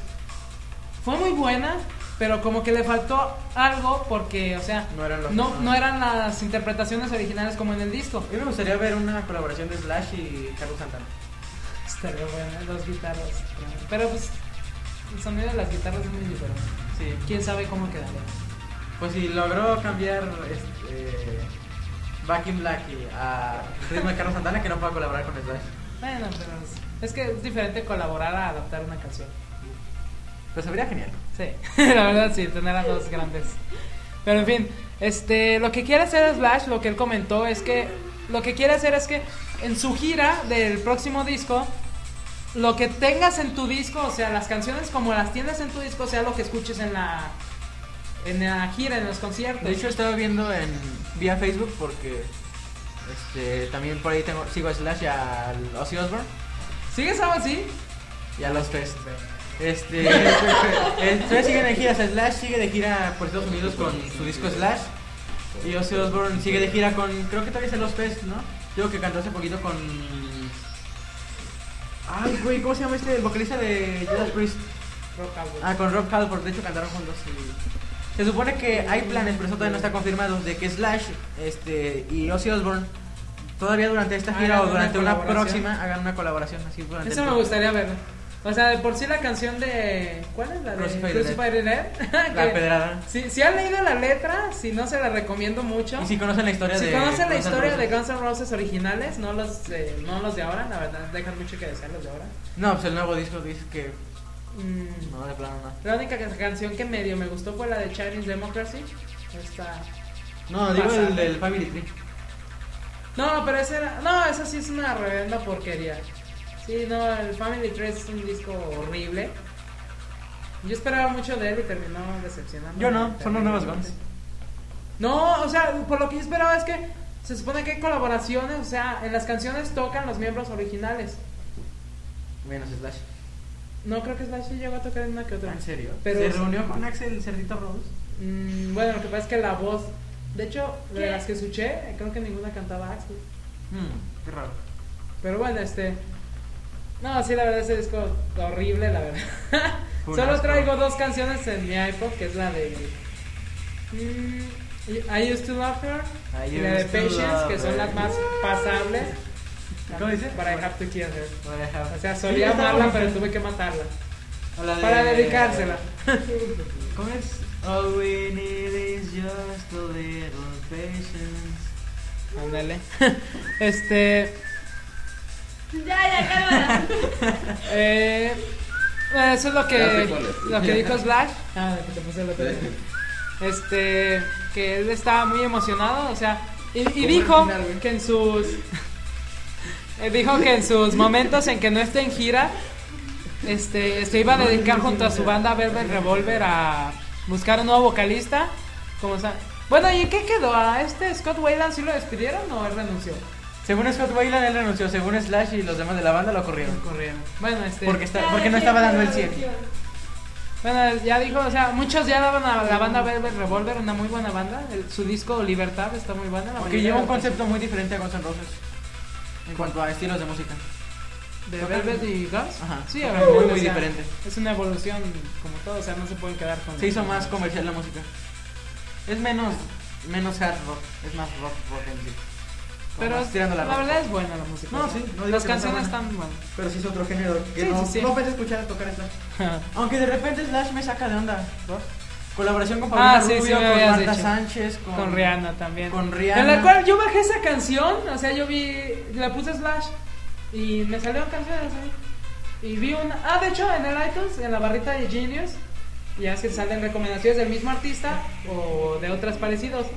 Speaker 3: fue muy buena, pero como que le faltó algo porque, o sea,
Speaker 1: No eran los-
Speaker 3: no, no eran las interpretaciones originales como en el disco.
Speaker 1: A mí me gustaría ver una colaboración de Slash y Carlos Santana.
Speaker 3: Estaría bueno, dos guitarras. Pero pues, el sonido de las guitarras es muy diferente.
Speaker 1: Sí.
Speaker 3: Quién sabe cómo quedaría.
Speaker 1: Pues si logró cambiar este, Back in Black y a Ritmo de Carlos Santana, que no pueda colaborar con Slash.
Speaker 3: Bueno, pero es, es que es diferente colaborar a adaptar una canción.
Speaker 1: Pero se vería Pues, genial.
Speaker 3: Sí, [LAUGHS] la verdad sí, tener a dos grandes. Pero en fin, este, lo que quiere hacer Slash, lo que él comentó es que lo que quiere hacer es que en su gira del próximo disco, lo que tengas en tu disco, o sea, las canciones como las tienes en tu disco, sea lo que escuches en la en la gira, en los conciertos.
Speaker 1: De hecho, estaba viendo en vía Facebook porque este, también por ahí tengo, sigo a Slash y a Ozzy Osbourne
Speaker 3: ¿sigues algo así?
Speaker 1: y a los Fest. Este, [LAUGHS] el Slash sigue de gira, o sea, Slash sigue de gira por Estados Unidos con su disco Slash y Ozzy Osbourne sigue de gira con, creo que todavía es en los Fest, ¿no? Digo que cantó hace poquito con... Ay, güey, ¿cómo se llama este? El vocalista de Judas Priest.
Speaker 3: Rock Cowboy.
Speaker 1: Ah, con Rob Halford, de hecho cantaron juntos y... Se supone que hay planes, pero eso todavía no está confirmado, de que Slash este, y Ozzy Osbourne todavía durante esta gira
Speaker 3: Hagan
Speaker 1: o
Speaker 3: una
Speaker 1: durante una
Speaker 3: colaboración.
Speaker 1: próxima hagan una colaboración así durante
Speaker 3: Eso
Speaker 1: el-
Speaker 3: me gustaría verlo. O sea, de por sí la canción de. ¿Cuál es la de
Speaker 1: Crucified
Speaker 3: Crucified Red?
Speaker 1: la
Speaker 3: [LAUGHS] Que-
Speaker 1: pedrada.
Speaker 3: Si, si han leído la letra, si no se la recomiendo mucho.
Speaker 1: Y si conocen la historia
Speaker 3: Si
Speaker 1: de
Speaker 3: conocen la
Speaker 1: Guns N'
Speaker 3: historia de
Speaker 1: Roses.
Speaker 3: Guns N' Roses originales, no los, de, no los de ahora, la verdad, dejan mucho que desear los de ahora.
Speaker 1: No, pues el nuevo disco dice que
Speaker 3: Mm,
Speaker 1: no de plano no.
Speaker 3: La única ca- canción que medio me gustó fue la de Chinese Democracy. Esta...
Speaker 1: No, digo el del Family Tree.
Speaker 3: No, pero esa era- No, esa sí es una reverenda porquería. Sí, no, el Family Tree es un disco horrible. Yo esperaba mucho de él y terminó decepcionando.
Speaker 1: Yo no, son los nuevos Guns.
Speaker 3: No, o sea, por lo que yo esperaba es que se supone que hay colaboraciones, o sea, en las canciones tocan los miembros originales.
Speaker 1: Menos Slash.
Speaker 3: No creo que Slash sí llegó a tocar en una que otra.
Speaker 1: ¿En serio?
Speaker 3: Pero-
Speaker 1: ¿Se reunió con Axel Cerdito Rose?
Speaker 3: Mm, bueno, lo que pasa es que la voz. De hecho, de
Speaker 2: ¿Qué?
Speaker 3: las que escuché, creo que ninguna cantaba Axel. Hmm,
Speaker 1: Mmm, qué raro.
Speaker 3: Pero bueno, este. No, sí, la verdad, ese disco horrible,
Speaker 1: [LAUGHS]
Speaker 3: la verdad.
Speaker 1: Un
Speaker 3: Solo
Speaker 1: asco.
Speaker 3: traigo dos canciones en mi iPod, que es la de. mm, I Used to Love Her
Speaker 1: I
Speaker 3: y la de
Speaker 1: Used to
Speaker 3: Patience,
Speaker 1: Love
Speaker 3: que son las
Speaker 1: Her.
Speaker 3: más pasables.
Speaker 1: ¿Cómo dice?
Speaker 3: Para I Have to Kill Her.
Speaker 1: Voy a dejar-
Speaker 3: eh. O sea,
Speaker 1: Sí,
Speaker 3: solía
Speaker 1: está Eh,
Speaker 3: amarla,
Speaker 1: bonito.
Speaker 3: pero tuve que matarla.
Speaker 1: O la de-
Speaker 3: Para dedicársela.
Speaker 1: ¿Cómo es? All we need Oh, is just a little patience.
Speaker 3: Ándale. este.
Speaker 2: Ya, ya,
Speaker 3: [LAUGHS]
Speaker 2: calma.
Speaker 3: Eh, eso es lo
Speaker 6: Ya
Speaker 3: que,
Speaker 6: sé cuál es.
Speaker 3: lo que
Speaker 1: [LAUGHS]
Speaker 3: dijo Slash. Ah, que te puse el otro. Este, que él estaba muy emocionado, o sea, y, y dijo que en sus. eh, dijo que en sus momentos en que no esté en gira, este, se iba a dedicar junto a su banda Velvet Revolver a buscar un nuevo vocalista. Como sa- bueno, ¿y en qué quedó? ¿A este Scott Wayland sí lo despidieron o él renunció?
Speaker 1: Según Scott Weiland, él renunció. Según Slash y los demás de la banda lo corrieron.
Speaker 3: Corrieron. Bueno, este.
Speaker 1: Porque, está,
Speaker 2: Ya,
Speaker 1: porque no
Speaker 2: ya,
Speaker 1: estaba
Speaker 2: ya,
Speaker 1: dando el
Speaker 2: ya,
Speaker 1: 100.
Speaker 2: ya.
Speaker 3: Bueno, ya dijo, o sea, muchos ya daban a la banda Velvet Revolver, una muy buena banda. El- su disco Libertad está muy buena. La
Speaker 1: Porque
Speaker 3: mayoría
Speaker 1: lleva
Speaker 3: de
Speaker 1: un
Speaker 3: las
Speaker 1: concepto muy diferente a Guns N' Roses. En cuanto a estilos de música.
Speaker 3: canciones De Velvet y Guns.
Speaker 1: Ajá.
Speaker 3: Sí,
Speaker 1: Tocan
Speaker 3: obviamente,
Speaker 1: muy, muy
Speaker 3: o sea,
Speaker 1: diferente.
Speaker 3: Es una evolución como todo, o sea, no se pueden quedar con.
Speaker 1: Se hizo más comercial la música. Es menos, menos hard rock. Es más rock, rock en sí. Como
Speaker 3: Pero
Speaker 1: más
Speaker 3: es-
Speaker 1: tirando la
Speaker 3: la
Speaker 1: rock.
Speaker 3: verdad es buena la música.
Speaker 1: No,
Speaker 3: o sea,
Speaker 1: sí, no digo
Speaker 3: Las
Speaker 1: que no sea
Speaker 3: canciones
Speaker 1: buena.
Speaker 3: están buenas.
Speaker 1: Pero sí es otro género que
Speaker 3: Sí,
Speaker 1: no,
Speaker 3: sí, sí.
Speaker 1: no pensé escuchar a tocar Slash. [LAUGHS] Aunque de repente Slash me saca de onda. ¿no? Colaboración con Paulina
Speaker 3: Ah, sí, sí,
Speaker 1: Rubio,
Speaker 3: me
Speaker 1: con
Speaker 3: habías
Speaker 1: Marta
Speaker 3: dicho.
Speaker 1: Sánchez, con,
Speaker 3: Con Rihanna también.
Speaker 1: con Rihanna.
Speaker 3: En la cual yo bajé esa canción, o sea, yo vi, la puse slash y me salieron canciones ahí. Y vi una, ah, de hecho, en el iTunes, en la barrita de Genius, ya es que salen recomendaciones del mismo artista o de otras parecidos.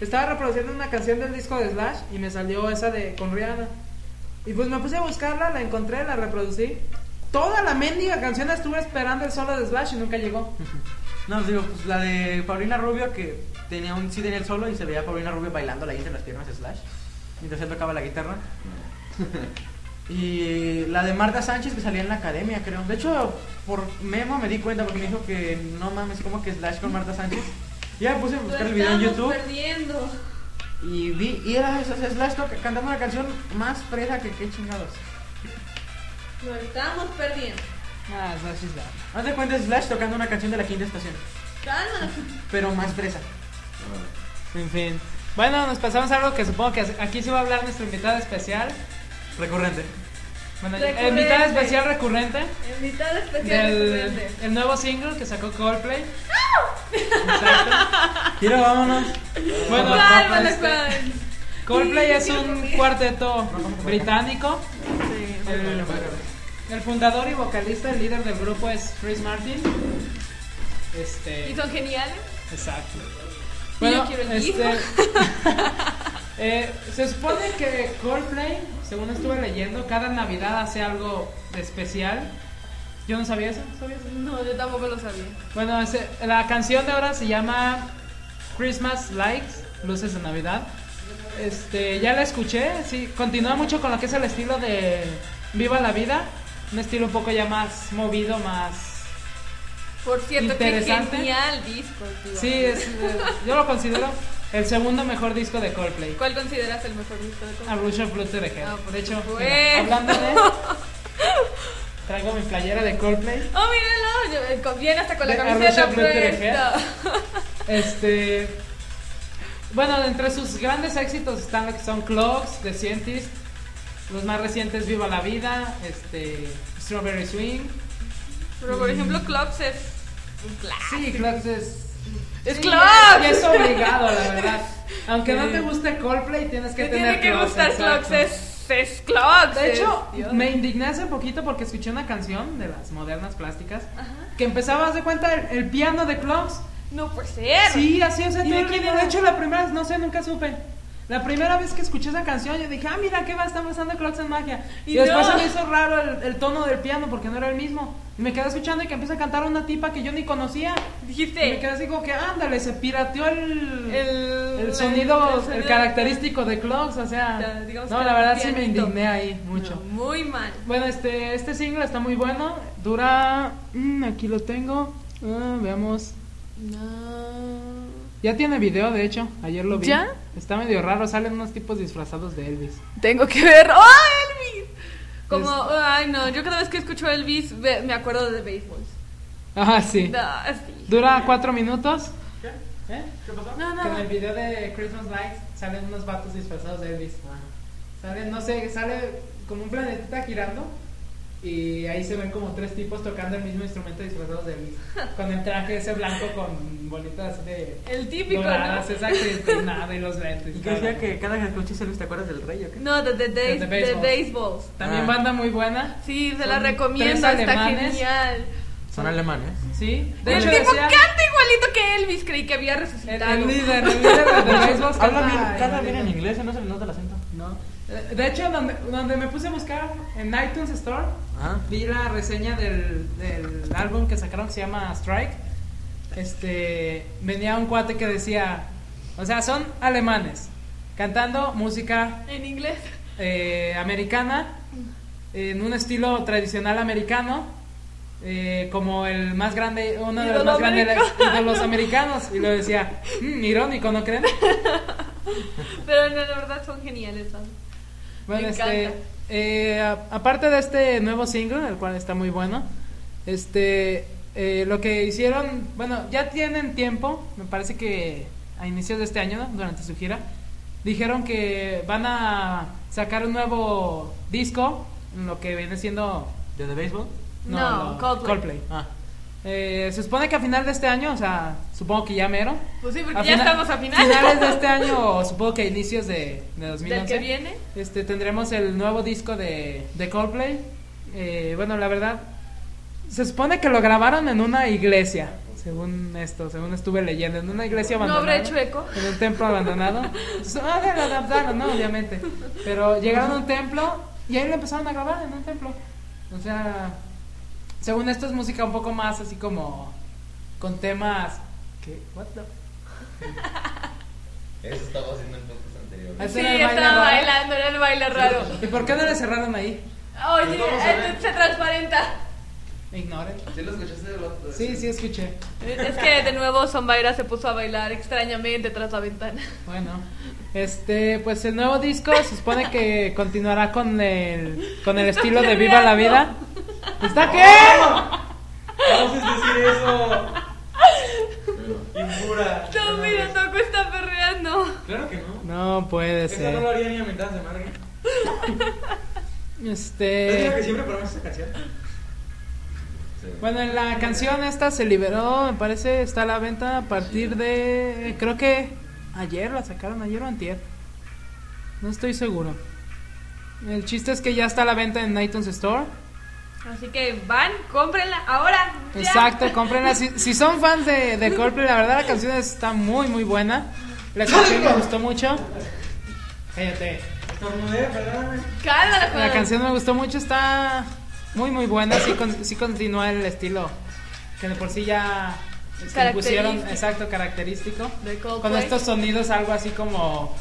Speaker 3: Estaba reproduciendo una canción del disco de Slash y me salió esa de con Rihanna. Y pues me puse a buscarla, la encontré, la reproducí. Toda la mendiga canción la estuve esperando el solo de Slash y nunca llegó.
Speaker 1: No, pues digo, pues la de Paulina Rubio que tenía un CD en el solo y se veía a Paulina Rubio bailando la entre las piernas de Slash mientras él tocaba la guitarra. y la de Marta Sánchez que salía en la academia, creo. De hecho, por memo me di cuenta porque me dijo que no mames, como que Slash con Marta Sánchez. Ya me puse a
Speaker 2: Lo
Speaker 1: buscar el video en
Speaker 2: estamos
Speaker 1: YouTube
Speaker 2: perdiendo.
Speaker 1: y vi, y era esa- esa Slash toca- cantando una canción más presa que qué chingados.
Speaker 2: Lo estamos perdiendo.
Speaker 3: [LAUGHS] Ah, Slash is down.
Speaker 1: Haz de cuenta Slash tocando una canción de la quinta estación,
Speaker 3: [LAUGHS]
Speaker 2: Calma.
Speaker 1: pero más presa.
Speaker 3: En fin. Bueno, nos pasamos a algo que supongo que aquí se va a hablar nuestro invitado especial.
Speaker 1: Recurrente.
Speaker 3: Bueno,
Speaker 2: Recurrente.
Speaker 3: el mitad especial recurrente
Speaker 2: El mitad especial
Speaker 3: del
Speaker 2: recurrente.
Speaker 3: el nuevo single que sacó Coldplay. Exacto.
Speaker 1: Quiero, vámonos.
Speaker 2: ¿Cuál,
Speaker 3: Bueno, no,
Speaker 2: Manuel,
Speaker 3: este,
Speaker 2: cuál?
Speaker 3: Coldplay
Speaker 2: Sí,
Speaker 3: es
Speaker 2: quiero
Speaker 3: un
Speaker 2: comer.
Speaker 3: cuarteto británico.
Speaker 2: Sí.
Speaker 3: El, el fundador y vocalista, el líder del grupo es Chris Martin. Este,
Speaker 2: ¿Y son geniales?
Speaker 3: Exacto.
Speaker 2: Y
Speaker 3: Bueno,
Speaker 2: yo quiero el
Speaker 3: este,
Speaker 2: disco.
Speaker 3: [LAUGHS] eh, se supone que Coldplay, según estuve leyendo, cada Navidad hace algo especial. Yo no sabía eso, ¿sabías?
Speaker 2: No, yo tampoco lo sabía.
Speaker 3: Bueno, ese- la canción de ahora se llama Christmas Lights, Luces de Navidad. Este, ya la escuché, sí, continúa mucho con lo que es el estilo de Viva la Vida, un estilo un poco ya más movido, más
Speaker 2: Por cierto, qué
Speaker 3: Interesante.
Speaker 2: genial disco. tío.
Speaker 3: Sí, es, eh, yo lo considero el segundo mejor disco de Coldplay.
Speaker 2: ¿Cuál consideras el mejor disco de
Speaker 3: A
Speaker 2: Coldplay?
Speaker 3: Rush of Blood to the Head.
Speaker 2: Ah, por
Speaker 3: de hecho,
Speaker 2: supuesto.
Speaker 3: mira, hablando de
Speaker 2: [LAUGHS]
Speaker 3: traigo mi playera de Coldplay.
Speaker 2: Oh, míralo, yo- eh, con- viene hasta con la
Speaker 3: De- a
Speaker 2: camiseta
Speaker 3: Rush of Blood to the Head.
Speaker 2: puesta.
Speaker 3: Este, bueno, entre sus grandes éxitos están lo que son Clocks, The Scientist, los más recientes Viva la Vida, este, Strawberry Swing.
Speaker 2: Pero por ejemplo, Clocks es un clásico.
Speaker 3: Sí, Clocks es
Speaker 2: ¡Es
Speaker 3: sí,
Speaker 2: Clocks!
Speaker 3: Y
Speaker 2: [LAUGHS]
Speaker 3: es obligado, la verdad. Aunque no
Speaker 2: Sí.
Speaker 3: te guste Coldplay, tienes que
Speaker 2: Te
Speaker 3: tener
Speaker 2: tiene que gustar
Speaker 3: exacto.
Speaker 2: Clocks, es, es Clocks.
Speaker 3: De
Speaker 2: es-
Speaker 3: hecho,
Speaker 2: Dios.
Speaker 3: me indigné hace poquito porque escuché una canción de las modernas plásticas
Speaker 2: Ajá.
Speaker 3: que empezaba, haz de cuenta, el, el piano de Clocks.
Speaker 2: No puede ser.
Speaker 3: Sí, así, o sea,
Speaker 2: ¿Y de
Speaker 3: todo el
Speaker 2: quién
Speaker 3: ritmo. De
Speaker 2: era?
Speaker 3: hecho, la primera, no sé, nunca supe. La primera vez que escuché esa canción, yo dije, ah, mira, ¿qué va? Está pasando Clocks en magia. Y,
Speaker 2: Y
Speaker 3: después
Speaker 2: no.
Speaker 3: se me hizo raro el, el tono del piano porque no era el mismo. Y me quedé escuchando y que empieza a cantar una tipa que yo ni conocía. Y me
Speaker 2: Dijiste.
Speaker 3: quedé así como que, ándale, se pirateó el,
Speaker 2: El,
Speaker 3: el sonido, el,
Speaker 2: sonido-
Speaker 3: característico de Clocks, o sea.
Speaker 2: Ya, digamos
Speaker 3: No,
Speaker 2: que
Speaker 3: la
Speaker 2: era
Speaker 3: verdad
Speaker 2: un
Speaker 3: sí me
Speaker 2: pianito.
Speaker 3: indigné ahí mucho.
Speaker 2: No, muy mal.
Speaker 3: Bueno, este, este single está muy bueno. Dura. mm, aquí lo tengo. Ah, veamos.
Speaker 2: No.
Speaker 3: Ya tiene video, de hecho. Ayer lo vi.
Speaker 2: ¿Ya?
Speaker 3: Está medio raro. Salen unos tipos disfrazados de Elvis. [LAUGHS]
Speaker 2: Tengo que ver. ¡Oh, Elvis! Como,
Speaker 3: Es-
Speaker 2: ay no, yo cada vez que escucho Elvis ve- me acuerdo de béisbol.
Speaker 3: Ah, sí.
Speaker 2: Da, así.
Speaker 3: Dura cuatro minutos. ¿Qué? ¿Eh? ¿Qué pasó?
Speaker 2: No, no,
Speaker 3: Que en
Speaker 2: no.
Speaker 3: el video de Christmas Lights salen unos vatos disfrazados de Elvis. Salen, no sé, sale como un planetita girando. Y ahí se ven como tres tipos tocando el mismo instrumento disfrazados de
Speaker 2: [LAUGHS]
Speaker 3: Elvis. Con el traje ese blanco con bolitas de.
Speaker 2: El típico,
Speaker 3: doradas,
Speaker 2: ¿no?
Speaker 3: exacto, y pues, nada, y los lentes.
Speaker 1: ¿Y qué
Speaker 3: claro.
Speaker 1: decía que cada que escuches Elvis te acuerdas del rey o qué?
Speaker 2: No, de The Days, de
Speaker 3: De béisbol.
Speaker 2: Béisbol.
Speaker 3: También
Speaker 5: Ah.
Speaker 3: banda muy buena,
Speaker 2: Sí, se
Speaker 3: Son
Speaker 2: la recomiendo,
Speaker 3: tres
Speaker 2: está
Speaker 3: alemanes.
Speaker 2: genial.
Speaker 1: Son alemanes.
Speaker 3: ¿sí?
Speaker 2: el tipo
Speaker 3: hecho, decía-
Speaker 2: canta igualito que Elvis, creí que había
Speaker 3: el,
Speaker 2: resucitado.
Speaker 3: el líder, el líder de The Baseball
Speaker 1: [LAUGHS] Habla
Speaker 3: canta
Speaker 1: bien, cada
Speaker 3: igualito.
Speaker 1: bien en inglés, ¿eh? no se le nota el acento.
Speaker 3: No. Eh, De hecho, donde, donde me puse a buscar en iTunes Store,
Speaker 1: Ajá.
Speaker 3: vi la reseña del, del álbum que sacaron que se llama Strike. Este, venía un cuate que decía, o sea, son alemanes cantando música
Speaker 2: En inglés. [LAUGHS]
Speaker 3: eh, americana, en un estilo tradicional americano, eh, como el más grande, uno de los
Speaker 2: Ídolo
Speaker 3: más grandes
Speaker 2: americano.
Speaker 3: de los americanos. Y lo decía, "Mm, irónico, ¿no creen?
Speaker 2: Pero no, la verdad son geniales. son.
Speaker 3: Bueno,
Speaker 2: Me
Speaker 3: este,
Speaker 2: encanta.
Speaker 3: eh, a- aparte de este nuevo single, el cual está muy bueno, este, eh, lo que hicieron, bueno, ya tienen tiempo, me parece que a inicios de este año, ¿no? durante su gira, dijeron que van a sacar un nuevo disco, lo que viene siendo
Speaker 1: ¿De The Baseball?
Speaker 2: No,
Speaker 3: lo-
Speaker 2: Coldplay.
Speaker 1: Ah.
Speaker 3: Eh, se supone que a final de este año, o sea, supongo que ya mero.
Speaker 2: Pues sí, porque
Speaker 3: A
Speaker 2: ya
Speaker 3: fina-
Speaker 2: estamos a finales.
Speaker 3: Finales de este año, o supongo que a inicios de, de
Speaker 2: [LAUGHS]
Speaker 3: 2011.
Speaker 2: Del que viene.
Speaker 3: Este, tendremos el nuevo disco de, de Coldplay. Eh, bueno, la verdad, se supone que lo grabaron en una iglesia, según esto, según estuve leyendo, en una iglesia
Speaker 2: No
Speaker 3: abandonada.
Speaker 2: habrá hecho eco.
Speaker 3: En un templo abandonado. So- ah, lo adaptaron, ¿no? Obviamente. Pero llegaron a un templo y ahí lo empezaron a grabar en un templo. O sea, según esto es música un poco más así como con temas... ¿Qué? What the-
Speaker 6: Eso estaba haciendo en podcast anterior.
Speaker 3: Ese
Speaker 2: Sí,
Speaker 3: era el baile
Speaker 2: estaba
Speaker 3: raro.
Speaker 2: bailando, era el baile raro.
Speaker 3: ¿Y por qué no le cerraron ahí?
Speaker 2: Oye,
Speaker 6: Pero vamos a ver.
Speaker 2: eh, se transparenta.
Speaker 3: Ignoren.
Speaker 6: ¿Sí lo escuchaste del otro?
Speaker 3: Sí, sí, escuché.
Speaker 2: Es que de nuevo Zombaira se puso a bailar extrañamente tras la
Speaker 3: [LAUGHS]
Speaker 2: ventana. [LAUGHS]
Speaker 3: Bueno, este, pues el nuevo disco se supone que continuará con el, con el estilo de Viva la Vida. ¿Está qué?
Speaker 1: ¿Cómo es decir eso? Impura.
Speaker 2: No, mira, Toco está perreando.
Speaker 1: Claro que no.
Speaker 3: No puede
Speaker 1: Eso no lo
Speaker 3: ser.
Speaker 1: haría ni a mitad de semana.
Speaker 3: [LAUGHS] Este.
Speaker 7: ¿eh? ¿Es la que siempre ponemos esa canción?
Speaker 3: Bueno, la canción esta se liberó, me parece, está a la venta a partir de, eh, creo que ayer la sacaron, ayer o antier. No estoy seguro. El chiste es que ya está a la venta en iTunes Store.
Speaker 2: Así que van, cómprenla ahora. ya.
Speaker 3: Exacto, comprenla. Si, si son fans de, de Coldplay, la verdad la canción está muy, muy buena. La canción me gustó mucho. Cállate.
Speaker 7: Estornudé, perdóname.
Speaker 2: Cálmala,
Speaker 3: La
Speaker 2: Juan.
Speaker 3: canción me gustó mucho, está muy muy buena, sí, con- sí continúa el estilo que de por sí ya este, pusieron,
Speaker 2: Característico.
Speaker 3: exacto, característico.
Speaker 2: De Coldplay.
Speaker 3: Con estos sonidos algo así como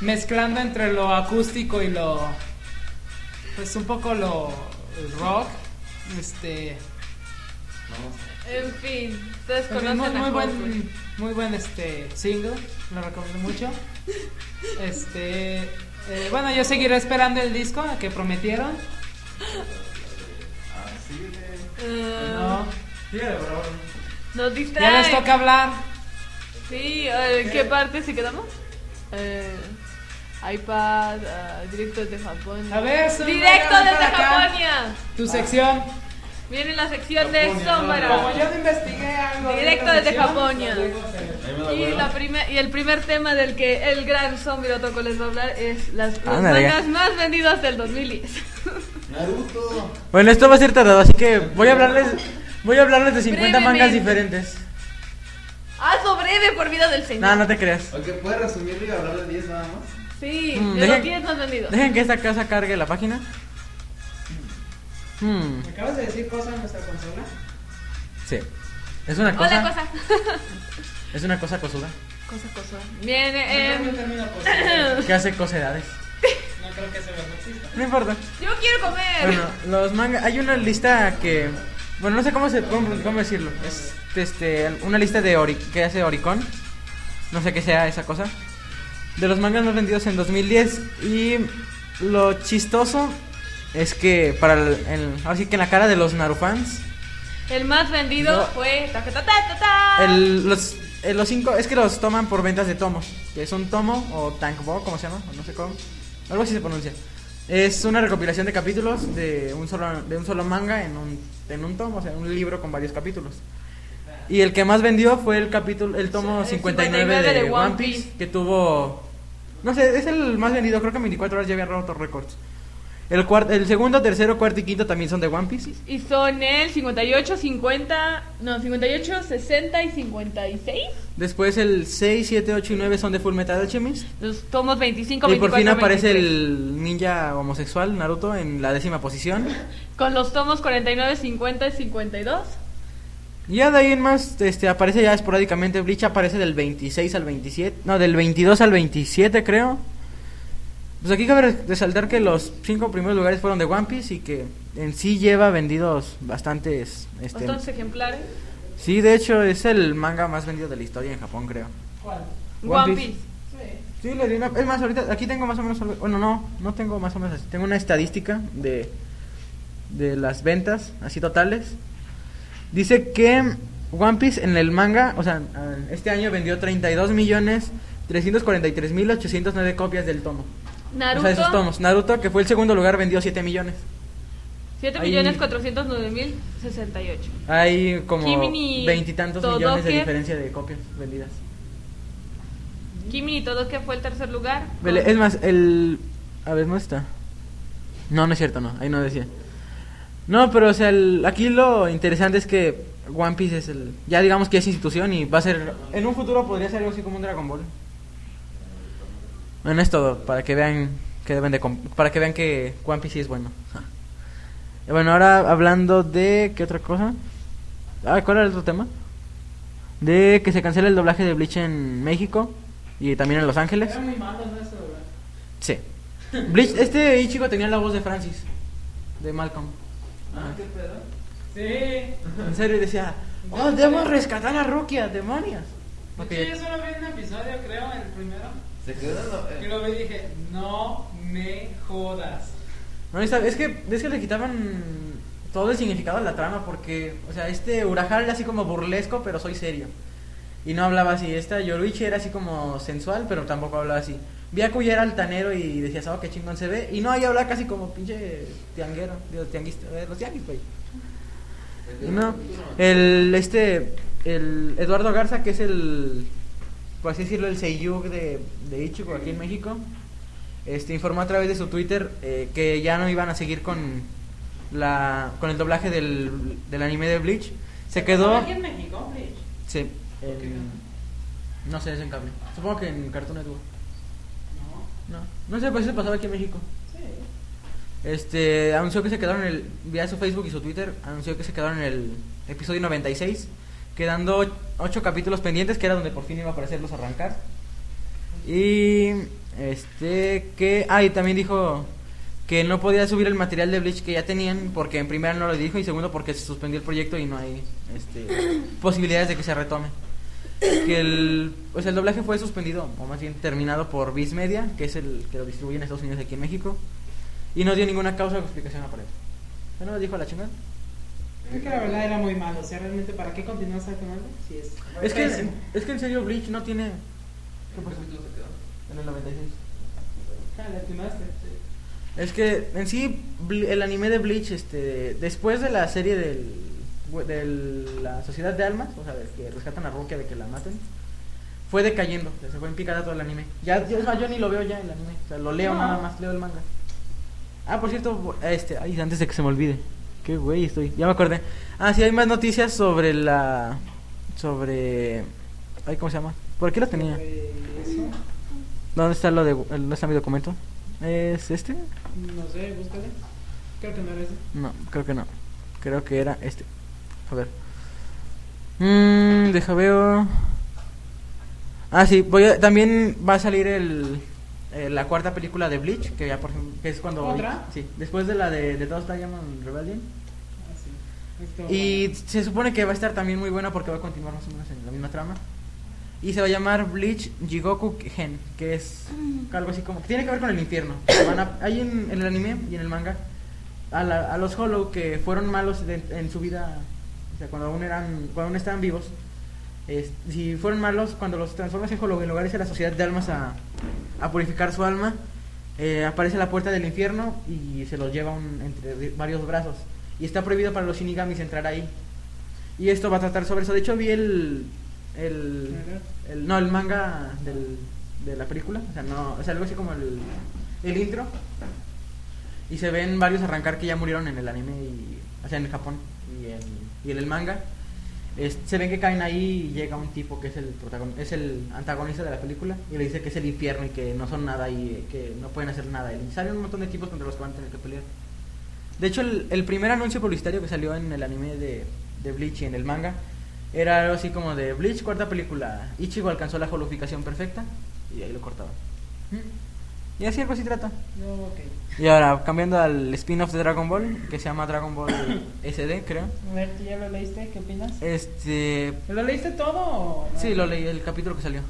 Speaker 3: mezclando entre lo acústico y lo pues un poco lo el rock, este
Speaker 2: En fin, ustedes
Speaker 3: también
Speaker 2: conocen
Speaker 3: muy,
Speaker 2: a
Speaker 3: muy
Speaker 2: Coldplay.
Speaker 3: buen muy buen este single, lo recomiendo mucho. Este eh, bueno, yo seguiré esperando el disco que prometieron.
Speaker 2: Eh,
Speaker 3: No.
Speaker 7: Dígale, por favor.
Speaker 2: Nos
Speaker 3: Ya
Speaker 2: distraen.
Speaker 3: les toca hablar.
Speaker 2: Sí, eh, ¿en qué parte se quedamos? Eh, iPad, eh, directo desde Japón.
Speaker 3: A ver, Sombra,
Speaker 2: Directo
Speaker 3: ven
Speaker 2: desde
Speaker 3: para acá.
Speaker 2: Japonia.
Speaker 3: Tu sección.
Speaker 2: Viene la sección de
Speaker 3: Como
Speaker 2: Sombra.
Speaker 3: yo no investigué algo. de
Speaker 2: Directo
Speaker 3: esta
Speaker 2: desde
Speaker 3: sección, pues,
Speaker 2: Japonia.
Speaker 3: lo digo serio.
Speaker 8: Ahí me da
Speaker 2: Y,
Speaker 8: hueva.
Speaker 2: la prime- y el primer tema del que el gran zombie Toco les va a hablar es las
Speaker 3: Ah,
Speaker 2: los
Speaker 1: Ándale, ya.
Speaker 2: mangas más vendidos del [LAUGHS] 2010.
Speaker 4: Naruto.
Speaker 1: Bueno, esto va a ser tardado, así que voy a hablarles voy a hablarles de 50 mangas
Speaker 2: Brevemente.
Speaker 1: diferentes.
Speaker 2: Hazlo breve por vida del señor.
Speaker 1: No, no te creas.
Speaker 4: Ok, ¿puedes resumirlo y hablar de 10 nada más?
Speaker 2: Sí,
Speaker 1: Mm,
Speaker 2: de los
Speaker 1: dejen-
Speaker 2: 10 más vendidos.
Speaker 1: Dejen que esta casa cargue la página. Hmm,
Speaker 7: ¿Me acabas de decir cosas en nuestra consola?
Speaker 1: sí. Es una cosa.
Speaker 2: Hola, cosa.
Speaker 1: Es una cosa cosuda
Speaker 2: Cosa, cosa. Bien,
Speaker 7: No,
Speaker 2: eh,
Speaker 7: no termino cosas.
Speaker 1: que hace cosedades.
Speaker 7: No creo que se me exista.
Speaker 1: No importa.
Speaker 2: [LAUGHS] yo quiero comer.
Speaker 1: Bueno, los mangas. Hay una lista que. Bueno, no sé cómo, se, cómo, cómo decirlo. Es este, una lista de ori, que hace Oricon. No sé qué sea esa cosa. De los mangas más vendidos en 2010. Y lo chistoso es que para el. el- ahora sí que en la cara de los Narufans.
Speaker 2: El más vendido
Speaker 1: No.
Speaker 2: fue. ta, ta, ta, ta, ta.
Speaker 1: el- los, eh, los cinco. Es que los toman por ventas de tomos. Que es un tomo o tankbo, como se llama. o No sé cómo. Algo así se pronuncia. Es una recopilación de capítulos de un solo, de un solo manga en un, en un tomo, o sea, un libro con varios capítulos. Y el que más vendió fue el capítulo, el tomo
Speaker 2: El
Speaker 1: 59, de, One Piece, que tuvo, no sé, es el más vendido, creo que en 24 horas ya había roto récords. El, cuar- el segundo, tercero, cuarto y quinto también son de One Piece.
Speaker 2: Y son el 58, 50. No, 58, 60 y 56.
Speaker 1: Después el 6, 7, 8 y 9 son de Full Metal Alchemist.
Speaker 2: Los tomos 25,
Speaker 1: y
Speaker 2: 24.
Speaker 1: por fin aparece
Speaker 2: 23.
Speaker 1: el ninja homosexual Naruto en la décima posición.
Speaker 2: Con los tomos 49, 50 y 52.
Speaker 1: Y Ya de ahí en más este, aparece ya esporádicamente Bleach, aparece del 26 al 27, no, del 22 al 27 creo. Pues aquí cabe res- resaltar que los cinco primeros lugares fueron de One Piece y que en sí lleva vendidos bastantes... Este,
Speaker 2: Bastantes ejemplares.
Speaker 1: sí, de hecho es el manga más vendido de la historia en Japón creo.
Speaker 7: ¿Cuál?
Speaker 1: One
Speaker 2: One,
Speaker 1: Piece.
Speaker 2: Piece.
Speaker 1: Sí, le di una... Es más, ahorita aquí tengo más o menos... algo- Bueno, no, no tengo más o menos así. Tengo una estadística de, de las ventas, así totales. Dice que One Piece en el manga, o sea, ah, este año vendió 32 millones 343 mil 809 copias del tomo.
Speaker 2: Naruto.
Speaker 1: O sea, esos tomos. Naruto, que fue el segundo lugar, vendió 7 millones.
Speaker 2: 7
Speaker 1: Ahí-
Speaker 2: millones 409 mil 68.
Speaker 1: Hay como
Speaker 2: Kimini
Speaker 1: veintitantos millones de
Speaker 2: Todoke.
Speaker 1: diferencia de copias vendidas.
Speaker 2: Kimi y todo que fue el tercer lugar.
Speaker 1: Vele, Es más, el... A ver, ¿no está? No, no es cierto, no. Ahí no decía. No, pero, o sea, el- aquí lo interesante es que One Piece es el... Ya digamos que es institución y va a ser... En un futuro podría ser algo así como un Dragon Ball. Bueno, es todo. Para que vean que deben de... comp- Para que vean que One Piece sí es bueno. Ja. Y Bueno, ahora hablando de... ¿Qué otra cosa? Ah, ¿cuál era el otro tema? De que se cancela el doblaje de Bleach en México y también en Los Ángeles.
Speaker 7: Era muy malo ¿no? eso, güey.
Speaker 1: Sí. Bleach, este Ichigo tenía la voz de Francis, de Malcolm.
Speaker 7: Ah, qué pedo. Sí.
Speaker 1: En serio, y decía, oh, debemos rescatar a Rukia, demonios.
Speaker 7: De hecho, yo solo vi un episodio, creo, el primero.
Speaker 4: Se quedó en eh? lo-
Speaker 7: Y lo vi y dije, no me jodas.
Speaker 1: No, y sabe- es que, es que le quitaban todo el significado a la trama, porque, o sea, este Urahara era así como burlesco, pero soy serio. Y no hablaba así. Esta Yoruichi era así como sensual, pero tampoco hablaba así. Veía que era altanero y decías, oh, qué chingón se ve. Y no, ahí hablaba casi como pinche tianguero, digo, tianguista, eh, los tianguis, güey. Y No, el, este, el Eduardo Garza, que es el, por así decirlo, el seiyuu de, de Ichigo aquí en México, este, informó a través de su Twitter eh, que ya no iban a seguir con la, con el doblaje del, del anime de Bleach. Se quedó,
Speaker 2: ¿Aquí en México, Bleach?
Speaker 1: sí, en- no sé, es en cable. Supongo que en Cartoon Network.
Speaker 2: No.
Speaker 1: No, no sé, pues eso pasaba aquí en México.
Speaker 2: Sí.
Speaker 1: Este, anunció que se quedaron en el, vía su Facebook y su Twitter, anunció que se quedaron en el episodio 96, quedando ocho capítulos pendientes, que era donde por fin iba a aparecer los arrancar. Y, este, que, ah, y también dijo que no podía subir el material de Bleach que ya tenían, porque en primera no lo dijo, y segundo porque se suspendió el proyecto y no hay, este, posibilidades de que se retome. Que el, o sea, el doblaje fue suspendido, o más bien terminado por Viz Media, que es el que lo distribuye en Estados Unidos y aquí en México. Y no dio ninguna causa o explicación aparente. Ya no dijo la chingada.
Speaker 3: Creo que la verdad era muy malo. O sea, realmente, ¿para qué continuas con algo? Sí, es.
Speaker 1: Es que,
Speaker 3: pésimo.
Speaker 1: es que en serio Bleach no tiene... ¿Qué pasó?
Speaker 6: se quedó?
Speaker 1: En el 96.
Speaker 3: Ah, lastimaste.
Speaker 1: Es que en sí Ble- el anime de Bleach, este, después de la serie del, de la Sociedad de Almas, o sea, de que rescatan a Rukia de que la maten, fue decayendo, o sea, se fue en picada todo el anime. Ya, yo, o sea, yo ni lo veo ya el anime, o sea, lo leo
Speaker 3: No.
Speaker 1: nada más, leo el manga. Ah, por cierto, bo- este, ay, antes de que se me olvide, qué güey estoy, ya me acordé. Ah, sí, hay más noticias sobre la, sobre, ay, ¿cómo se llama? ¿Por qué lo tenía?
Speaker 3: Eso.
Speaker 1: ¿Dónde está lo de, dónde está mi documento? ¿Es este?
Speaker 3: No sé, búscale. Creo que no era eso.
Speaker 1: No, creo que no. Creo que era este. A ver. Mm, deja veo. Ah, sí, voy a- también va a salir el, eh, la cuarta película de Bleach, que ya por ejemplo, que es cuando...
Speaker 3: ¿Otra?
Speaker 1: Sí, después de la de, de Dos Diamond Rebellion.
Speaker 3: Ah, sí. Esto-
Speaker 1: Y se supone que va a estar también muy buena porque va a continuar más o menos en la misma trama. Y se va a llamar Bleach Jigoku Gen, que es algo así como... Tiene que ver con el infierno. Van a- hay en, en el anime y en el manga a, la- a los Hollow que fueron malos de- en su vida, o sea, cuando aún, eran, cuando aún estaban vivos. es- si fueron malos, cuando los transformas en Hollow, en lugar de irse a la sociedad de almas a, a purificar su alma, eh, aparece la puerta del infierno y se los lleva un- entre ri- varios brazos. Y está prohibido para los shinigamis entrar ahí. Y esto va a tratar sobre eso. De hecho, vi el. el, el- no, el manga del- de la película. O sea, no, es algo así como el, el intro. Y se ven varios arrancar que ya murieron en el anime y. O sea, en el Japón y en, y en el manga. Es- se ven que caen ahí y llega un tipo que es el protagon- es el antagonista de la película y le dice que es el infierno y que no son nada y eh, que no pueden hacer nada. Y salen un montón de tipos contra los que van a tener que pelear. De hecho, el, el primer anuncio publicitario que salió en el anime de, de Bleach y en el manga era algo así como de Bleach, cuarta película. Ichigo alcanzó la holoficación perfecta y ahí lo cortaba. Y así algo así trata.
Speaker 3: Mm, No, ok.
Speaker 1: Y ahora, cambiando al spin-off de Dragon Ball, que se llama Dragon Ball [COUGHS] SD, creo.
Speaker 3: A ver, ¿tú ya lo leíste? ¿Qué opinas?
Speaker 1: Este.
Speaker 3: ¿Lo leíste todo o no?
Speaker 1: Sí, lo leí, el capítulo que salió.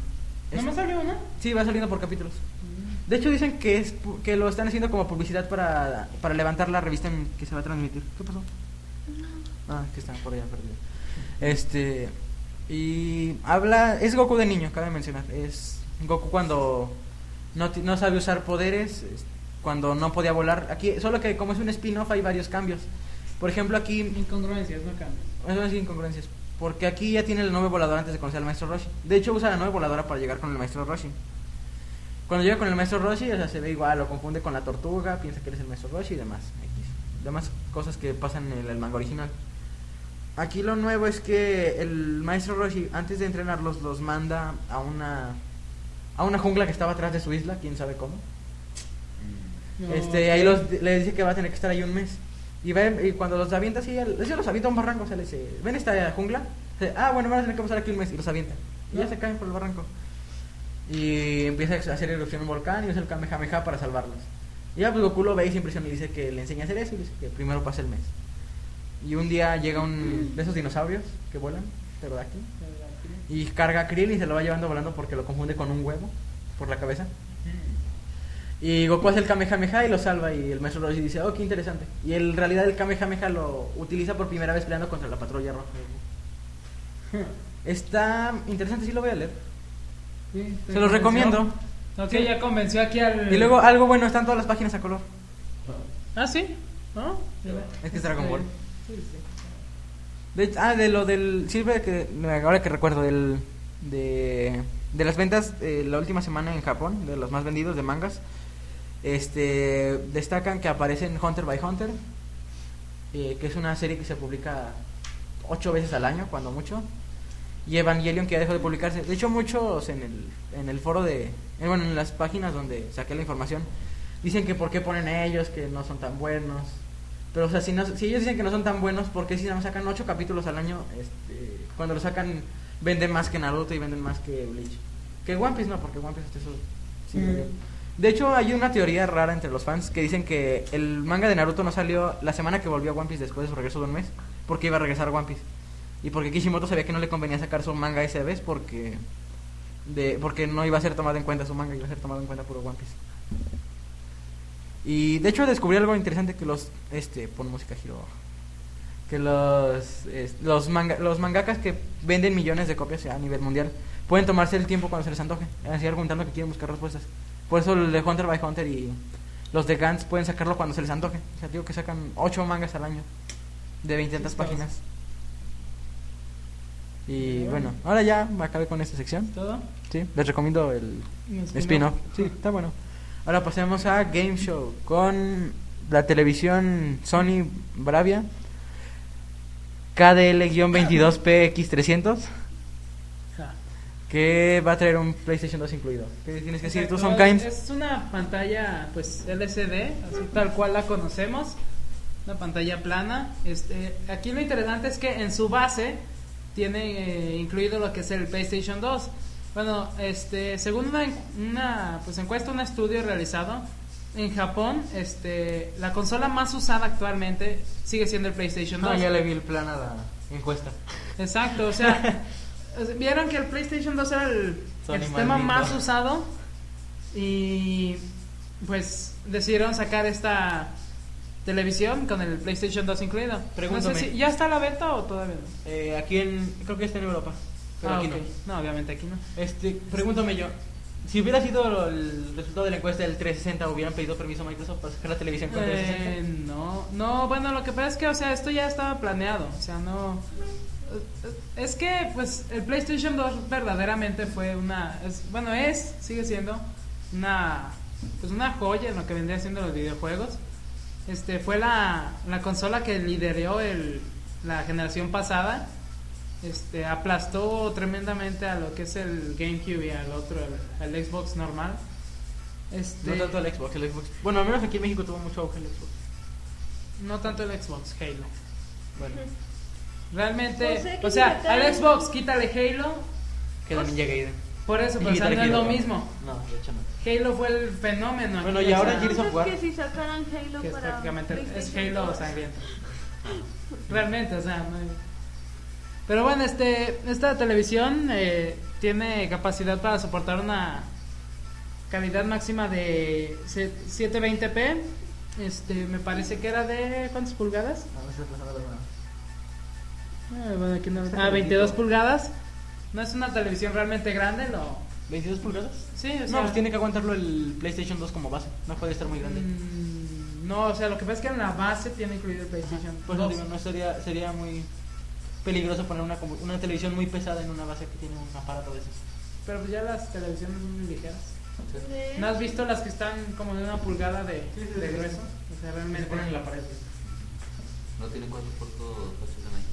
Speaker 3: ¿No
Speaker 1: Es-
Speaker 3: me salió Mm. una?
Speaker 1: Sí, va saliendo por capítulos. De hecho, dicen que es pu- que lo están haciendo como publicidad para, para levantar la revista en que se va a transmitir. ¿Qué pasó? Ah, que está por allá perdido. Este. Y habla. Es Goku de niño, cabe mencionar. Es Goku cuando no, ti- no sabe usar poderes, es- cuando no podía volar. Aquí, solo que como es un spin-off, hay varios cambios. Por ejemplo, aquí
Speaker 3: Incongruencias, no cambias.
Speaker 1: eso es incongruencias. Porque aquí ya tiene la nube voladora antes de conocer al maestro Roshi. De hecho, usa la nube voladora para llegar con el maestro Roshi. Cuando llega con el maestro Roshi, o sea, se ve igual, lo confunde con la tortuga, piensa que eres el maestro Roshi y demás. X. Demás cosas que pasan en el, el manga original. Aquí lo nuevo es que el maestro Roshi, antes de entrenarlos, los manda a una, a una jungla que estaba atrás de su isla, quién sabe cómo.
Speaker 6: Mm.
Speaker 3: No,
Speaker 1: Este, ahí
Speaker 3: ok.
Speaker 1: los, le dice que va a tener que estar ahí un mes. Y, va, y cuando los avienta así, al- eso los avienta a un barranco, o sea, le dice, ven a esta jungla. Dice, ah, bueno, van a tener que pasar aquí un mes. Y los avienta. Y ya se caen por el barranco. Y empieza a hacer erupción un volcán y usa el Kamehameha para salvarlos. Y ya pues Goku lo ve y se impresiona y dice que le enseña a hacer eso y dice que primero pasa el mes. Y un día llega un de esos dinosaurios que vuelan, pterodáctilo, y carga a Krill y se lo va llevando volando porque lo confunde con un huevo por la cabeza. Y Goku hace el Kamehameha y lo salva. Y el maestro Roshi dice, oh, qué interesante. Y él, en realidad el Kamehameha lo utiliza por primera vez peleando contra la patrulla roja. Está interesante, sí lo voy a leer.
Speaker 3: Sí,
Speaker 1: Se los
Speaker 3: convenció.
Speaker 1: recomiendo.
Speaker 3: Ok, ya convenció aquí al.
Speaker 1: Y luego algo bueno, están todas las páginas a color.
Speaker 3: Ah, sí. ¿No?
Speaker 1: Es que es Dragon Ball.
Speaker 3: Sí, sí.
Speaker 1: De hecho, ah, de lo del sirve que ahora que recuerdo del de, de las ventas eh, la última semana en Japón, de los más vendidos de mangas. Este destacan que aparecen Hunter by Hunter, eh, que es una serie que se publica ocho veces al año, cuando mucho. Y Evangelion que ya dejó de publicarse. De hecho, muchos en el, en el foro de. eh, bueno, en las páginas donde saqué la información, dicen que por qué ponen a ellos, que no son tan buenos. Pero, o sea, si, no- si ellos dicen que no son tan buenos, ¿por qué si nada más sacan ocho capítulos al año? Este, cuando lo sacan, venden más que Naruto y venden más que Bleach. Que One Piece no, porque One Piece hasta eso sí
Speaker 3: Mm.
Speaker 1: vendió. De hecho, hay una teoría rara entre los fans que dicen que el manga de Naruto no salió la semana que volvió a One Piece después de su regreso de un mes, porque iba a regresar One Piece. Y porque Kishimoto sabía que no le convenía sacar su manga esa vez porque de porque no iba a ser tomado en cuenta su manga, iba a ser tomado en cuenta puro One Piece. Y de hecho descubrí algo interesante que los este pon música giro que los es- los manga, los mangakas que venden millones de copias a nivel mundial pueden tomarse el tiempo cuando se les antoje, así argumentando que quieren buscar respuestas. Por eso el de Hunter by Hunter y los de Gantz pueden sacarlo cuando se les antoje. O sea, digo que sacan 8 mangas al año de 20 tantas
Speaker 3: Chispas.
Speaker 1: páginas. Y bueno, ahora ya me acabé con esta sección.
Speaker 3: ¿Todo?
Speaker 1: Sí, les recomiendo el
Speaker 3: Spin-off.
Speaker 1: spin-off. Sí, está bueno. Ahora pasemos a Game Show con la televisión Sony Bravia KDL-22PX300
Speaker 3: Ja.
Speaker 1: que va a traer un PlayStation 2 incluido. ¿Qué tienes que decir tú,
Speaker 3: Exacto,
Speaker 1: Son Kind?
Speaker 3: Es una pantalla, pues, LCD, así tal cual la conocemos. Una pantalla plana. Este, aquí lo interesante es que en su base tiene eh, incluido lo que es el PlayStation 2. Bueno, este, según una, en- una, pues, encuesta, un estudio realizado en Japón, este, la consola más usada actualmente sigue siendo el PlayStation
Speaker 1: Ah,
Speaker 3: 2.
Speaker 9: Ah, vi el plan a la encuesta.
Speaker 3: Exacto,
Speaker 9: [LAUGHS]
Speaker 3: o sea, o sea, vieron que el PlayStation 2 era el,
Speaker 9: Sony
Speaker 3: el sistema
Speaker 9: maldito.
Speaker 3: más usado y pues decidieron sacar esta televisión con el PlayStation 2 incluido.
Speaker 9: Pregúntame.
Speaker 3: No sé si- ¿Ya está a la venta o todavía no?
Speaker 9: Eh, aquí en. Creo que está en Europa. Pero
Speaker 3: Ah,
Speaker 9: aquí
Speaker 3: ok.
Speaker 9: no.
Speaker 3: no. obviamente aquí no.
Speaker 9: Este, pregúntame yo. Si hubiera sido el resultado de la encuesta del 360, ¿hubieran pedido permiso a Microsoft para sacar la televisión con 360?
Speaker 3: Eh, no, no, bueno, lo que pasa es que, o sea, esto ya estaba planeado, o sea, no... Es que, pues, el PlayStation 2 verdaderamente fue una... Es, bueno, es, sigue siendo una... Pues una joya en lo que vendría siendo los videojuegos. Este, fue la, la consola que lideró el, la generación pasada. Este, aplastó tremendamente a lo que es el GameCube y al otro, el, al Xbox normal. Este,
Speaker 9: No tanto el Xbox, el Xbox. Bueno, al menos aquí en México tuvo mucho auge el Xbox.
Speaker 3: no tanto el Xbox, Halo.
Speaker 9: Bueno,
Speaker 3: Realmente,
Speaker 2: O sea, que
Speaker 3: o sea,
Speaker 2: quita
Speaker 3: al
Speaker 2: Halo.
Speaker 3: Xbox quítale Halo,
Speaker 9: que la Ninja Gaiden.
Speaker 3: por eso, pero o sea,
Speaker 9: Guitar
Speaker 3: no es
Speaker 9: Hero,
Speaker 3: lo
Speaker 9: ¿no?
Speaker 3: mismo.
Speaker 9: No, de hecho no.
Speaker 3: Halo fue el fenómeno.
Speaker 9: Bueno,
Speaker 3: aquí,
Speaker 9: y
Speaker 3: o
Speaker 9: ahora
Speaker 3: sea,
Speaker 9: Gears of War.
Speaker 2: Que si sacaran Halo
Speaker 3: Que es
Speaker 2: para
Speaker 3: prácticamente es
Speaker 2: PlayStation
Speaker 3: Halo
Speaker 2: 2.
Speaker 3: sangriento. Realmente, o sea, no hay- Pero bueno, este, esta televisión eh, tiene capacidad para soportar una calidad máxima de se- 720p. Este, me parece que era de ¿cuántas pulgadas?
Speaker 9: No, esa fue la verdad.
Speaker 3: Ah, bueno, aquí no- ah, 22 pulgadas. No es una televisión realmente grande, lo
Speaker 9: ¿22 pulgadas?
Speaker 3: Sí, o
Speaker 9: No,
Speaker 3: sea,
Speaker 9: pues tiene que aguantarlo el PlayStation 2 como base. No puede estar muy grande.
Speaker 3: mm, no, o sea, lo que pasa es que en la base tiene incluido el PlayStation.
Speaker 9: Por eso
Speaker 3: dos.
Speaker 9: digo, Pues no sería, sería muy peligroso poner una, compu- una televisión muy pesada en una base que tiene un aparato de esos.
Speaker 3: Pero pues ya las televisiones son muy ligeras.
Speaker 2: Sí.
Speaker 3: ¿No has visto las que están como de una pulgada de,
Speaker 9: Sí, sí,
Speaker 3: de
Speaker 9: sí, sí.
Speaker 3: grueso? O sea, realmente.
Speaker 9: pared.
Speaker 10: No tiene cuatro puertos HDMI.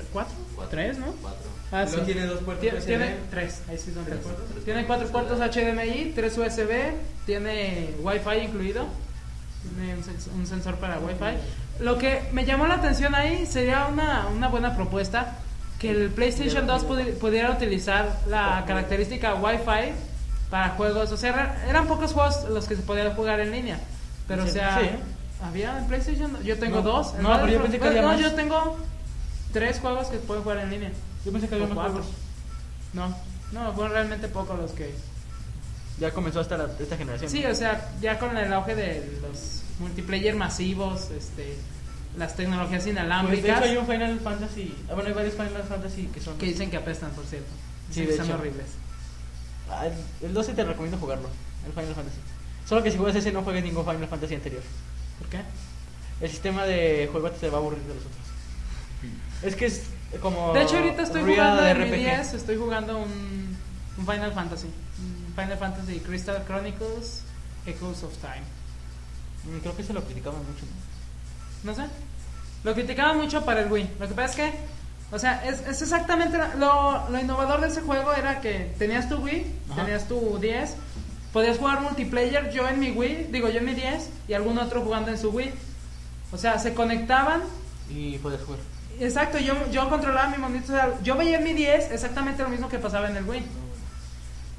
Speaker 3: Tre- ¿Cuatro?
Speaker 10: Cuatro.
Speaker 3: ¿Tres, no?
Speaker 10: Cuatro.
Speaker 3: Ah, sí.
Speaker 9: tiene dos puertos
Speaker 3: Tie-
Speaker 9: USB.
Speaker 3: Tiene tres, ahí sí son
Speaker 10: Tres
Speaker 3: tres.
Speaker 10: puertos.
Speaker 3: Tiene cuatro puertos HDMI, tres USB, tiene Wi-Fi incluido, tiene un, sens- un sensor para Wi-Fi. Lo que me llamó la atención ahí sería una, una buena propuesta que el PlayStation 2 pudi- pudiera utilizar la característica Wi-Fi para juegos. O sea, era- eran pocos juegos los que se podían jugar en línea, pero o
Speaker 9: Sí,
Speaker 3: sea,
Speaker 9: sí.
Speaker 3: había en PlayStation. Yo tengo
Speaker 9: No,
Speaker 3: dos.
Speaker 9: no, pero yo pensé que había
Speaker 3: no,
Speaker 9: más.
Speaker 3: yo tengo tres juegos que pueden jugar en línea.
Speaker 9: Yo pensé que había
Speaker 3: O
Speaker 9: más
Speaker 3: cuatro.
Speaker 9: juegos.
Speaker 3: No, no, fueron realmente pocos los que...
Speaker 9: Ya comenzó hasta la- esta generación.
Speaker 3: Sí, o sea, ya con el auge de los multiplayer masivos, este, las tecnologías
Speaker 9: Pues, de hecho,
Speaker 3: inalámbricas,
Speaker 9: hay un Final Fantasy. Ah, bueno, hay varios Final Fantasy que son.
Speaker 3: que dicen que apestan, por cierto.
Speaker 9: Sí,
Speaker 3: Dicen
Speaker 9: de
Speaker 3: que son
Speaker 9: hecho.
Speaker 3: horribles. Ah, el- el 12 te recomiendo jugarlo, el Final Fantasy. Solo que si juegas ese no juegues ningún Final Fantasy anterior. ¿Por qué? El sistema de juego te va a aburrir de los otros. Es que es
Speaker 1: Oh,
Speaker 3: como... De hecho, ahorita estoy Real jugando en mi RPG. 10, estoy jugando un, un Final Fantasy. Un Final Fantasy Crystal Chronicles Echoes of Time. Mm, Creo que se lo criticaban mucho. ¿no? No sé. Lo criticaban mucho para el Wii. Lo que pasa es que, o sea, es, es exactamente la- lo, lo innovador de ese juego era que tenías tu Wii,
Speaker 5: Ajá.
Speaker 3: tenías tu 10, podías jugar multiplayer yo en mi Wii, digo yo en mi 10 y algún otro jugando en su Wii. O sea, se conectaban
Speaker 1: Y puedes jugar.
Speaker 3: Exacto, yo, yo controlaba mi monito. o sea, yo veía en mi 10 exactamente lo mismo que pasaba en el Wii.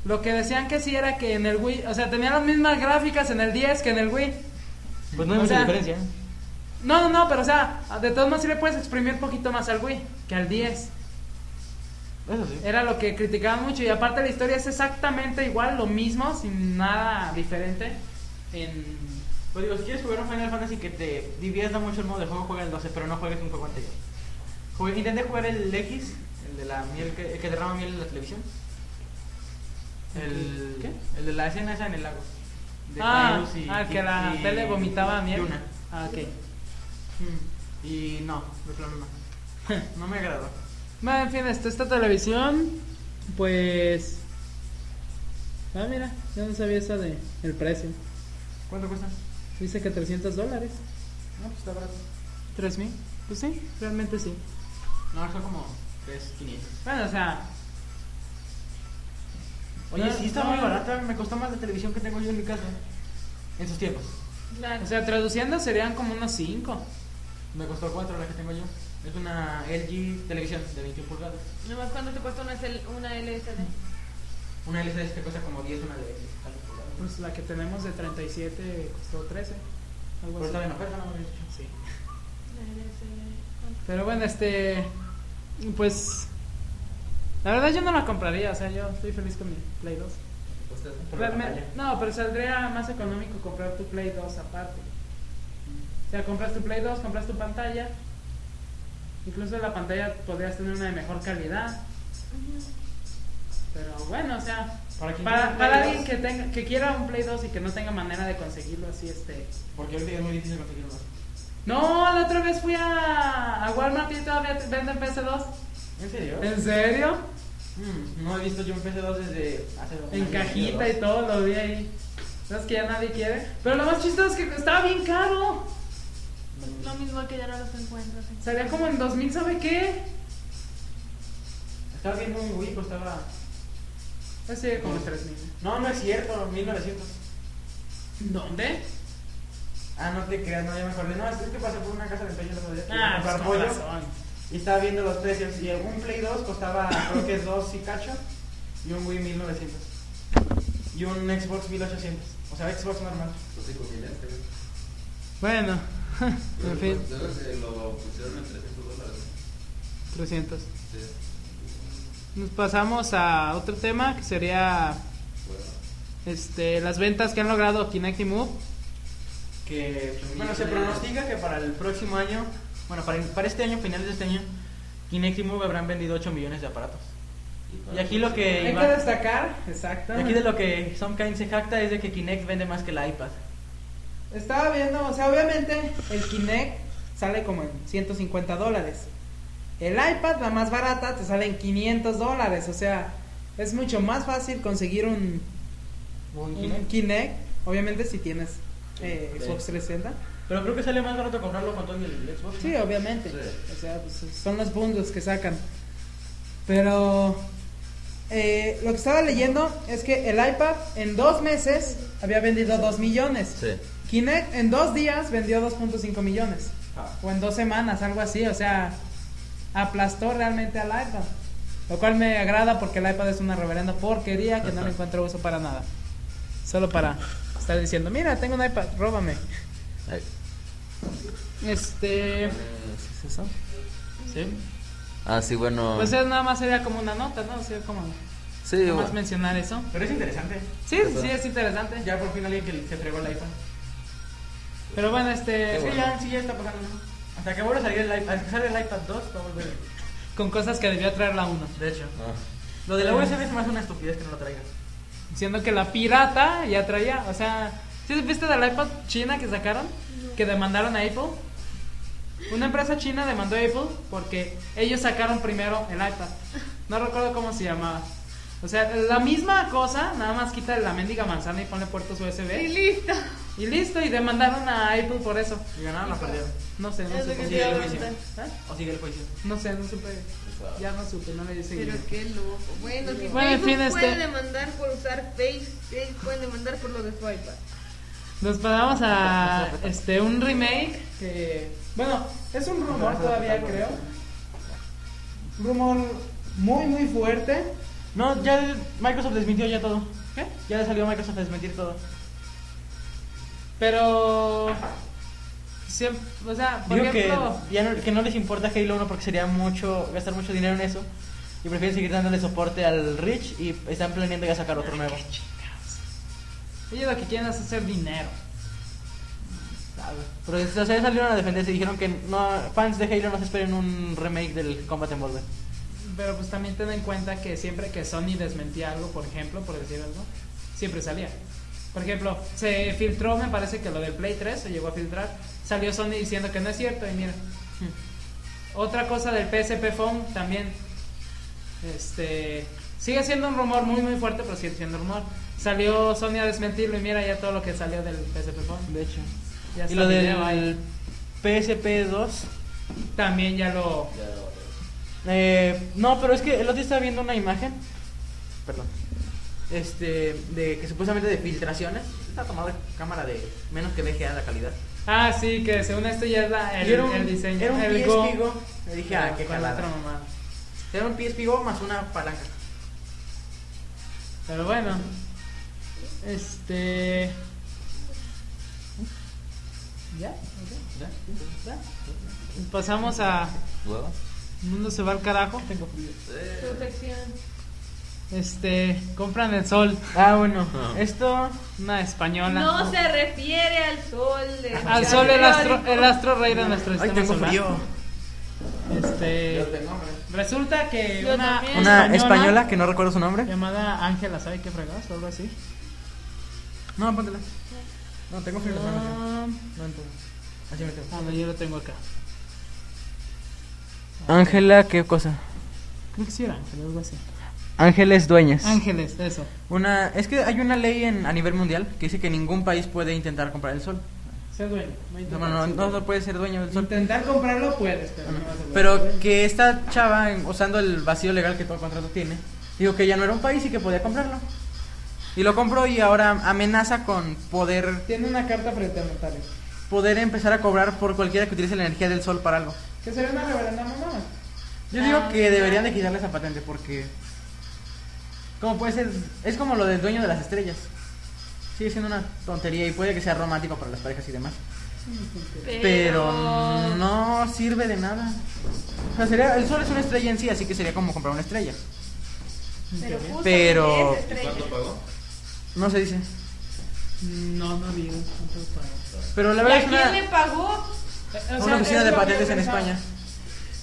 Speaker 3: Lo que decían que sí era que en el Wii, o sea, tenía las mismas gráficas en el 10 que en el Wii.
Speaker 1: Pues
Speaker 3: no hay O mucha sea, diferencia. ¿eh? No, no, no, pero o sea, de todos modos sí le puedes exprimir poquito más al Wii que al 10.
Speaker 1: Eso sí.
Speaker 3: Era lo que criticaban mucho y aparte la historia es exactamente igual, lo mismo, sin nada diferente. En...
Speaker 1: Pues digo, si quieres jugar un Final Fantasy que te divierta mucho el modo de juego, juega el 12, pero no juegues un juego anterior. Jugué- intenté jugar el X, el de la miel que, el que derrama miel en la televisión. El,
Speaker 3: ¿Qué?
Speaker 1: El de la escena esa en el lago. De
Speaker 3: Ah,
Speaker 1: Cyrus
Speaker 3: ah, que la
Speaker 1: y-
Speaker 3: tele vomitaba
Speaker 1: y
Speaker 3: mierda.
Speaker 1: Luna.
Speaker 3: Ah, ok.
Speaker 1: Mm, Y no, de plano no. [LAUGHS] No me agradó.
Speaker 3: Bueno, en fin, está esta televisión, pues... Ah, mira, yo no sabía esa de el precio.
Speaker 1: ¿Cuánto cuesta?
Speaker 3: Dice que 300 dólares.
Speaker 1: No, pues está barato.
Speaker 3: ¿Tres mil? Pues sí, realmente sí.
Speaker 1: No, son como 3.500.
Speaker 3: Bueno, o sea...
Speaker 1: Oye,
Speaker 3: No,
Speaker 1: sí, está
Speaker 3: no,
Speaker 1: muy
Speaker 3: no.
Speaker 1: barata. Me costó más la televisión que tengo yo en mi casa. En sus tiempos.
Speaker 2: Claro.
Speaker 3: O sea, traduciendo serían como unos 5.
Speaker 1: Me costó 4 la que tengo yo. Es una LG televisión de 21 pulgadas.
Speaker 2: Nomás cuando te cuesta una, cel- una LSD.
Speaker 1: Una LCD que cuesta como 10, una de 14 pulgadas.
Speaker 3: Pues la que tenemos de 37 costó 13.
Speaker 1: Pero
Speaker 3: Algo así.
Speaker 1: estaba en oferta, Pues, no me habías dicho.
Speaker 3: pues, Sí. Pero bueno, este. Pues. La verdad, yo no la compraría. O sea, yo estoy feliz con mi Play 2.
Speaker 1: Cuesta por la
Speaker 3: Realmente,
Speaker 1: pantalla.
Speaker 3: no, pero saldría más económico comprar tu Play 2 aparte. O sea, compras tu Play 2, compras tu pantalla. Incluso la pantalla podrías tener una de mejor calidad. Pero bueno, o sea,
Speaker 1: Para quien
Speaker 3: para,
Speaker 1: quiera
Speaker 3: para
Speaker 1: Play
Speaker 3: alguien
Speaker 1: 2.
Speaker 3: que tenga que quiera un Play 2 y que no tenga manera de conseguirlo así, este.
Speaker 1: Porque ahorita ya es muy difícil conseguir uno.
Speaker 3: No, la otra vez fui a, a Walmart y todavía te venden PS2.
Speaker 1: ¿En serio?
Speaker 3: ¿En serio?
Speaker 1: Mm, no he visto yo un PC2 desde hace dos
Speaker 3: En
Speaker 1: años,
Speaker 3: cajita
Speaker 1: dos.
Speaker 3: y todo, lo vi ahí. ¿Sabes que ya nadie quiere? Pero lo más chistoso es que estaba bien caro.
Speaker 2: Lo mismo que ya no los encuentras.
Speaker 3: Salía como en 2000, ¿sabe qué?
Speaker 1: Estaba viendo un Wii, costaba.
Speaker 3: Así como en 3000.
Speaker 1: No, no es cierto, 1900.
Speaker 3: ¿Dónde?
Speaker 1: Ah, no te creas, no, ya me acordé. No, es que pasé por una casa de empeño el otro día. quería
Speaker 3: Ah, pues
Speaker 1: comprar
Speaker 3: con
Speaker 1: pollo.
Speaker 3: razón.
Speaker 1: Y estaba viendo los precios y un Play 2 costaba creo que 2 y cacho y un Wii 1900 y un Xbox 1800, o sea, Xbox normal.
Speaker 6: Los cinco millones, güey.
Speaker 3: Bueno, [LAUGHS] en fin,
Speaker 6: Pero los de- Lo pusieron en 300 dólares.
Speaker 3: 300.
Speaker 6: Sí.
Speaker 3: Nos pasamos a otro tema que sería
Speaker 6: Bueno.
Speaker 3: este, las ventas que han logrado Kinect y Move.
Speaker 1: Que pues, bueno, se pronostica que para el próximo año, bueno, para, para este año, finales de este año, Kinect y Move habrán vendido 8 millones de aparatos. Y aquí lo que
Speaker 3: Hay que
Speaker 1: Iván-
Speaker 3: destacar, exacto.
Speaker 1: y aquí de lo que Somekind se jacta es de que Kinect vende más que la iPad.
Speaker 3: Estaba viendo, o sea, obviamente el Kinect sale como en 150 dólares. El iPad, la más barata, te sale en 500 dólares. O sea, es mucho más fácil conseguir un,
Speaker 1: Un
Speaker 3: un
Speaker 1: Kinect.
Speaker 3: Kinect. Obviamente si tienes eh, Xbox 360.
Speaker 1: Pero creo que sale más barato comprarlo con todo y el Xbox. ¿no?
Speaker 3: Sí, obviamente.
Speaker 6: Sí.
Speaker 3: O sea, pues, son los bundles que sacan. Pero eh, lo que estaba leyendo es que el iPad en dos meses había vendido 2 millones.
Speaker 4: Sí.
Speaker 3: Kinect en dos días vendió 2.5 millones.
Speaker 1: Ah.
Speaker 3: O en dos semanas, algo así. O sea, aplastó realmente al iPad. Lo cual me agrada porque el iPad es una reverenda porquería que no le encuentro uso para nada. Solo para estar diciendo, mira, tengo un iPad, róbame.
Speaker 4: Ay.
Speaker 6: Eh,
Speaker 3: Este...
Speaker 4: ¿Sí es eso?
Speaker 1: Sí.
Speaker 4: Ah, sí, bueno.
Speaker 3: Pues es- nada más sería como una nota, ¿no? O sea, como...
Speaker 4: sí,
Speaker 3: nada más
Speaker 4: bueno.
Speaker 3: mencionar eso.
Speaker 1: Pero es interesante.
Speaker 3: Sí, sí, es interesante.
Speaker 1: Ya por fin alguien que se fregó la iPad.
Speaker 3: Pero bueno, este...
Speaker 1: Sí,
Speaker 3: sí,
Speaker 1: ya,
Speaker 3: ya,
Speaker 1: sí, ya está pasando. ¿no? Hasta que vuelva a salir el iPad, hasta que salga el iPad 2, va a volver.
Speaker 3: Con cosas que debió traer la 1.
Speaker 1: De hecho,
Speaker 4: Ah.
Speaker 1: lo de la USB es más una estupidez que no lo traigas.
Speaker 3: Siendo que la pirata ya traía, o sea, ¿sí supiste de la iPad china que sacaron? Que demandaron a Apple. Una empresa china demandó a Apple porque ellos sacaron primero el iPad. No recuerdo cómo se llamaba. O sea, la misma cosa, nada más quita la mendiga manzana y ponle puertos USB.
Speaker 2: Y listo.
Speaker 3: Y listo, y demandaron a Apple por eso. ¿Y ganaron o perdieron? No sé, no
Speaker 2: Es lo
Speaker 3: supe.
Speaker 2: que
Speaker 1: Sí,
Speaker 2: te iba a
Speaker 1: el juicio.
Speaker 2: preguntar.
Speaker 3: ¿Eh?
Speaker 1: ¿O sigue el juicio?
Speaker 3: No sé, no supe. Ya no supe, no le di
Speaker 2: Pero
Speaker 3: seguimiento.
Speaker 2: qué loco. Bueno, si
Speaker 3: Bueno, en
Speaker 2: Facebook
Speaker 3: fin, este-
Speaker 2: puede demandar por usar Face, Facebook puede demandar por lo de su iPad.
Speaker 3: Nos pasamos a este un remake que bueno, es un rumor todavía creo. Un rumor muy muy fuerte.
Speaker 1: No, ya Microsoft desmintió ya todo.
Speaker 3: ¿Qué?
Speaker 1: Ya le salió a Microsoft a desmentir todo.
Speaker 3: Pero siempre, o sea, por
Speaker 1: Digo que,
Speaker 3: ejemplo,
Speaker 1: ya no, que no les importa Halo 1 porque sería mucho gastar mucho dinero en eso. Y prefieren seguir dándole soporte al Rich y están planeando ya sacar otro nuevo.
Speaker 3: ellos lo que quieren es hacer dinero.
Speaker 1: Pero o sea, ya salieron a defenderse y dijeron que no, fans de Halo no se esperen un remake del Combat Evolved.
Speaker 3: Pero pues también ten en cuenta que siempre que Sony desmentía algo, por ejemplo, por decir algo, siempre salía. Por ejemplo, se filtró, me parece que lo del Play 3 se llegó a filtrar. Salió Sony diciendo que no es cierto y mira. Otra cosa del PSP Phone también. Este sigue siendo un rumor muy muy fuerte, pero sigue siendo rumor. Salió Sony a desmentirlo y mira ya todo lo que salió del PSP Phone.
Speaker 1: De hecho.
Speaker 3: Ya
Speaker 1: y
Speaker 3: está
Speaker 1: lo
Speaker 3: video ahí.
Speaker 1: del PSP 2.
Speaker 3: también ya lo
Speaker 1: Eh, no, pero es que el otro día estaba viendo una imagen. Perdón. Este, de que supuestamente de filtraciones. Está tomado de cámara de menos que VGA la calidad.
Speaker 3: Ah, sí, que según esto ya es la, el,
Speaker 1: Y era un,
Speaker 3: el diseño.
Speaker 1: Era un
Speaker 3: el
Speaker 1: PSP
Speaker 3: Go.
Speaker 1: Go. Le dije, ah, qué
Speaker 3: Con otra
Speaker 1: calada.
Speaker 3: mamada.
Speaker 1: Era un PSP Go más una palanca.
Speaker 3: Pero bueno. Este. ¿Ya? ¿Ya? Pasamos a.
Speaker 11: ¿Huevo?
Speaker 3: El mundo se va al carajo. Tengo frío.
Speaker 2: Su sección.
Speaker 3: Este. Compran el sol.
Speaker 1: Ah, bueno.
Speaker 4: Ah.
Speaker 1: Esto.
Speaker 3: Una española.
Speaker 2: No se refiere al sol. de-
Speaker 3: Al sol, el astro,
Speaker 2: teórico.
Speaker 3: el astro rey de nuestro
Speaker 1: Ay,
Speaker 3: sistema
Speaker 1: tengo
Speaker 3: solar.
Speaker 1: frío.
Speaker 3: Este. Resulta que
Speaker 2: Yo
Speaker 3: una
Speaker 2: también.
Speaker 1: Una española que no recuerdo su nombre.
Speaker 3: llamada Ángela, ¿sabe qué fregados? Algo así.
Speaker 1: No, póntela. No, tengo frío. no, no, no.
Speaker 3: Ah,
Speaker 1: No, entonces. Así me tengo.
Speaker 3: ah, no, yo lo tengo acá.
Speaker 5: Ángela, ¿qué cosa?
Speaker 3: Creo que sí era Ángela, algo así.
Speaker 5: Ángeles Dueñas.
Speaker 3: Ángeles, eso.
Speaker 1: Una, es que hay una ley en, a nivel mundial que dice que ningún país puede intentar comprar el sol.
Speaker 3: Ser dueño.
Speaker 1: No, no, no, no, no puede ser dueño del sol.
Speaker 3: Intentar comprarlo puedes, pero no vas a poder.
Speaker 1: Pero que esta chava, en- usando el vacío legal que todo contrato tiene, dijo que ya no era un país y que podía comprarlo. Y lo compró y ahora amenaza con poder,
Speaker 3: Tiene una carta frente a notario.
Speaker 1: poder empezar a cobrar por cualquiera que utilice la energía del sol para algo.
Speaker 3: Que sería una reverenda mamá.
Speaker 1: Yo digo que deberían de quitarle esa patente porque... Como puede ser? Es como lo del dueño de las estrellas. Sigue siendo una tontería y puede que sea romántico para las parejas y demás. Pero no sirve de nada. O sea, sería, el sol es una estrella en sí, así que sería como comprar una estrella.
Speaker 2: Pero. justo
Speaker 1: Pero-
Speaker 2: es estrella.
Speaker 6: ¿Cuánto pagó?
Speaker 1: No se dice.
Speaker 3: No, no digo. Eh,
Speaker 1: Pero la
Speaker 2: ¿Y
Speaker 1: verdad
Speaker 2: a
Speaker 1: es
Speaker 2: quién le
Speaker 1: una,
Speaker 2: pagó?
Speaker 1: una oficina de patentes en España.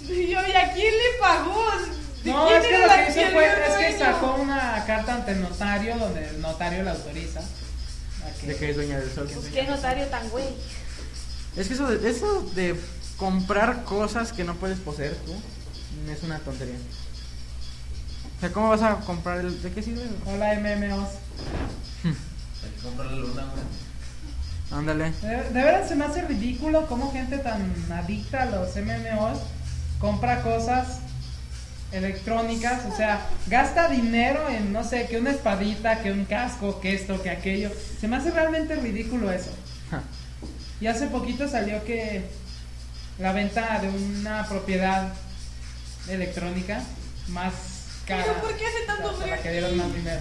Speaker 2: Yo, ¿y a quién le pagó? ¿De
Speaker 3: No,
Speaker 2: quién
Speaker 3: es que
Speaker 2: era
Speaker 3: lo
Speaker 2: la
Speaker 3: que hizo
Speaker 2: quién era
Speaker 3: fue, es que
Speaker 2: dueño?
Speaker 3: sacó una carta ante el notario donde el notario la autoriza. a que-
Speaker 1: De que es dueña del sol.
Speaker 2: Pues qué notario tan güey.
Speaker 1: Es que eso de, eso de comprar cosas que no puedes poseer tú mm, es una tontería. O sea, ¿cómo vas a comprar el... ¿De qué sirve?
Speaker 3: Hola MMOs.
Speaker 11: Hay que comprar la luna, güey.
Speaker 1: Ándale.
Speaker 3: De, de veras se me hace ridículo cómo gente tan adicta a los MMOs compra cosas electrónicas, o sea, gasta dinero en no sé, que una espadita, que un casco, que esto, que aquello. Se me hace realmente ridículo eso.
Speaker 1: Ja.
Speaker 3: Y hace poquito salió que la venta de una propiedad electrónica más cara.
Speaker 2: Pero, ¿por qué hace tanto
Speaker 3: la- la
Speaker 2: frío
Speaker 3: que dieron más dinero.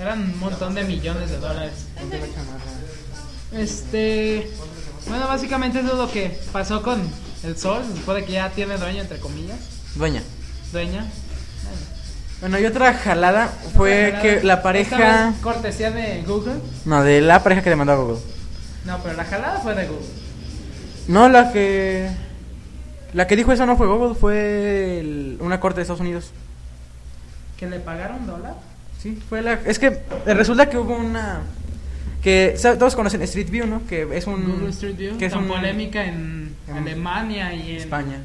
Speaker 3: Eran un montón de millones de dólares.
Speaker 1: Ponte la chamarra.
Speaker 3: Este. Bueno, básicamente eso es lo que pasó con el sol. Después de que ya tiene dueño, entre comillas.
Speaker 1: Dueña.
Speaker 3: Dueña.
Speaker 1: Bueno, y otra jalada fue
Speaker 3: Ojalá.
Speaker 1: que la
Speaker 3: Esta
Speaker 1: pareja...
Speaker 3: vez Cortesía de Google.
Speaker 1: No, de la pareja que demandó a Google.
Speaker 3: No, pero la jalada fue de Google.
Speaker 1: No, la que. La que dijo eso no fue Google, fue el- una corte de Estados Unidos.
Speaker 3: ¿Que le pagaron dólar?
Speaker 1: Sí, fue la... Es que eh, resulta que hubo una... Que sa- todos conocen Street View, ¿no? Que es un...
Speaker 3: Google Street View,
Speaker 1: Mm, que es
Speaker 3: tan
Speaker 1: un-
Speaker 3: polémica en,
Speaker 1: en-
Speaker 3: Alemania y en
Speaker 1: España.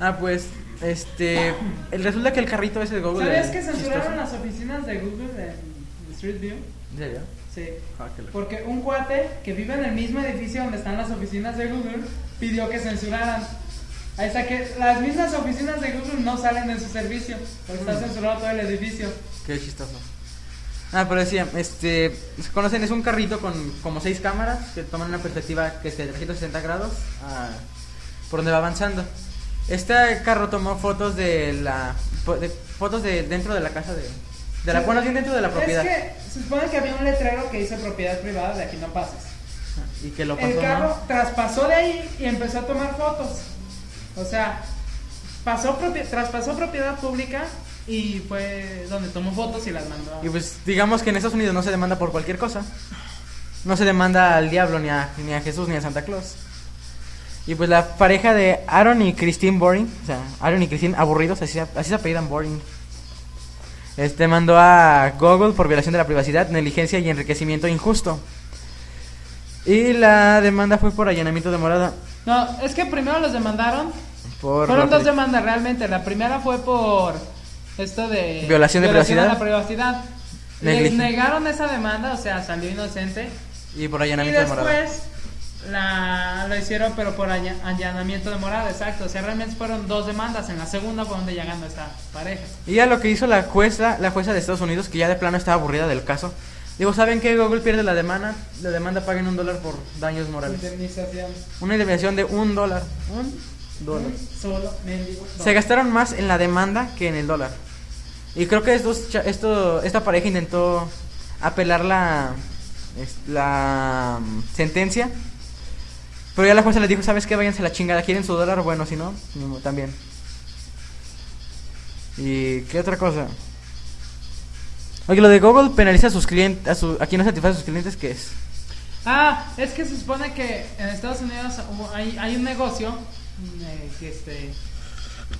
Speaker 1: Ah, pues, este... el- resulta que el carrito ese de Google...
Speaker 3: ¿Sabías
Speaker 1: el
Speaker 3: que
Speaker 1: chistoso-
Speaker 3: censuraron las oficinas de Google en Street View?
Speaker 1: ¿En serio?
Speaker 3: Sí.
Speaker 1: Ah, qué loco.
Speaker 3: Porque un cuate que vive en el mismo edificio donde están las oficinas de Google pidió que censuraran. Hasta que las mismas oficinas de Google no salen de su servicio, porque
Speaker 1: Mm.
Speaker 3: está censurado todo el edificio.
Speaker 1: Qué chistoso. Ah, pero decía, este, conocen, es un carrito con como seis cámaras que toman una perspectiva que es de 360 grados ah, por donde va avanzando. Este carro tomó fotos de la, fo- de- fotos de dentro de la casa de, de la, bueno, bien dentro de la propiedad.
Speaker 3: Es que se supone que había un letrero que dice propiedad privada, de aquí no pases.
Speaker 1: Y que lo pasó,
Speaker 3: El carro
Speaker 1: ¿no?
Speaker 3: traspasó de ahí y empezó a tomar fotos. O sea, pasó propi- traspasó propiedad pública y fue donde tomó fotos y las mandó. a-
Speaker 1: Y pues digamos que en Estados Unidos no se demanda por cualquier cosa. No se demanda al diablo, ni a, ni a Jesús, ni a Santa Claus. Y pues la pareja de Aaron y Christine Boring, o sea, Aaron y Christine aburridos, así, se- así se apellidan Boring. Este mandó a Google por violación de la privacidad, negligencia y enriquecimiento injusto. Y la demanda fue por allanamiento de morada.
Speaker 3: No, es que primero los demandaron.
Speaker 1: Por
Speaker 3: Fueron
Speaker 1: la
Speaker 3: dos demandas realmente. La primera fue por esto de
Speaker 1: Violación de
Speaker 3: a la
Speaker 1: privacidad.
Speaker 3: privacidad. Les
Speaker 1: Negligencia.
Speaker 3: negaron esa demanda, o sea, salió inocente.
Speaker 1: Y por
Speaker 3: Y
Speaker 1: allanamiento de morada.
Speaker 3: después la, lo hicieron, pero por alla- allanamiento de morada, exacto. O sea, realmente fueron dos demandas. En la segunda fue donde ya ganó esta pareja.
Speaker 1: Y ya lo que hizo la jueza, la jueza de Estados Unidos, que ya de plano estaba aburrida del caso, digo, ¿saben qué? Google pierde la demanda, la demanda paguen un dólar por daños morales.
Speaker 3: Indemnización.
Speaker 1: Una indemnización de un dólar. Un dólar.
Speaker 3: Solo mendigo.
Speaker 1: Se gastaron más en la demanda que en el dólar. Y creo que estos, cha- esto, esta pareja intentó apelar la, es- la mm, sentencia. Pero ya la jueza les dijo, ¿sabes qué? Váyanse a la chingada. ¿Quieren su dólar? Bueno, si no, ni mo- también. ¿Y qué otra cosa? Oye, lo de Google penaliza a sus clientes, a, su, a quien no satisface a sus clientes, ¿qué es?
Speaker 3: Ah, es que se supone que en Estados Unidos hubo- hay, hay un negocio eh, que este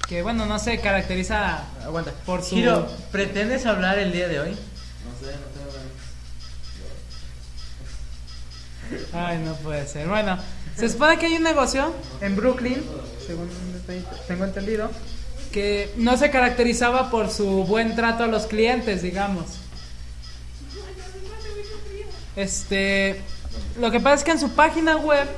Speaker 3: que bueno no se caracteriza
Speaker 1: Aguanta.
Speaker 3: por su
Speaker 1: Giro, ¿pretendes hablar el día de hoy?
Speaker 11: No sé, no tengo ganas.
Speaker 3: ay no puede ser bueno se supone que hay un negocio en Brooklyn según tengo entendido que no se caracterizaba por su buen trato a los clientes digamos Este, lo que pasa es que en su página web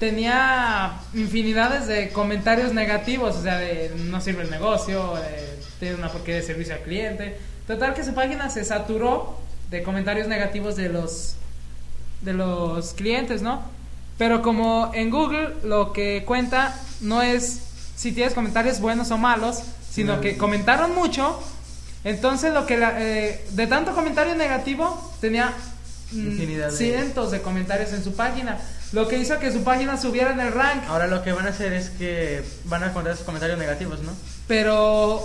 Speaker 3: tenía infinidades de comentarios negativos, o sea, de no sirve el negocio, de, tiene una porquería de servicio al cliente. Total que su página se saturó de comentarios negativos de los de los clientes, ¿no? Pero como en Google lo que cuenta no es si tienes comentarios buenos o malos, sino que comentaron mucho, entonces lo que la- eh, de tanto comentario negativo tenía mm,
Speaker 1: Infinidad de-
Speaker 3: cientos de comentarios en su página, lo que hizo que su página subiera en el rank.
Speaker 1: Ahora lo que van a hacer es que van a contar sus comentarios negativos, ¿no?
Speaker 3: pero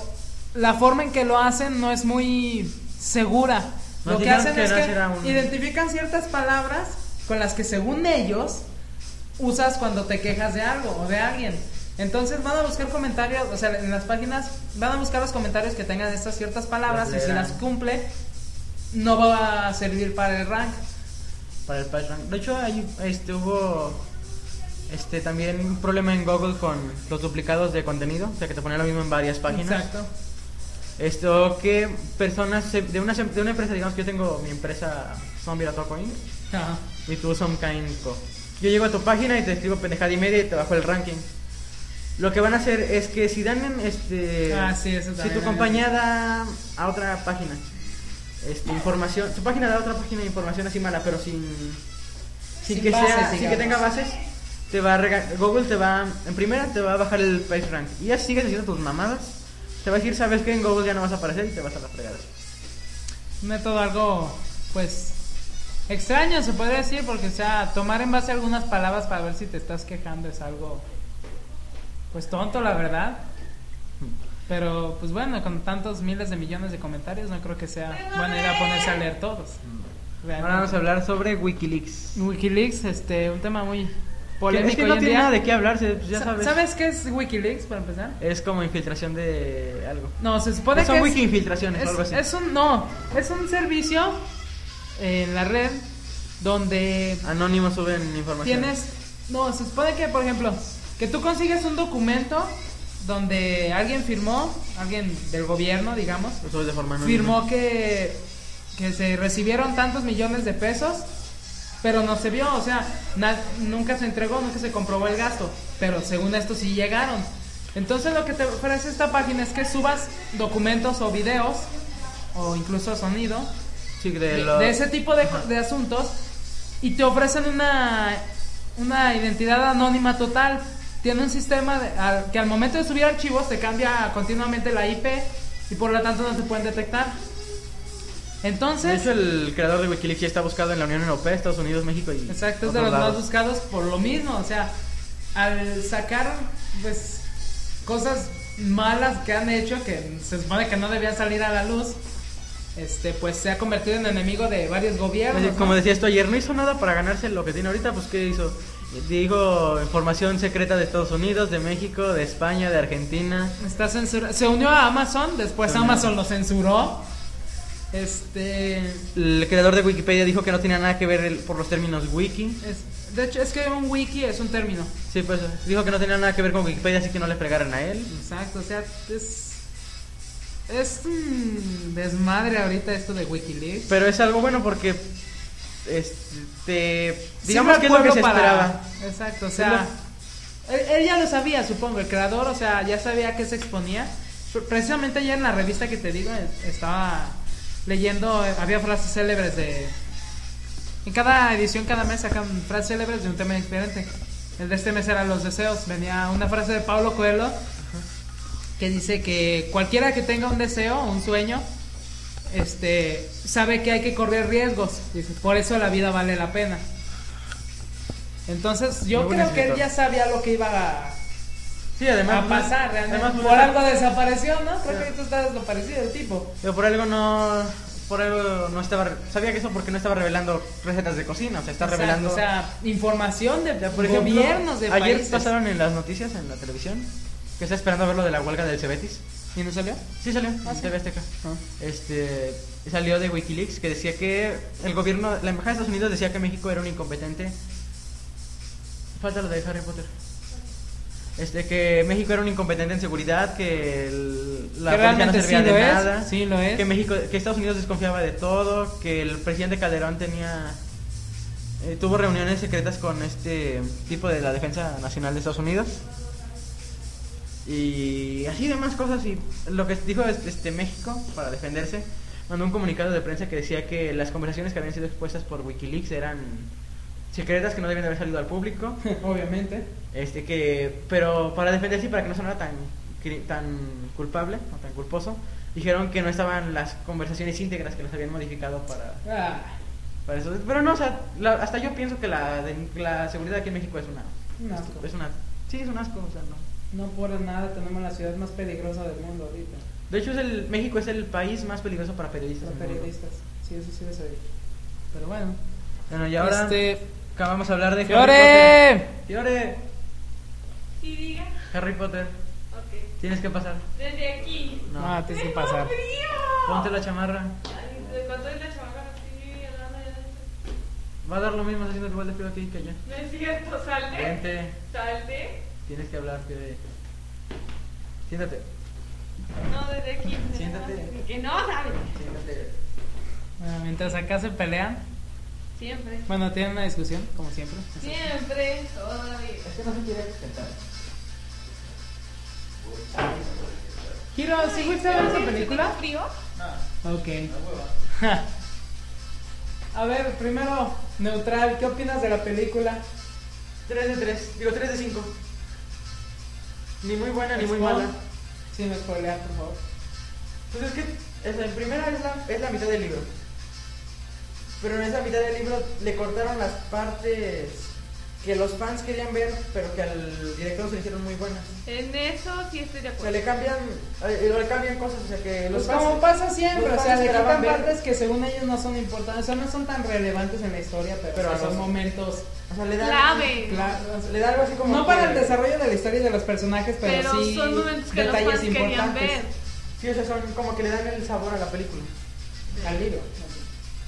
Speaker 3: la forma en que lo hacen no es muy segura.
Speaker 1: Nos
Speaker 3: lo que
Speaker 1: dijeron
Speaker 3: hacen
Speaker 1: que
Speaker 3: es
Speaker 1: no
Speaker 3: que
Speaker 1: será un-
Speaker 3: identifican ciertas palabras con las que según ellos usas cuando te quejas de algo o de alguien. Entonces van a buscar comentarios, o sea, en las páginas van a buscar los comentarios que tengan estas ciertas palabras y si
Speaker 1: leerán.
Speaker 3: las cumple no va a servir para el rank.
Speaker 1: Para el PageRank. De hecho, hay, este, hubo este, también un problema en Google con los duplicados de contenido, o sea que te ponía lo mismo en varias páginas.
Speaker 3: Exacto.
Speaker 1: Esto que personas se- de, una, de una empresa, digamos que yo tengo mi empresa Zombie Toco Inc.
Speaker 3: Ajá.
Speaker 1: y tú Some Kind Co. Yo llego a tu página y te escribo pendejada y media y te bajo el ranking. Lo que van a hacer es que si dan en, este
Speaker 3: Ah, sí, eso
Speaker 1: si
Speaker 3: también
Speaker 1: tu
Speaker 3: hay
Speaker 1: compañía da a otra página este, información, su página da a otra página de información así mala, pero sin sin,
Speaker 3: Sin
Speaker 1: que
Speaker 3: bases,
Speaker 1: sea, sin que
Speaker 3: digamos.
Speaker 1: tenga bases, te va a rega- Google te va en primera te va a bajar el page rank y ya si sigues haciendo tus mamadas. Te va a decir, sabes que en Google ya no vas a aparecer y te vas a la fregada.
Speaker 3: un método algo, pues, extraño, se podría decir, porque, o sea, tomar en base algunas palabras para ver si te estás quejando es algo, pues, tonto, la verdad. Pero, pues bueno, con tantos miles de millones de comentarios, no creo que sea buena idea ponerse a leer todos.
Speaker 1: Ahora vamos
Speaker 3: Realmente.
Speaker 1: a hablar sobre WikiLeaks.
Speaker 3: Wikileaks, este, un tema muy polémico
Speaker 1: es que
Speaker 3: hoy
Speaker 1: no
Speaker 3: en
Speaker 1: tiene
Speaker 3: día.
Speaker 1: nada de qué hablarse, pues ya
Speaker 3: Sa-
Speaker 1: sabes.
Speaker 3: ¿Sabes qué es Wikileaks para empezar?
Speaker 1: Es como infiltración de algo.
Speaker 3: No, se supone
Speaker 1: son
Speaker 3: que
Speaker 1: wiki
Speaker 3: es,
Speaker 1: infiltraciones o algo
Speaker 3: es,
Speaker 1: así.
Speaker 3: es un no, es un servicio en la red donde
Speaker 1: Anónimos suben información.
Speaker 3: tienes no, se supone que por ejemplo, que tú consigues un documento donde alguien firmó, alguien del gobierno, digamos,
Speaker 1: Lo subes de forma anónima.
Speaker 3: firmó que, que se recibieron tantos millones de pesos, pero no se vio, o sea, na- nunca se entregó, nunca se comprobó el gasto, pero según esto sí llegaron. Entonces lo que te ofrece esta página es que subas documentos o videos, o incluso sonido,
Speaker 1: Sí, de,
Speaker 3: de,
Speaker 1: lo-
Speaker 3: de ese tipo de, de asuntos, y te ofrecen una, una identidad anónima total. Tiene un sistema de- al- que al momento de subir archivos te cambia continuamente la IP y por lo tanto no te pueden detectar.
Speaker 1: De
Speaker 3: Entonces,
Speaker 1: hecho, el creador de Wikileaks ya está buscado en la Unión Europea, Estados Unidos, México y.
Speaker 3: Exacto, es de
Speaker 1: otros
Speaker 3: los
Speaker 1: lados.
Speaker 3: más buscados por lo mismo, o sea, al sacar pues cosas malas que han hecho que se supone que no debían salir a la luz, este pues se ha convertido en enemigo de varios gobiernos.
Speaker 1: Así,
Speaker 3: ¿no?
Speaker 1: Como decías tú ayer, no hizo nada para ganarse lo que tiene ahorita, pues ¿qué hizo? Dijo información secreta de Estados Unidos, de México, de España, de Argentina.
Speaker 3: Está censura- se unió a Amazon, después
Speaker 1: Se unió.
Speaker 3: Amazon lo censuró. Este
Speaker 1: El creador de Wikipedia dijo que no tenía nada que ver el- por los términos wiki.
Speaker 3: es- de hecho es que un wiki es un término.
Speaker 1: Sí, pues dijo que no tenía nada que ver con Wikipedia, así que no le fregaran a él.
Speaker 3: Exacto, o sea, es es un desmadre ahorita esto de WikiLeaks.
Speaker 1: Pero es algo bueno porque este
Speaker 3: Siempre
Speaker 1: digamos
Speaker 3: al
Speaker 1: que es lo que
Speaker 3: pueblo
Speaker 1: se
Speaker 3: para-
Speaker 1: esperaba.
Speaker 3: Exacto, o sea, él, él ya lo sabía, supongo, el creador, o sea, ya sabía que se exponía. Pre- Precisamente ayer en la revista que te digo, eh, estaba leyendo, eh, había frases célebres de... En cada edición, cada mes sacan frases célebres de un tema diferente. El de este mes era los deseos, venía una frase de Pablo Coelho que dice que cualquiera que tenga un deseo, un sueño, este, sabe que hay que correr riesgos. Dice, por eso la vida vale la pena. Entonces, yo
Speaker 1: Muy buen
Speaker 3: creo que él
Speaker 1: escritor.
Speaker 3: ya sabía lo que iba a,
Speaker 1: Sí, además
Speaker 3: a pasar realmente.
Speaker 1: además,
Speaker 3: por
Speaker 1: pues,
Speaker 3: algo desapareció, ¿no? Creo
Speaker 1: Sí.
Speaker 3: que ahorita está desaparecido el tipo.
Speaker 1: Pero por algo no. Por algo no estaba. Sabía que eso porque no estaba revelando recetas de cocina. O sea, está
Speaker 3: Exacto,
Speaker 1: revelando.
Speaker 3: O sea, información de
Speaker 1: por ejemplo,
Speaker 3: gobiernos de
Speaker 1: ayer
Speaker 3: países.
Speaker 1: pasaron en las noticias, en la televisión, que está esperando a ver lo de la huelga del Cebetis.
Speaker 3: ¿Y no salió? Ah,
Speaker 1: Sí salió, en
Speaker 3: sí.
Speaker 1: TV Azteca. Este, salió de Wikileaks que decía que el gobierno, la embajada de Estados Unidos decía que México era un incompetente. Falta lo de Harry Potter. Este, que México era un incompetente en seguridad, que el- la policía no
Speaker 3: Que realmente
Speaker 1: servía
Speaker 3: sí
Speaker 1: de
Speaker 3: lo es,
Speaker 1: nada,
Speaker 3: sí lo es.
Speaker 1: que México, que Estados Unidos desconfiaba de todo, que el presidente Calderón tenía eh, tuvo reuniones secretas con este tipo de la defensa nacional de Estados Unidos y así demás cosas y lo que dijo es- este México para defenderse mandó un comunicado de prensa que decía que las conversaciones que habían sido expuestas por WikiLeaks eran secretas que no debían haber salido al público
Speaker 3: [LAUGHS] Obviamente.
Speaker 1: este que pero para defenderse y para que no sonara tan cri- tan culpable o tan culposo dijeron que no estaban las conversaciones íntegras que las habían modificado para
Speaker 3: Ah,
Speaker 1: para eso. Pero no, o sea, la- hasta yo pienso que la, de- la seguridad aquí en México es una.
Speaker 3: un asco.
Speaker 1: Es una. Sí, es un asco, o sea, no.
Speaker 3: pues, No por nada tenemos la ciudad más peligrosa del mundo ahorita.
Speaker 1: De hecho, es el, México es el país más peligroso para periodistas.
Speaker 3: Los
Speaker 1: en el mundo.
Speaker 3: periodistas. Sí, eso sí lo sabía. Pero bueno.
Speaker 1: Bueno, y ahora
Speaker 3: Este-
Speaker 1: acabamos de hablar de. Harry
Speaker 3: ¡Fiore!
Speaker 1: Potter. ¡Fiore!
Speaker 2: Sí, diga.
Speaker 1: Harry Potter,
Speaker 2: Ok.
Speaker 1: tienes que pasar.
Speaker 2: Desde aquí.
Speaker 1: No.
Speaker 3: Ah, tienes que pasar.
Speaker 1: Ponte la chamarra.
Speaker 2: Ay, ¿de cuánto es la chamarra? Sí, hablando ya de eso.
Speaker 1: Va a dar lo mismo haciendo igual de frío aquí que allá.
Speaker 2: No es cierto, salte.
Speaker 1: Vente,
Speaker 2: Salte.
Speaker 1: tienes que hablar, Fiore. Siéntate,
Speaker 2: No, desde aquí.
Speaker 1: Siéntate.
Speaker 2: Que no, sabe.
Speaker 1: siéntate.
Speaker 3: Bueno, mientras acá se pelean,
Speaker 2: Siempre.
Speaker 3: bueno, tienen una discusión, como siempre.
Speaker 2: Siempre. Toda la vida.
Speaker 11: Es que no se quiere sentar.
Speaker 3: Giro, Ah, ¿sí fuiste a ver esa película?
Speaker 2: frío?
Speaker 3: Ok. [LAUGHS] Ja. A ver, primero, neutral, ¿qué opinas de la película?
Speaker 1: 3 de 3, digo 3 de 5. Ni muy buena ni muy
Speaker 3: Spoil-
Speaker 1: mala.
Speaker 3: Sin spoilear, por favor.
Speaker 1: Pues es que es la- en primera es la, es la mitad del libro. Pero en esa mitad del libro le cortaron las partes
Speaker 12: que los fans querían ver, pero que al director se le hicieron muy buenas.
Speaker 2: En eso sí estoy de
Speaker 12: O sea,
Speaker 2: acuerdo.
Speaker 12: le cambian, eh, le cambian cosas, o sea, que los
Speaker 3: Pues
Speaker 12: fans-
Speaker 3: como pasa siempre,
Speaker 12: los
Speaker 3: o sea,
Speaker 12: fans
Speaker 3: le
Speaker 12: esperaban
Speaker 3: quitan
Speaker 12: ver-
Speaker 3: partes que según ellos no son importantes, o sea, no son tan relevantes en la historia, pero,
Speaker 12: Pero
Speaker 3: que
Speaker 12: a
Speaker 3: son
Speaker 12: los-
Speaker 3: momentos
Speaker 12: O sea, le dan,
Speaker 2: Clave.
Speaker 3: claros.
Speaker 12: le da algo así como
Speaker 3: No para el
Speaker 12: que-
Speaker 3: desarrollo de la historia y de los personajes, pero,
Speaker 2: Pero
Speaker 3: sí
Speaker 2: son momentos que los
Speaker 3: detalles
Speaker 2: fans querían
Speaker 3: importantes
Speaker 2: ver.
Speaker 12: Sí, o sea, son como que le dan el sabor a la película.
Speaker 3: al libro.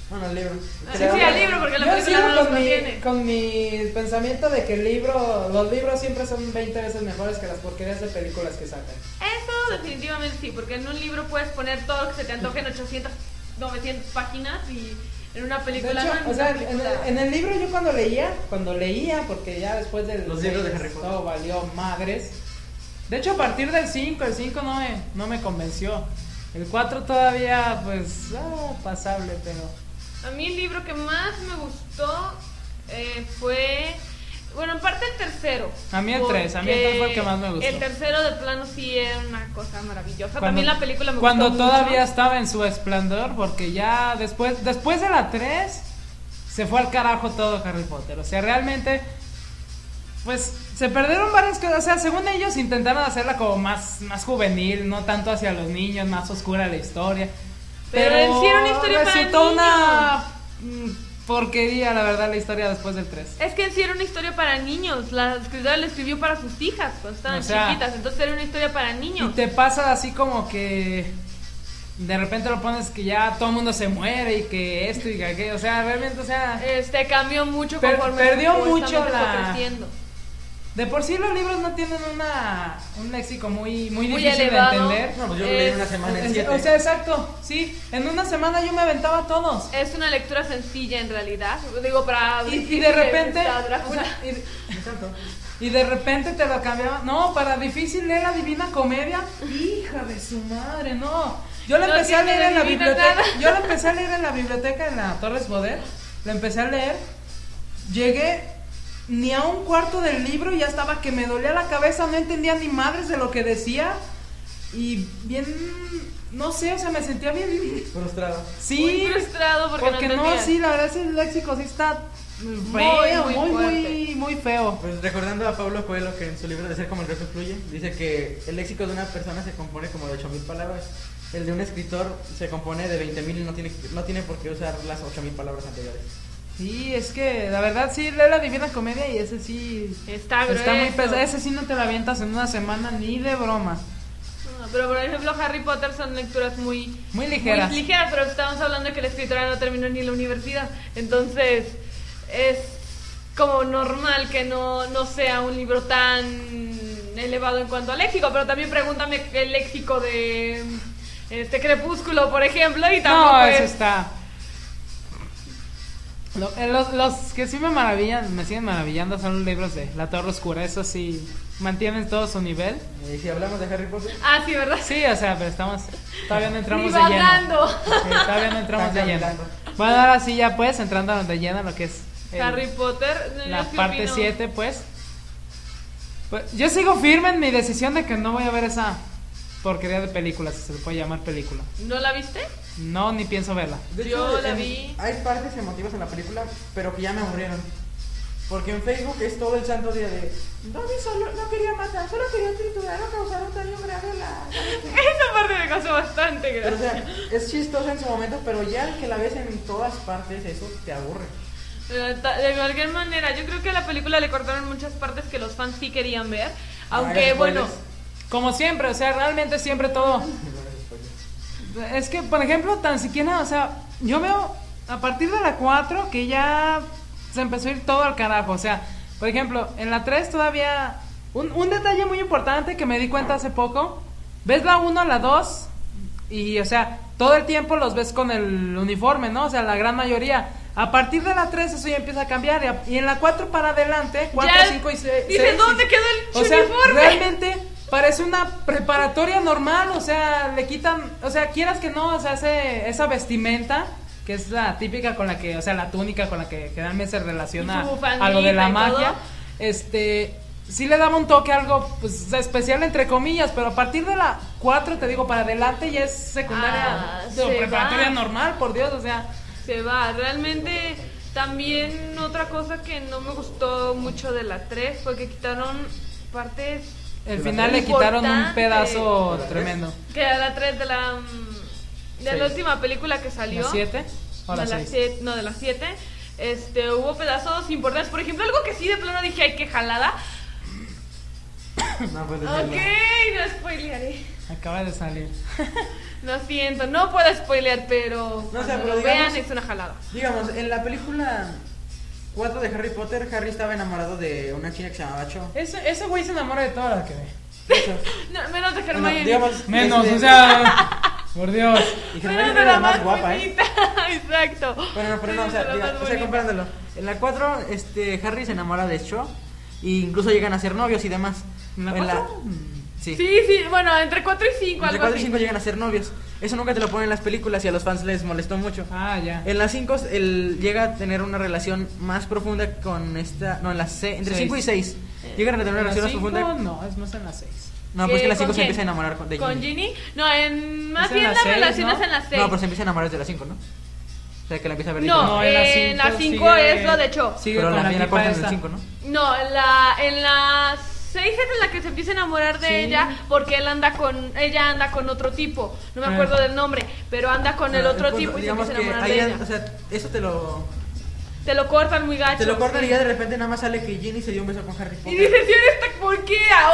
Speaker 12: Bueno, al libro.
Speaker 2: Ah,
Speaker 12: Que
Speaker 2: Sí,
Speaker 12: le dan-
Speaker 2: al libro, porque la
Speaker 3: Yo
Speaker 2: película
Speaker 3: sigo
Speaker 2: no los
Speaker 3: con mi-
Speaker 2: contiene.
Speaker 3: Con mi pensamiento de que el libro, los libros siempre son 20 veces mejores que las porquerías de películas que sacan.
Speaker 2: Eso definitivamente sí, porque en un libro puedes poner todo lo que se te antoje en 800, 900 páginas y en una
Speaker 3: De
Speaker 2: película no.
Speaker 3: hecho,
Speaker 2: en
Speaker 3: o
Speaker 2: una
Speaker 3: sea, en el,
Speaker 2: película-
Speaker 3: en el libro yo cuando leía, cuando leía, porque ya después del
Speaker 1: Los libros de Harry
Speaker 3: seis,
Speaker 1: Potter.
Speaker 3: todo valió madres. De hecho, a partir del 5, el 5 no me, no me convenció. El 4 todavía, pues, ah, pasable, pero...
Speaker 2: A mí el libro que más me gustó eh, fue. Bueno, en parte el tercero.
Speaker 3: A mí el tres, a mí el tres fue el que más me gustó.
Speaker 2: El tercero de plano sí era una cosa maravillosa.
Speaker 3: Cuando-
Speaker 2: También la película me
Speaker 3: Cuando
Speaker 2: gustó.
Speaker 3: todavía
Speaker 2: mucho.
Speaker 3: estaba en su esplendor, porque ya después, después de la 3, se fue al carajo todo Harry Potter. O sea, realmente, pues se perdieron varias cosas. O sea, según ellos intentaron hacerla como más, más juvenil, no tanto hacia los niños, más oscura la historia.
Speaker 2: Pero en sí era una historia para
Speaker 3: resultó
Speaker 2: niños.
Speaker 3: una mm, porquería, la verdad, la historia después del 3.
Speaker 2: Es que en sí era una historia para niños. La escritora la escribió para sus hijas cuando estaban
Speaker 3: O sea,
Speaker 2: chiquitas. Entonces era una historia para niños.
Speaker 3: Y te pasa así como que de repente lo pones que ya todo el mundo se muere y que esto y que aquello. O sea, realmente, o sea,
Speaker 2: Este cambió mucho
Speaker 3: Per-
Speaker 2: conforme
Speaker 3: perdió
Speaker 2: supuestamente
Speaker 3: mucho
Speaker 2: fue
Speaker 3: la-
Speaker 2: creciendo.
Speaker 3: de por sí los libros no tienen una, un léxico muy, muy,
Speaker 2: Muy
Speaker 3: difícil
Speaker 2: elevado.
Speaker 3: de entender.
Speaker 1: No, pues yo lo leí en una
Speaker 2: Es-
Speaker 1: semana en
Speaker 3: Es-
Speaker 1: siete.
Speaker 3: o sea, exacto, sí. En una semana yo me aventaba todos.
Speaker 2: Es una lectura sencilla en realidad. Digo, para.
Speaker 3: Y, y
Speaker 2: si
Speaker 3: de
Speaker 2: le
Speaker 3: repente.
Speaker 2: gusta a Drácula.
Speaker 3: o sea, y, y de repente te lo cambiaban. No, para difícil leer la Divina Comedia. Hija de su madre, no. Yo la
Speaker 2: No
Speaker 3: empecé a
Speaker 2: tiene
Speaker 3: leer en la
Speaker 2: divina
Speaker 3: biblioteca.
Speaker 2: nada.
Speaker 3: Yo la empecé a leer en la biblioteca en la Torres Boder. La empecé a leer. Llegué ni a un cuarto del libro y ya estaba que me dolía la cabeza. No entendía ni madres de lo que decía. Y bien. No sé, o sea, me sentía bien.
Speaker 1: Frustrado.
Speaker 3: Sí,
Speaker 2: Muy frustrado porque,
Speaker 3: porque
Speaker 2: no,
Speaker 3: no,
Speaker 2: entendía.
Speaker 3: sí, la verdad es que el léxico sí está feo,
Speaker 2: muy
Speaker 3: muy, muy,
Speaker 2: fuerte.
Speaker 3: muy feo.
Speaker 1: Pues recordando a Pablo Coelho que en su libro de Ser como el Reto Fluye, dice que el léxico de una persona se compone como de 8000 palabras. El de un escritor se compone de 20.000 y no tiene, no tiene por qué usar las 8000 palabras anteriores.
Speaker 3: Sí, es que la verdad sí, lee la Divina Comedia y ese sí
Speaker 2: Está grueso.
Speaker 3: está muy pesado. Ese sí no te la avientas en una semana ni de broma.
Speaker 2: No, Pero por ejemplo, Harry Potter son lecturas muy
Speaker 3: Muy ligera.
Speaker 2: muy ligeras, pero estamos hablando de que la escritora no terminó ni la universidad. Entonces, es como normal que no, no sea un libro tan elevado en cuanto al léxico, pero también pregúntame el léxico de este Crepúsculo, por ejemplo, y tampoco
Speaker 3: no,
Speaker 2: es...
Speaker 3: eso está. Lo- eh, los, los que sí me maravillan, me siguen maravillando son los libros de La Torre Oscura. Eso sí, mantienen todo su nivel.
Speaker 1: Y Eh, si hablamos de Harry Potter,
Speaker 2: Ah, sí, ¿verdad?
Speaker 3: Sí, o sea, pero estamos. Todavía no entramos de lleno.
Speaker 2: Divagando.
Speaker 3: Sí, todavía no entramos de
Speaker 1: Están
Speaker 3: lleno.
Speaker 1: caminando.
Speaker 3: Bueno, ahora sí ya pues, entrando de lleno en lo que es el-
Speaker 2: Harry Potter. no,
Speaker 3: la
Speaker 2: yo sí
Speaker 3: parte
Speaker 2: opino.
Speaker 3: 7, pues. Pues, Yo sigo firme en mi decisión de que no voy a ver esa porquería de película, si se le puede llamar película.
Speaker 2: ¿No la viste? [LAUGHS]
Speaker 3: No, ni pienso verla.
Speaker 1: De
Speaker 2: Yo la
Speaker 1: en-
Speaker 2: vi.
Speaker 1: Hay partes emotivas en la película, pero que ya me aburrieron. Porque en Facebook es todo el santo día de. Dobby solo no quería matar, solo quería triturar o causar un daño grave a la.
Speaker 2: Esa parte me causó bastante
Speaker 1: Pero, o
Speaker 2: gracia.
Speaker 1: sea, es chistoso en su momento, pero ya que la ves en todas partes, eso te aburre.
Speaker 2: Eh, ta- De cualquier manera, yo creo que a la película le cortaron muchas partes que los fans sí querían ver. Aunque,
Speaker 1: hagas
Speaker 2: bueno,
Speaker 3: Como siempre, o sea, realmente siempre todo. Es que, por ejemplo, tan siquiera, o sea, yo veo a partir de la 4 que ya se empezó a ir todo al carajo. O sea, por ejemplo, en la 3 todavía. Un, un detalle muy importante que me di cuenta hace poco. Ves la 1, la 2, y, o sea, todo el tiempo los ves con el uniforme, ¿no? O sea, la gran mayoría. A partir de la 3 eso ya empieza a cambiar. y a- Y, en la 4 para adelante, 4,
Speaker 2: ya
Speaker 3: 5 y 6.
Speaker 2: dices, ¿dónde quedó el
Speaker 3: O sea,
Speaker 2: uniforme?
Speaker 3: realmente parece una preparatoria normal, o sea, le quitan, o sea, quieras que no, o sea, hace esa vestimenta que es la típica con la que, o sea, la túnica con la que generalmente se
Speaker 2: Y
Speaker 3: relaciona
Speaker 2: su
Speaker 3: a lo de
Speaker 2: bufandita
Speaker 3: la
Speaker 2: y
Speaker 3: magia,
Speaker 2: todo.
Speaker 3: este, sí le daba un toque algo pues, especial entre comillas, pero a partir de la 4 te digo para adelante ya es secundaria,
Speaker 2: Ah,
Speaker 3: digo,
Speaker 2: se
Speaker 3: preparatoria
Speaker 2: va.
Speaker 3: normal, por Dios, o sea,
Speaker 2: se va. Realmente También otra cosa que no me gustó mucho de la 3 fue que quitaron partes
Speaker 3: El final le quitaron un
Speaker 2: Importante.
Speaker 3: pedazo tremendo.
Speaker 2: que a la 3 de la mm, de la
Speaker 3: Seis.
Speaker 2: última película que salió.
Speaker 3: ¿La 7? ¿O la
Speaker 2: de las
Speaker 3: 6?
Speaker 2: siete- no, de las 7. Este, hubo pedazos importantes. Por ejemplo, algo que sí de plano dije, ay, qué jalada.
Speaker 3: No puedes
Speaker 2: Ok,
Speaker 3: decirlo.
Speaker 2: no spoilearé.
Speaker 3: Acaba de salir.
Speaker 2: Lo siento, no puedo spoilear, pero
Speaker 1: No sé,
Speaker 2: cuando
Speaker 1: pero
Speaker 2: lo
Speaker 1: digamos-
Speaker 2: vean es una jalada.
Speaker 1: Digamos, en la película 4 de Harry Potter, Harry estaba enamorado de una china que se llamaba Cho.
Speaker 3: Ese ese güey se enamora de todas las que ve.
Speaker 2: [LAUGHS] No, menos de
Speaker 1: Bueno,
Speaker 2: Hermione.
Speaker 1: digamos,
Speaker 3: Menos,
Speaker 1: este,
Speaker 3: o [LAUGHS] sea. Por Dios.
Speaker 1: Y Hermione
Speaker 2: menos
Speaker 1: era
Speaker 2: de
Speaker 1: la
Speaker 2: la
Speaker 1: más guapa, ¿eh?
Speaker 2: bonita. [LAUGHS] Exacto.
Speaker 1: Bueno, no, pero no, o
Speaker 2: Menos
Speaker 1: sea,
Speaker 2: de [LAUGHS] la
Speaker 1: diga-
Speaker 2: más
Speaker 1: o sea,
Speaker 2: bonita.
Speaker 1: comparándolo. En la 4, este, Harry se enamora de Cho. E incluso llegan a ser novios y demás.
Speaker 3: ¿En la
Speaker 1: En
Speaker 3: cuatro? mm.
Speaker 1: Sí.
Speaker 2: Sí, sí, bueno, entre 4 y 5,
Speaker 1: Entre
Speaker 2: algo
Speaker 1: 4 y
Speaker 2: así.
Speaker 1: 5 llegan a ser novios. Eso nunca te lo ponen en las películas y a los fans les molestó mucho.
Speaker 3: Ah, ya.
Speaker 1: En las 5 él llega a tener una relación más profunda con esta. No, en las se- entre
Speaker 3: Seis.
Speaker 1: 5 y 6.
Speaker 2: Eh,
Speaker 1: Llegan a tener una
Speaker 3: ¿En la
Speaker 1: relación más
Speaker 3: cinco?
Speaker 1: profunda.
Speaker 3: No, es más en la 6.
Speaker 1: No, pues es que en las
Speaker 2: ¿Con
Speaker 1: 5 se
Speaker 2: quién?
Speaker 1: empieza a enamorar con- de
Speaker 2: ¿Con
Speaker 1: Ginny.
Speaker 2: Ginny? No, en, más
Speaker 3: en
Speaker 2: bien
Speaker 3: las
Speaker 2: las
Speaker 3: seis,
Speaker 2: relaciones
Speaker 3: ¿no?
Speaker 2: en las 6.
Speaker 1: No, pero se empieza a enamorar desde las 5, ¿no? O sea, que la empieza a ver.
Speaker 2: No,
Speaker 3: en la
Speaker 2: en la
Speaker 3: cinco
Speaker 2: cinco
Speaker 3: sigue-
Speaker 2: es lo de Cho.
Speaker 3: Sigue
Speaker 1: pero
Speaker 3: con
Speaker 1: la,
Speaker 3: la,
Speaker 1: la, la
Speaker 3: tipa
Speaker 1: cortan en
Speaker 3: esta.
Speaker 1: el 5, ¿no?
Speaker 2: No, en la, en las 6 es en la que se empieza a enamorar de
Speaker 3: Sí.
Speaker 2: ella porque él anda con, ella anda con otro tipo. No me
Speaker 3: Ah.
Speaker 2: acuerdo del nombre, pero anda con el
Speaker 1: Ah,
Speaker 2: otro
Speaker 1: punto,
Speaker 2: tipo y se
Speaker 1: digamos
Speaker 2: empieza a
Speaker 1: que
Speaker 2: enamorar
Speaker 1: ahí
Speaker 2: de
Speaker 1: ya-
Speaker 2: ella.
Speaker 1: O sea, eso te lo.
Speaker 2: Te lo cortan muy gacho.
Speaker 1: Te lo cortan
Speaker 2: sí.
Speaker 1: y ya de repente nada más sale que Ginny se dio un beso con Harry Potter.
Speaker 2: Y dices, ¿y eres tan por qué? ¿Ah,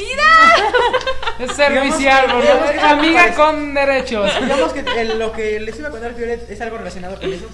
Speaker 2: ¡Ofrecida!
Speaker 3: Es servicial,
Speaker 1: Digamos que- digamos que-
Speaker 3: boludo. Amiga con derechos.
Speaker 1: Digamos que el- lo que les iba a contar Fioret es algo relacionado con eso.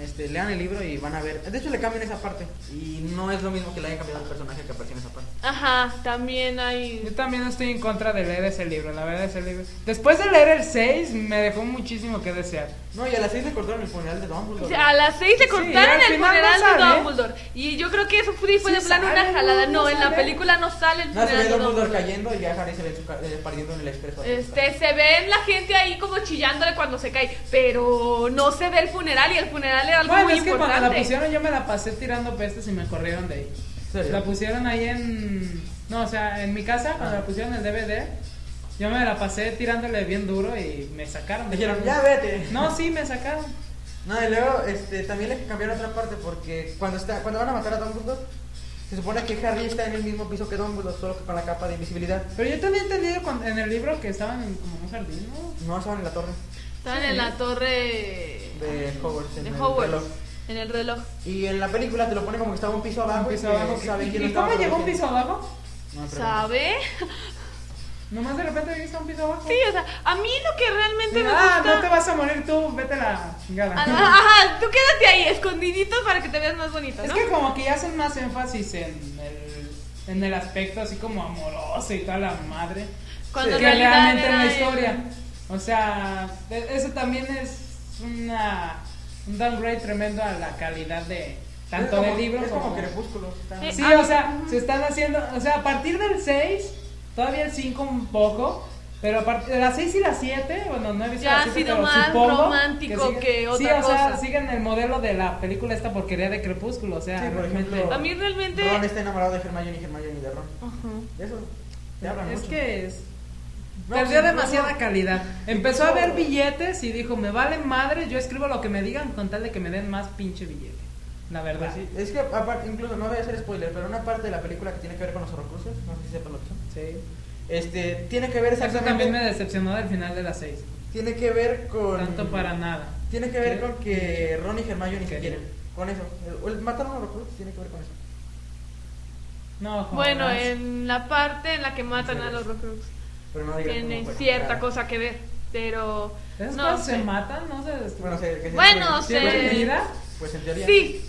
Speaker 1: Este, lean el libro y van a ver. De hecho, le cambian esa parte. Y no es lo mismo que le hayan cambiado el personaje que aparece en esa parte.
Speaker 2: Ajá, también hay.
Speaker 3: Yo también estoy en contra de leer ese libro, la verdad ese libro. Después de leer el 6 me dejó muchísimo que desear.
Speaker 1: No, y a las 6 le cortaron el funeral de Dumbledore.
Speaker 2: O sea, a las 6 le
Speaker 3: Sí,
Speaker 2: cortaron
Speaker 3: al
Speaker 2: el
Speaker 3: final
Speaker 2: funeral
Speaker 3: no
Speaker 2: de
Speaker 3: sale.
Speaker 2: Dumbledore. Y yo creo que eso fue, fue de
Speaker 3: Sí
Speaker 2: plano
Speaker 3: sale,
Speaker 2: una jalada.
Speaker 3: no
Speaker 2: No, en la
Speaker 3: sale.
Speaker 2: película no sale el
Speaker 1: Nada, se
Speaker 2: funeral
Speaker 1: ve
Speaker 2: de
Speaker 1: Dumbledore
Speaker 2: Dumbledore.
Speaker 1: cayendo y ya Harry se ve en su ca- eh, partiendo en el expreso.
Speaker 2: Este, se ve la gente ahí como chillándole cuando se cae, pero no se ve el funeral y el funeral era algo
Speaker 3: Bueno,
Speaker 2: muy
Speaker 3: es que cuando la
Speaker 2: importante.
Speaker 3: pusieron yo me la pasé tirando pestes y me corrieron de ahí.
Speaker 1: ¿En serio?
Speaker 3: La pusieron ahí en... No, o sea, en mi casa cuando
Speaker 1: Ah.
Speaker 3: la pusieron en el DVD, yo me la pasé tirándole bien duro y me sacaron. de
Speaker 1: Dijeron,
Speaker 3: ahí.
Speaker 1: ya vete.
Speaker 3: No, sí, me sacaron.
Speaker 1: No, y luego este, también le cambiaron otra parte porque cuando, está, cuando van a matar a Dumbledore, se supone que Harry está en el mismo piso que Dumbledore, solo que con la capa de invisibilidad.
Speaker 3: Pero yo tenía entendido cuan- en el libro que estaban en como un jardín, ¿no?
Speaker 1: No, estaban en la torre
Speaker 2: Estaban en la torre
Speaker 1: de Hogwarts. en
Speaker 2: de
Speaker 1: el reloj.
Speaker 2: Hogwarts, en el reloj.
Speaker 1: Y en la película te lo pone como que estaba un piso abajo.
Speaker 3: Un piso
Speaker 1: y que
Speaker 3: abajo.
Speaker 1: saben
Speaker 3: ¿Y
Speaker 1: quién
Speaker 3: y
Speaker 1: estaba
Speaker 3: cómo llegó un
Speaker 1: protegiendo.
Speaker 3: piso abajo?
Speaker 1: No me preguntes.
Speaker 2: ¿Sabe? [LAUGHS]
Speaker 3: Nomás de repente viste un piso abajo.
Speaker 2: Sí, o sea, a mí lo que realmente me
Speaker 3: Ah, no te
Speaker 2: gusta.
Speaker 3: vas a morir tú, vete a la chingada.
Speaker 2: Ah,
Speaker 3: [LAUGHS]
Speaker 2: no, Ajá, tú quédate ahí, escondidito para que te veas más bonito,
Speaker 3: Es
Speaker 2: ¿no?
Speaker 3: que como que ya hacen más énfasis en el, en el aspecto así como amoroso y toda la madre.
Speaker 2: Cuando
Speaker 3: que
Speaker 2: en realidad
Speaker 3: realmente en la
Speaker 2: era el-
Speaker 3: historia. O sea, e- eso también es una, un downgrade tremendo a la calidad de tanto
Speaker 1: Es como-
Speaker 3: de libros
Speaker 1: Es como
Speaker 3: como...
Speaker 1: crepúsculo. está-
Speaker 2: Eh,
Speaker 3: Sí,
Speaker 2: Ah,
Speaker 3: o sea, se están haciendo, o sea, a partir del 6, todavía el 5 un poco, pero a partir de las 6 y las 7, bueno, no he visto
Speaker 2: Ya
Speaker 3: las
Speaker 2: ha
Speaker 3: siete,
Speaker 2: sido
Speaker 3: pero
Speaker 2: más
Speaker 3: supongo
Speaker 2: romántico
Speaker 3: siguen-
Speaker 2: que otra
Speaker 3: Sí, o sea,
Speaker 2: cosa.
Speaker 3: siguen el modelo de la película esta porquería de Crepúsculo, o sea,
Speaker 1: Sí, por
Speaker 3: realmente-
Speaker 1: ejemplo,
Speaker 2: A mí realmente.
Speaker 1: Ron está enamorado de Hermione y Hermione de Ron.
Speaker 2: Ajá.
Speaker 1: De eso te hablan
Speaker 3: es
Speaker 1: mucho.
Speaker 3: que es...
Speaker 1: No,
Speaker 3: Perdió
Speaker 1: sí,
Speaker 3: demasiada
Speaker 1: no.
Speaker 3: calidad. Empezó a ver billetes y dijo, me vale madre, yo escribo lo que me digan con tal de que me den más pinche billete. La verdad.
Speaker 1: Pues sí, Es que aparte, incluso no voy a hacer spoiler, pero una parte de la película que tiene que ver con los horrocruces, no sé si sepan lo que son.
Speaker 3: Sí.
Speaker 1: Este, tiene que ver
Speaker 3: Eso también me
Speaker 1: exactamente.
Speaker 3: decepcionó del final de las 6.
Speaker 1: Tiene que ver con.
Speaker 3: Tanto para nada.
Speaker 1: Tiene que ver
Speaker 3: ¿Qué?
Speaker 1: con que Ron y Hermione se
Speaker 3: ¿Qué?
Speaker 1: quieren. Con eso. El, el matar a un horrocruz tiene que ver con eso.
Speaker 3: No, jodas.
Speaker 2: Bueno, eh, en la parte en la que matan a los Rockrooks
Speaker 1: Pero no digas
Speaker 2: tiene
Speaker 1: cómo fue.
Speaker 2: cierta
Speaker 1: Claro.
Speaker 2: cosa que ver, pero
Speaker 3: Esas
Speaker 2: no
Speaker 3: cosas
Speaker 2: sé.
Speaker 3: se matan, no se
Speaker 1: Bueno,
Speaker 3: destruyen.
Speaker 1: se- que se-
Speaker 2: Bueno,
Speaker 1: pues,
Speaker 2: se-
Speaker 1: en teoría- Pues en teoría.
Speaker 2: Sí,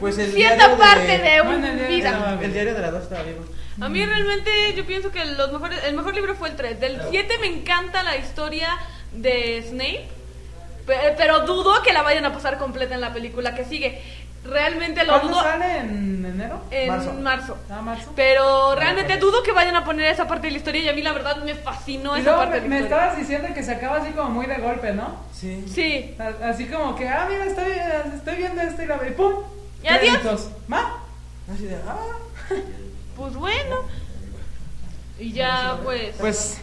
Speaker 1: Pues el
Speaker 2: cierta
Speaker 1: diario
Speaker 2: parte de
Speaker 3: Bueno,
Speaker 2: una
Speaker 3: el diario de
Speaker 2: vida.
Speaker 3: la-
Speaker 1: El diario de las dos estaba vivo.
Speaker 2: A mí realmente yo pienso que los mejores, el mejor libro fue el 3. Del 7 me encanta la historia de Snape, pe- pero dudo que la vayan a pasar completa en la película que sigue. Realmente lo
Speaker 3: ¿Cuándo
Speaker 2: dudo
Speaker 3: sale? ¿En enero?
Speaker 2: en
Speaker 1: Marzo.
Speaker 2: marzo.
Speaker 3: ¿A marzo?
Speaker 2: Eh, Pero realmente dudo que vayan a poner esa parte de la historia y a mí la verdad me fascinó
Speaker 3: y
Speaker 2: esa
Speaker 3: luego
Speaker 2: parte de
Speaker 3: me,
Speaker 2: la
Speaker 3: me
Speaker 2: historia.
Speaker 3: estabas diciendo que se acaba así como muy de golpe, ¿no?
Speaker 1: Sí.
Speaker 2: Sí.
Speaker 3: A- Así como que, ah, mira, estoy, estoy viendo esto y la ve, ¡pum!
Speaker 2: Y adiós.
Speaker 3: Créditos. ¿Ma?
Speaker 1: Así de, ah.
Speaker 2: Pues bueno. Y ya pues.
Speaker 3: Pues,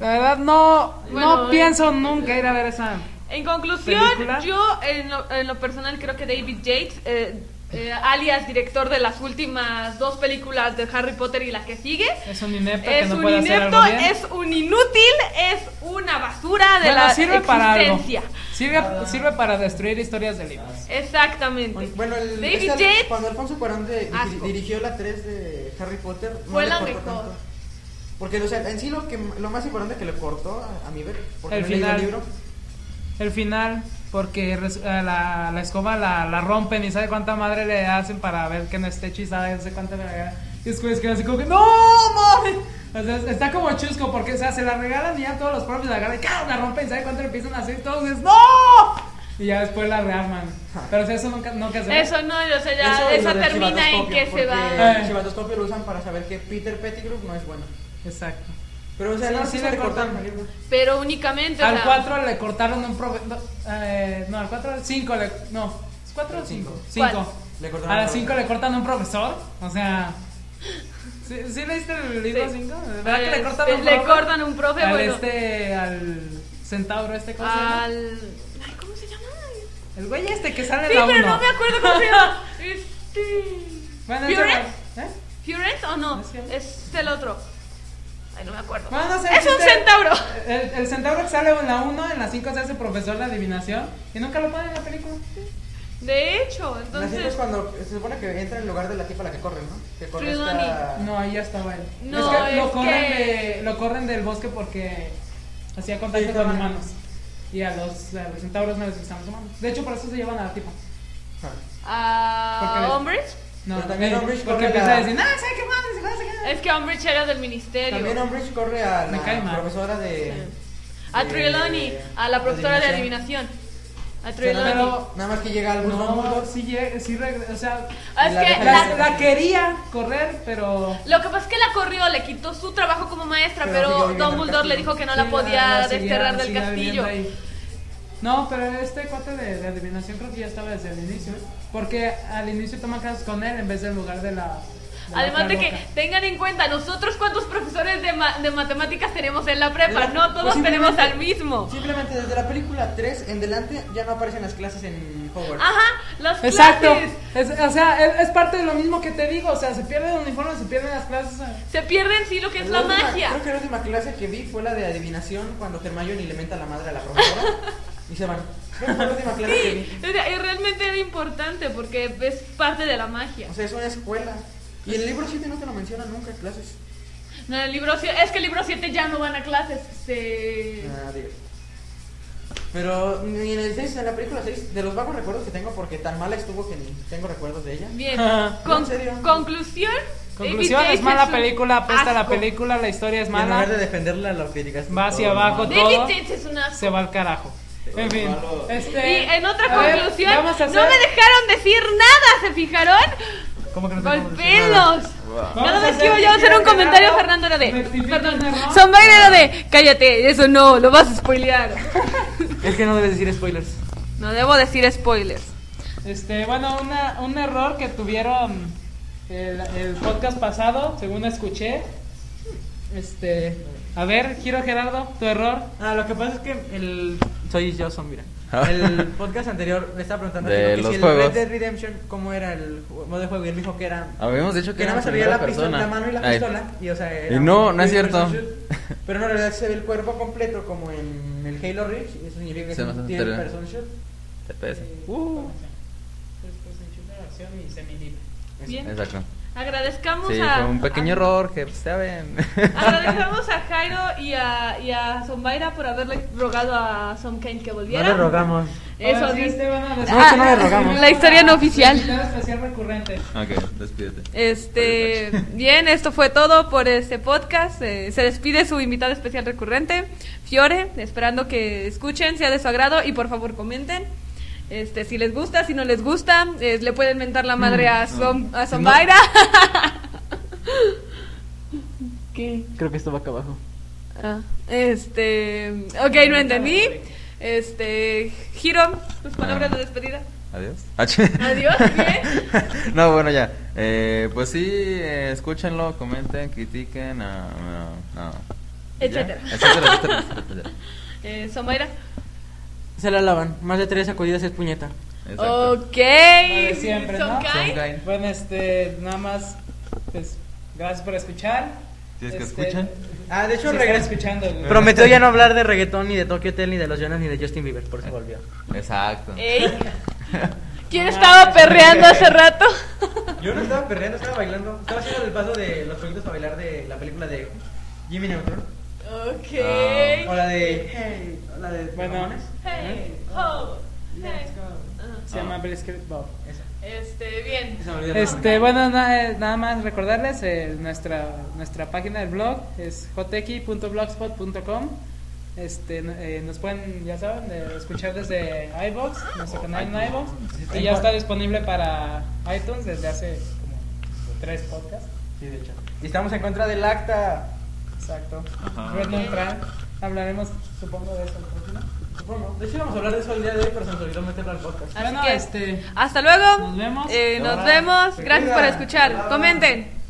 Speaker 3: la verdad no,
Speaker 2: Bueno,
Speaker 3: no
Speaker 2: eh.
Speaker 3: pienso nunca ir a ver esa
Speaker 2: En conclusión,
Speaker 3: ¿Película?
Speaker 2: yo en lo, en lo personal creo que David Yates, eh, eh, alias director de las últimas dos películas de Harry Potter y la que sigue,
Speaker 3: Es un inepto que
Speaker 2: es
Speaker 3: no
Speaker 2: un
Speaker 3: puede hacer
Speaker 2: inepto,
Speaker 3: algo bien.
Speaker 2: es un inútil, es una basura de
Speaker 3: Bueno,
Speaker 2: la
Speaker 3: sirve para algo.
Speaker 2: existencia.
Speaker 3: Sirve, sirve para destruir historias de libros.
Speaker 2: Exactamente.
Speaker 1: Bueno, el,
Speaker 2: David
Speaker 1: este,
Speaker 2: Yates.
Speaker 1: cuando Alfonso Cuarón de- diri-
Speaker 2: Asco.
Speaker 1: dirigió la 3 de Harry Potter, no
Speaker 2: Fue
Speaker 1: le
Speaker 2: la
Speaker 1: cortó
Speaker 2: mejor.
Speaker 1: tanto. Porque, o sea, en sí lo, que, lo más importante que le cortó, a, a mi ver, porque
Speaker 3: El
Speaker 1: no leí el
Speaker 3: final.
Speaker 1: libro,
Speaker 3: El final, porque res- a la, la escoba la, la rompen y sabe cuánta madre le hacen para ver que no esté hechizada, no sé cuánta verga. Y es que- es que así como que, ¡No, mames! O sea, está como chusco porque, o sea, se la regalan y ya todos los profes la agarran y ¡claro! la rompen y sabe cuánto le empiezan a hacer y todos dicen, ¡No! Y ya después la rearman. Pero o sea, eso nunca, nunca se ve.
Speaker 2: Eso no, o sea, ya
Speaker 1: Eso y lo
Speaker 2: esa
Speaker 1: del
Speaker 2: termina en
Speaker 1: chivatoscopio,
Speaker 2: que se
Speaker 1: porque
Speaker 2: va.
Speaker 3: Eh.
Speaker 1: El chivatoscopio lo usan para saber que Peter Pettigrew no es bueno.
Speaker 3: Exacto.
Speaker 1: Pero, o sea,
Speaker 3: Sí,
Speaker 1: no
Speaker 3: sí
Speaker 1: sí
Speaker 3: le
Speaker 1: le cortaron
Speaker 3: cortan.
Speaker 1: el libro.
Speaker 2: Pero únicamente. o
Speaker 3: Al
Speaker 2: sea,
Speaker 3: 4 le cortaron un profe. No, eh, no, al 4, al 5 le. No, ¿4 o 5? 5.
Speaker 1: Le cortaron
Speaker 3: A
Speaker 1: el
Speaker 3: las
Speaker 1: libro.
Speaker 3: 5 le cortan un profesor. O sea. ¿Sí, sí leíste el libro
Speaker 2: Sí.
Speaker 3: 5? ¿Verdad que le
Speaker 2: Pues,
Speaker 3: cortan un
Speaker 2: le
Speaker 3: profe?
Speaker 2: cortan un profe,
Speaker 3: al
Speaker 2: bueno.
Speaker 3: este, al centauro este cosa.
Speaker 2: al. Ay, ¿Cómo se llama?
Speaker 3: El güey este que sale
Speaker 2: Sí,
Speaker 3: en la 1.
Speaker 2: pero no me acuerdo cómo se
Speaker 3: [LAUGHS]
Speaker 2: llama. Este.
Speaker 3: Bueno, ese
Speaker 2: ¿Furent?
Speaker 3: güey, ¿eh?
Speaker 2: ¿Furent o no?
Speaker 3: ¿No es cierto? Ah,
Speaker 2: Es el otro. Ay, no me acuerdo.
Speaker 3: Bueno, no sé,
Speaker 2: es un
Speaker 3: existe-
Speaker 2: centauro.
Speaker 3: El, el centauro que sale en la 1, en la 5 se hace profesor de adivinación y nunca lo ponen en la película.
Speaker 2: De hecho,
Speaker 1: La cinco es
Speaker 2: entonces.
Speaker 1: cuando se supone que entra en lugar de la tipa a la que corre, ¿no? Que corre
Speaker 2: Trelawney.
Speaker 1: esta-
Speaker 3: No, ahí ya estaba él.
Speaker 2: No,
Speaker 3: es que,
Speaker 2: es
Speaker 3: lo, corren
Speaker 2: que-
Speaker 3: De, lo corren del bosque porque hacía contacto
Speaker 1: Sí,
Speaker 3: con
Speaker 1: estaban-
Speaker 3: humanos. Y a los, a los centauros no les gustan los humanos. De hecho, por eso se llevan a la tipa.
Speaker 1: Ah.
Speaker 2: A
Speaker 3: Porque-
Speaker 2: Umbridge.
Speaker 3: No,
Speaker 1: Pero también
Speaker 3: eh,
Speaker 1: Umbridge
Speaker 3: porque
Speaker 1: corre
Speaker 3: empieza
Speaker 1: la-
Speaker 3: a decir, ah, ¿sabes qué madre? Se joda, se joda".
Speaker 2: Es que Umbridge era del ministerio.
Speaker 1: También Umbridge corre a
Speaker 3: Me cae
Speaker 1: la
Speaker 3: mal.
Speaker 1: profesora de...
Speaker 2: A
Speaker 1: de-
Speaker 2: Trelawney, a la profesora de adivinación. A Trelawney.
Speaker 3: Pero-
Speaker 1: Nada más que llega al
Speaker 3: No,
Speaker 1: Dumbledore.
Speaker 3: sí, llega- sí reg- o sea,
Speaker 2: Ah, es
Speaker 1: la
Speaker 2: que
Speaker 1: deja
Speaker 2: la-
Speaker 3: la, la quería correr, pero...
Speaker 2: lo que pasa es que la corrió, le quitó su trabajo como maestra,
Speaker 1: Pero siguió
Speaker 2: pero
Speaker 1: viviendo en
Speaker 2: Dumbledore le
Speaker 1: castillo.
Speaker 2: dijo que no la
Speaker 3: sí,
Speaker 2: podía
Speaker 3: la seguía-
Speaker 2: desterrar del
Speaker 3: seguía
Speaker 2: castillo.
Speaker 3: viviendo ahí. No, pero este cuate de, de adivinación creo que ya estaba desde el inicio. ¿eh? Porque al inicio toma clases con él en vez del lugar de la... de la
Speaker 2: Además de
Speaker 3: otra
Speaker 2: que
Speaker 3: loca.
Speaker 2: tengan en cuenta, nosotros cuántos profesores de, ma- de matemáticas tenemos en la prepa,
Speaker 1: Es-
Speaker 2: no todos
Speaker 1: pues
Speaker 2: tenemos
Speaker 1: simplemente-
Speaker 2: al mismo.
Speaker 1: Simplemente desde la película 3 en delante ya no aparecen las clases en Hogwarts.
Speaker 2: Ajá, las
Speaker 3: Exacto.
Speaker 2: clases.
Speaker 3: Es- o sea, es, es parte de lo mismo que te digo. O sea, se pierde el uniforme, se pierden las clases. eh.
Speaker 2: Se pierden sí lo que es
Speaker 1: La
Speaker 2: la
Speaker 1: última-
Speaker 2: magia.
Speaker 1: Creo que la última clase que vi fue la de adivinación cuando Hermione le menta la madre a la profesora
Speaker 2: [LAUGHS]
Speaker 1: y se van. Creo que fue la última clase que vi.
Speaker 2: O sea, Y realmente era importante porque es parte de la magia.
Speaker 1: O sea, es una escuela. Y el libro 7 no te lo menciona nunca, clases.
Speaker 2: No, el libro sie- es que el libro 7 ya no van a clases. Se...
Speaker 1: Ah, digo. Pero ni en el 6, en la película 6, de los vagos recuerdos que tengo porque tan mala estuvo que ni tengo recuerdos de ella.
Speaker 3: [LAUGHS]
Speaker 2: Bien.
Speaker 3: Ah,
Speaker 2: Con-
Speaker 1: ¿en serio?
Speaker 2: Conclusión.
Speaker 3: Conclusión,
Speaker 2: David
Speaker 3: es mala
Speaker 2: Yates
Speaker 3: película, apesta la
Speaker 2: asco.
Speaker 3: película, la historia es
Speaker 1: Y en lugar de
Speaker 3: mala,
Speaker 1: defenderla lo criticaste.
Speaker 3: va hacia
Speaker 1: todo,
Speaker 3: abajo
Speaker 1: ¿no?
Speaker 2: David
Speaker 3: todo,
Speaker 2: Yates es un asco.
Speaker 3: se va al carajo. En fin,
Speaker 13: Malo.
Speaker 3: este,
Speaker 2: Y en otra
Speaker 3: a ver,
Speaker 2: conclusión,
Speaker 3: vamos a
Speaker 2: no
Speaker 3: hacer-
Speaker 2: me dejaron decir nada, ¿se fijaron?
Speaker 3: ¿Cómo que no te podemos decir nada?
Speaker 2: Golpeenlos.
Speaker 4: Wow.
Speaker 2: Nada
Speaker 3: Vamos a
Speaker 2: más que
Speaker 3: hacer-
Speaker 2: voy a hacer un
Speaker 3: Gerardo,
Speaker 2: comentario, Fernando, era de.
Speaker 3: rectifica
Speaker 2: Perdón,
Speaker 3: un error.
Speaker 2: Son era de. Cállate, eso no, lo vas a spoilear.
Speaker 14: Es que no debes decir spoilers.
Speaker 2: No debo decir spoilers.
Speaker 3: Este, bueno, una, un error que tuvieron el, el podcast pasado, según escuché. Este, a ver, Giro Gerardo, tu error.
Speaker 14: Ah, lo que pasa es que el. Soy yo, son, mira.
Speaker 1: El podcast anterior le estaba preguntando a
Speaker 4: Ah. De
Speaker 1: Kiko que
Speaker 4: los
Speaker 1: si el
Speaker 4: juegos.
Speaker 1: Red Dead Redemption, ¿cómo era el ju- modo de juego? Y él dijo que era.
Speaker 4: Habíamos dicho
Speaker 1: Que
Speaker 4: que
Speaker 1: nada
Speaker 4: era
Speaker 1: más se veía
Speaker 4: primera
Speaker 1: la, pistola,
Speaker 4: Ah, persona.
Speaker 1: la mano y la
Speaker 4: Ay.
Speaker 1: pistola. Y, o sea,
Speaker 4: Y
Speaker 1: era
Speaker 4: no,
Speaker 1: un
Speaker 4: no es
Speaker 1: first
Speaker 4: cierto.
Speaker 1: person shoot. Pero no, en realidad se ve el cuerpo completo como en el Halo Reach. Y eso significa que
Speaker 4: Se
Speaker 1: es
Speaker 4: nos
Speaker 1: un third
Speaker 4: anterior.
Speaker 1: person shoot.
Speaker 4: TPS.
Speaker 2: Bien.
Speaker 4: Exacto.
Speaker 2: Agradezcamos
Speaker 4: Sí,
Speaker 2: a.
Speaker 4: fue un pequeño
Speaker 2: a-
Speaker 4: error que
Speaker 1: [LAUGHS]
Speaker 4: saben.
Speaker 2: Agradecemos a Jairo y a, y a Zombaira por haberle rogado a Somkain que volviera.
Speaker 14: rogamos.
Speaker 2: Eso
Speaker 3: Ahora sí,
Speaker 2: dice.
Speaker 3: Esteban, a
Speaker 2: Ah,
Speaker 3: despedir-
Speaker 2: no le rogamos. [LAUGHS] la historia no oficial.
Speaker 3: Invitado especial recurrente.
Speaker 4: ok, despídete.
Speaker 2: Este, bien, esto fue todo por este podcast. Eh, se despide su invitado especial recurrente, Fiore, esperando que escuchen, sea de su agrado y por favor comenten. Este, si les gusta, si no les gusta, eh, le pueden mentar la madre a, Som- a Zombaira. ¿Qué?
Speaker 14: Creo que esto va acá abajo.
Speaker 2: Ah, este, ok, no entendí. Este, Giro, tus palabras de despedida.
Speaker 4: Adiós.
Speaker 2: Adiós, ¿qué?
Speaker 4: [LAUGHS] no, bueno, ya. Eh, pues sí, eh, escúchenlo, comenten, critiquen, ah, ah, ah. Y ya.
Speaker 2: Etcétera.
Speaker 4: Etcétera, etcétera, etcétera.
Speaker 2: Eh, Zombaira.
Speaker 1: Se la lavan. Más de tres sacudidas es puñeta.
Speaker 4: Exacto.
Speaker 2: [LAUGHS] Ok.
Speaker 3: de siempre, ¿no?
Speaker 2: Sonkai.
Speaker 4: Sonkai.
Speaker 3: Bueno, este, nada más, pues, gracias por escuchar.
Speaker 4: Si es que
Speaker 3: Este,
Speaker 4: escuchan.
Speaker 1: Ah, de
Speaker 3: De hecho, regreso escuchando,
Speaker 4: Eh.
Speaker 3: güey.
Speaker 1: Prometió ya no hablar de reggaetón, ni de Tokyo Hotel, ni de los Jonas, ni de Justin Bieber. Por eso volvió.
Speaker 4: Exacto.
Speaker 2: [LAUGHS] Ey. ¿Quién estaba perreando hace rato?
Speaker 1: Yo no estaba perreando, estaba bailando. Estaba haciendo el paso de los proyectos para bailar de la película de Jimmy Neutron.
Speaker 2: Ah, Ok.
Speaker 1: O la de. Hey, o la de.
Speaker 3: Bueno.
Speaker 1: Ramones.
Speaker 2: Hey, ho, hey.
Speaker 1: Let's go.
Speaker 2: Ajá.
Speaker 3: Se llama Brisket Bob.
Speaker 1: Esa.
Speaker 2: Este, bien.
Speaker 1: Se me olvidó el nombre.
Speaker 3: Este, bueno, na- eh, nada más recordarles, eh, nuestra, nuestra página del blog es joteki.blogspot.com. Este, n- eh, nos pueden, ya saben, de- escuchar desde iBox, nuestro canal en iBox. Y ya está disponible para iTunes desde hace como tres podcasts.
Speaker 1: Sí, de hecho. Y estamos en contra del acta.
Speaker 3: Exacto.
Speaker 4: Ajá.
Speaker 3: Red Neutral. Hablaremos, supongo, de eso. ¿no?
Speaker 1: Supongo. De hecho, íbamos a hablar de eso el día de hoy, pero se nos olvidó meterlo al podcast.
Speaker 2: Así
Speaker 3: Bueno,
Speaker 2: que,
Speaker 3: este,
Speaker 2: hasta luego.
Speaker 3: nos vemos.
Speaker 2: Eh, nos
Speaker 1: Ahora,
Speaker 2: vemos.
Speaker 1: se
Speaker 2: Gracias por
Speaker 1: cuidan.
Speaker 2: escuchar. Comenten.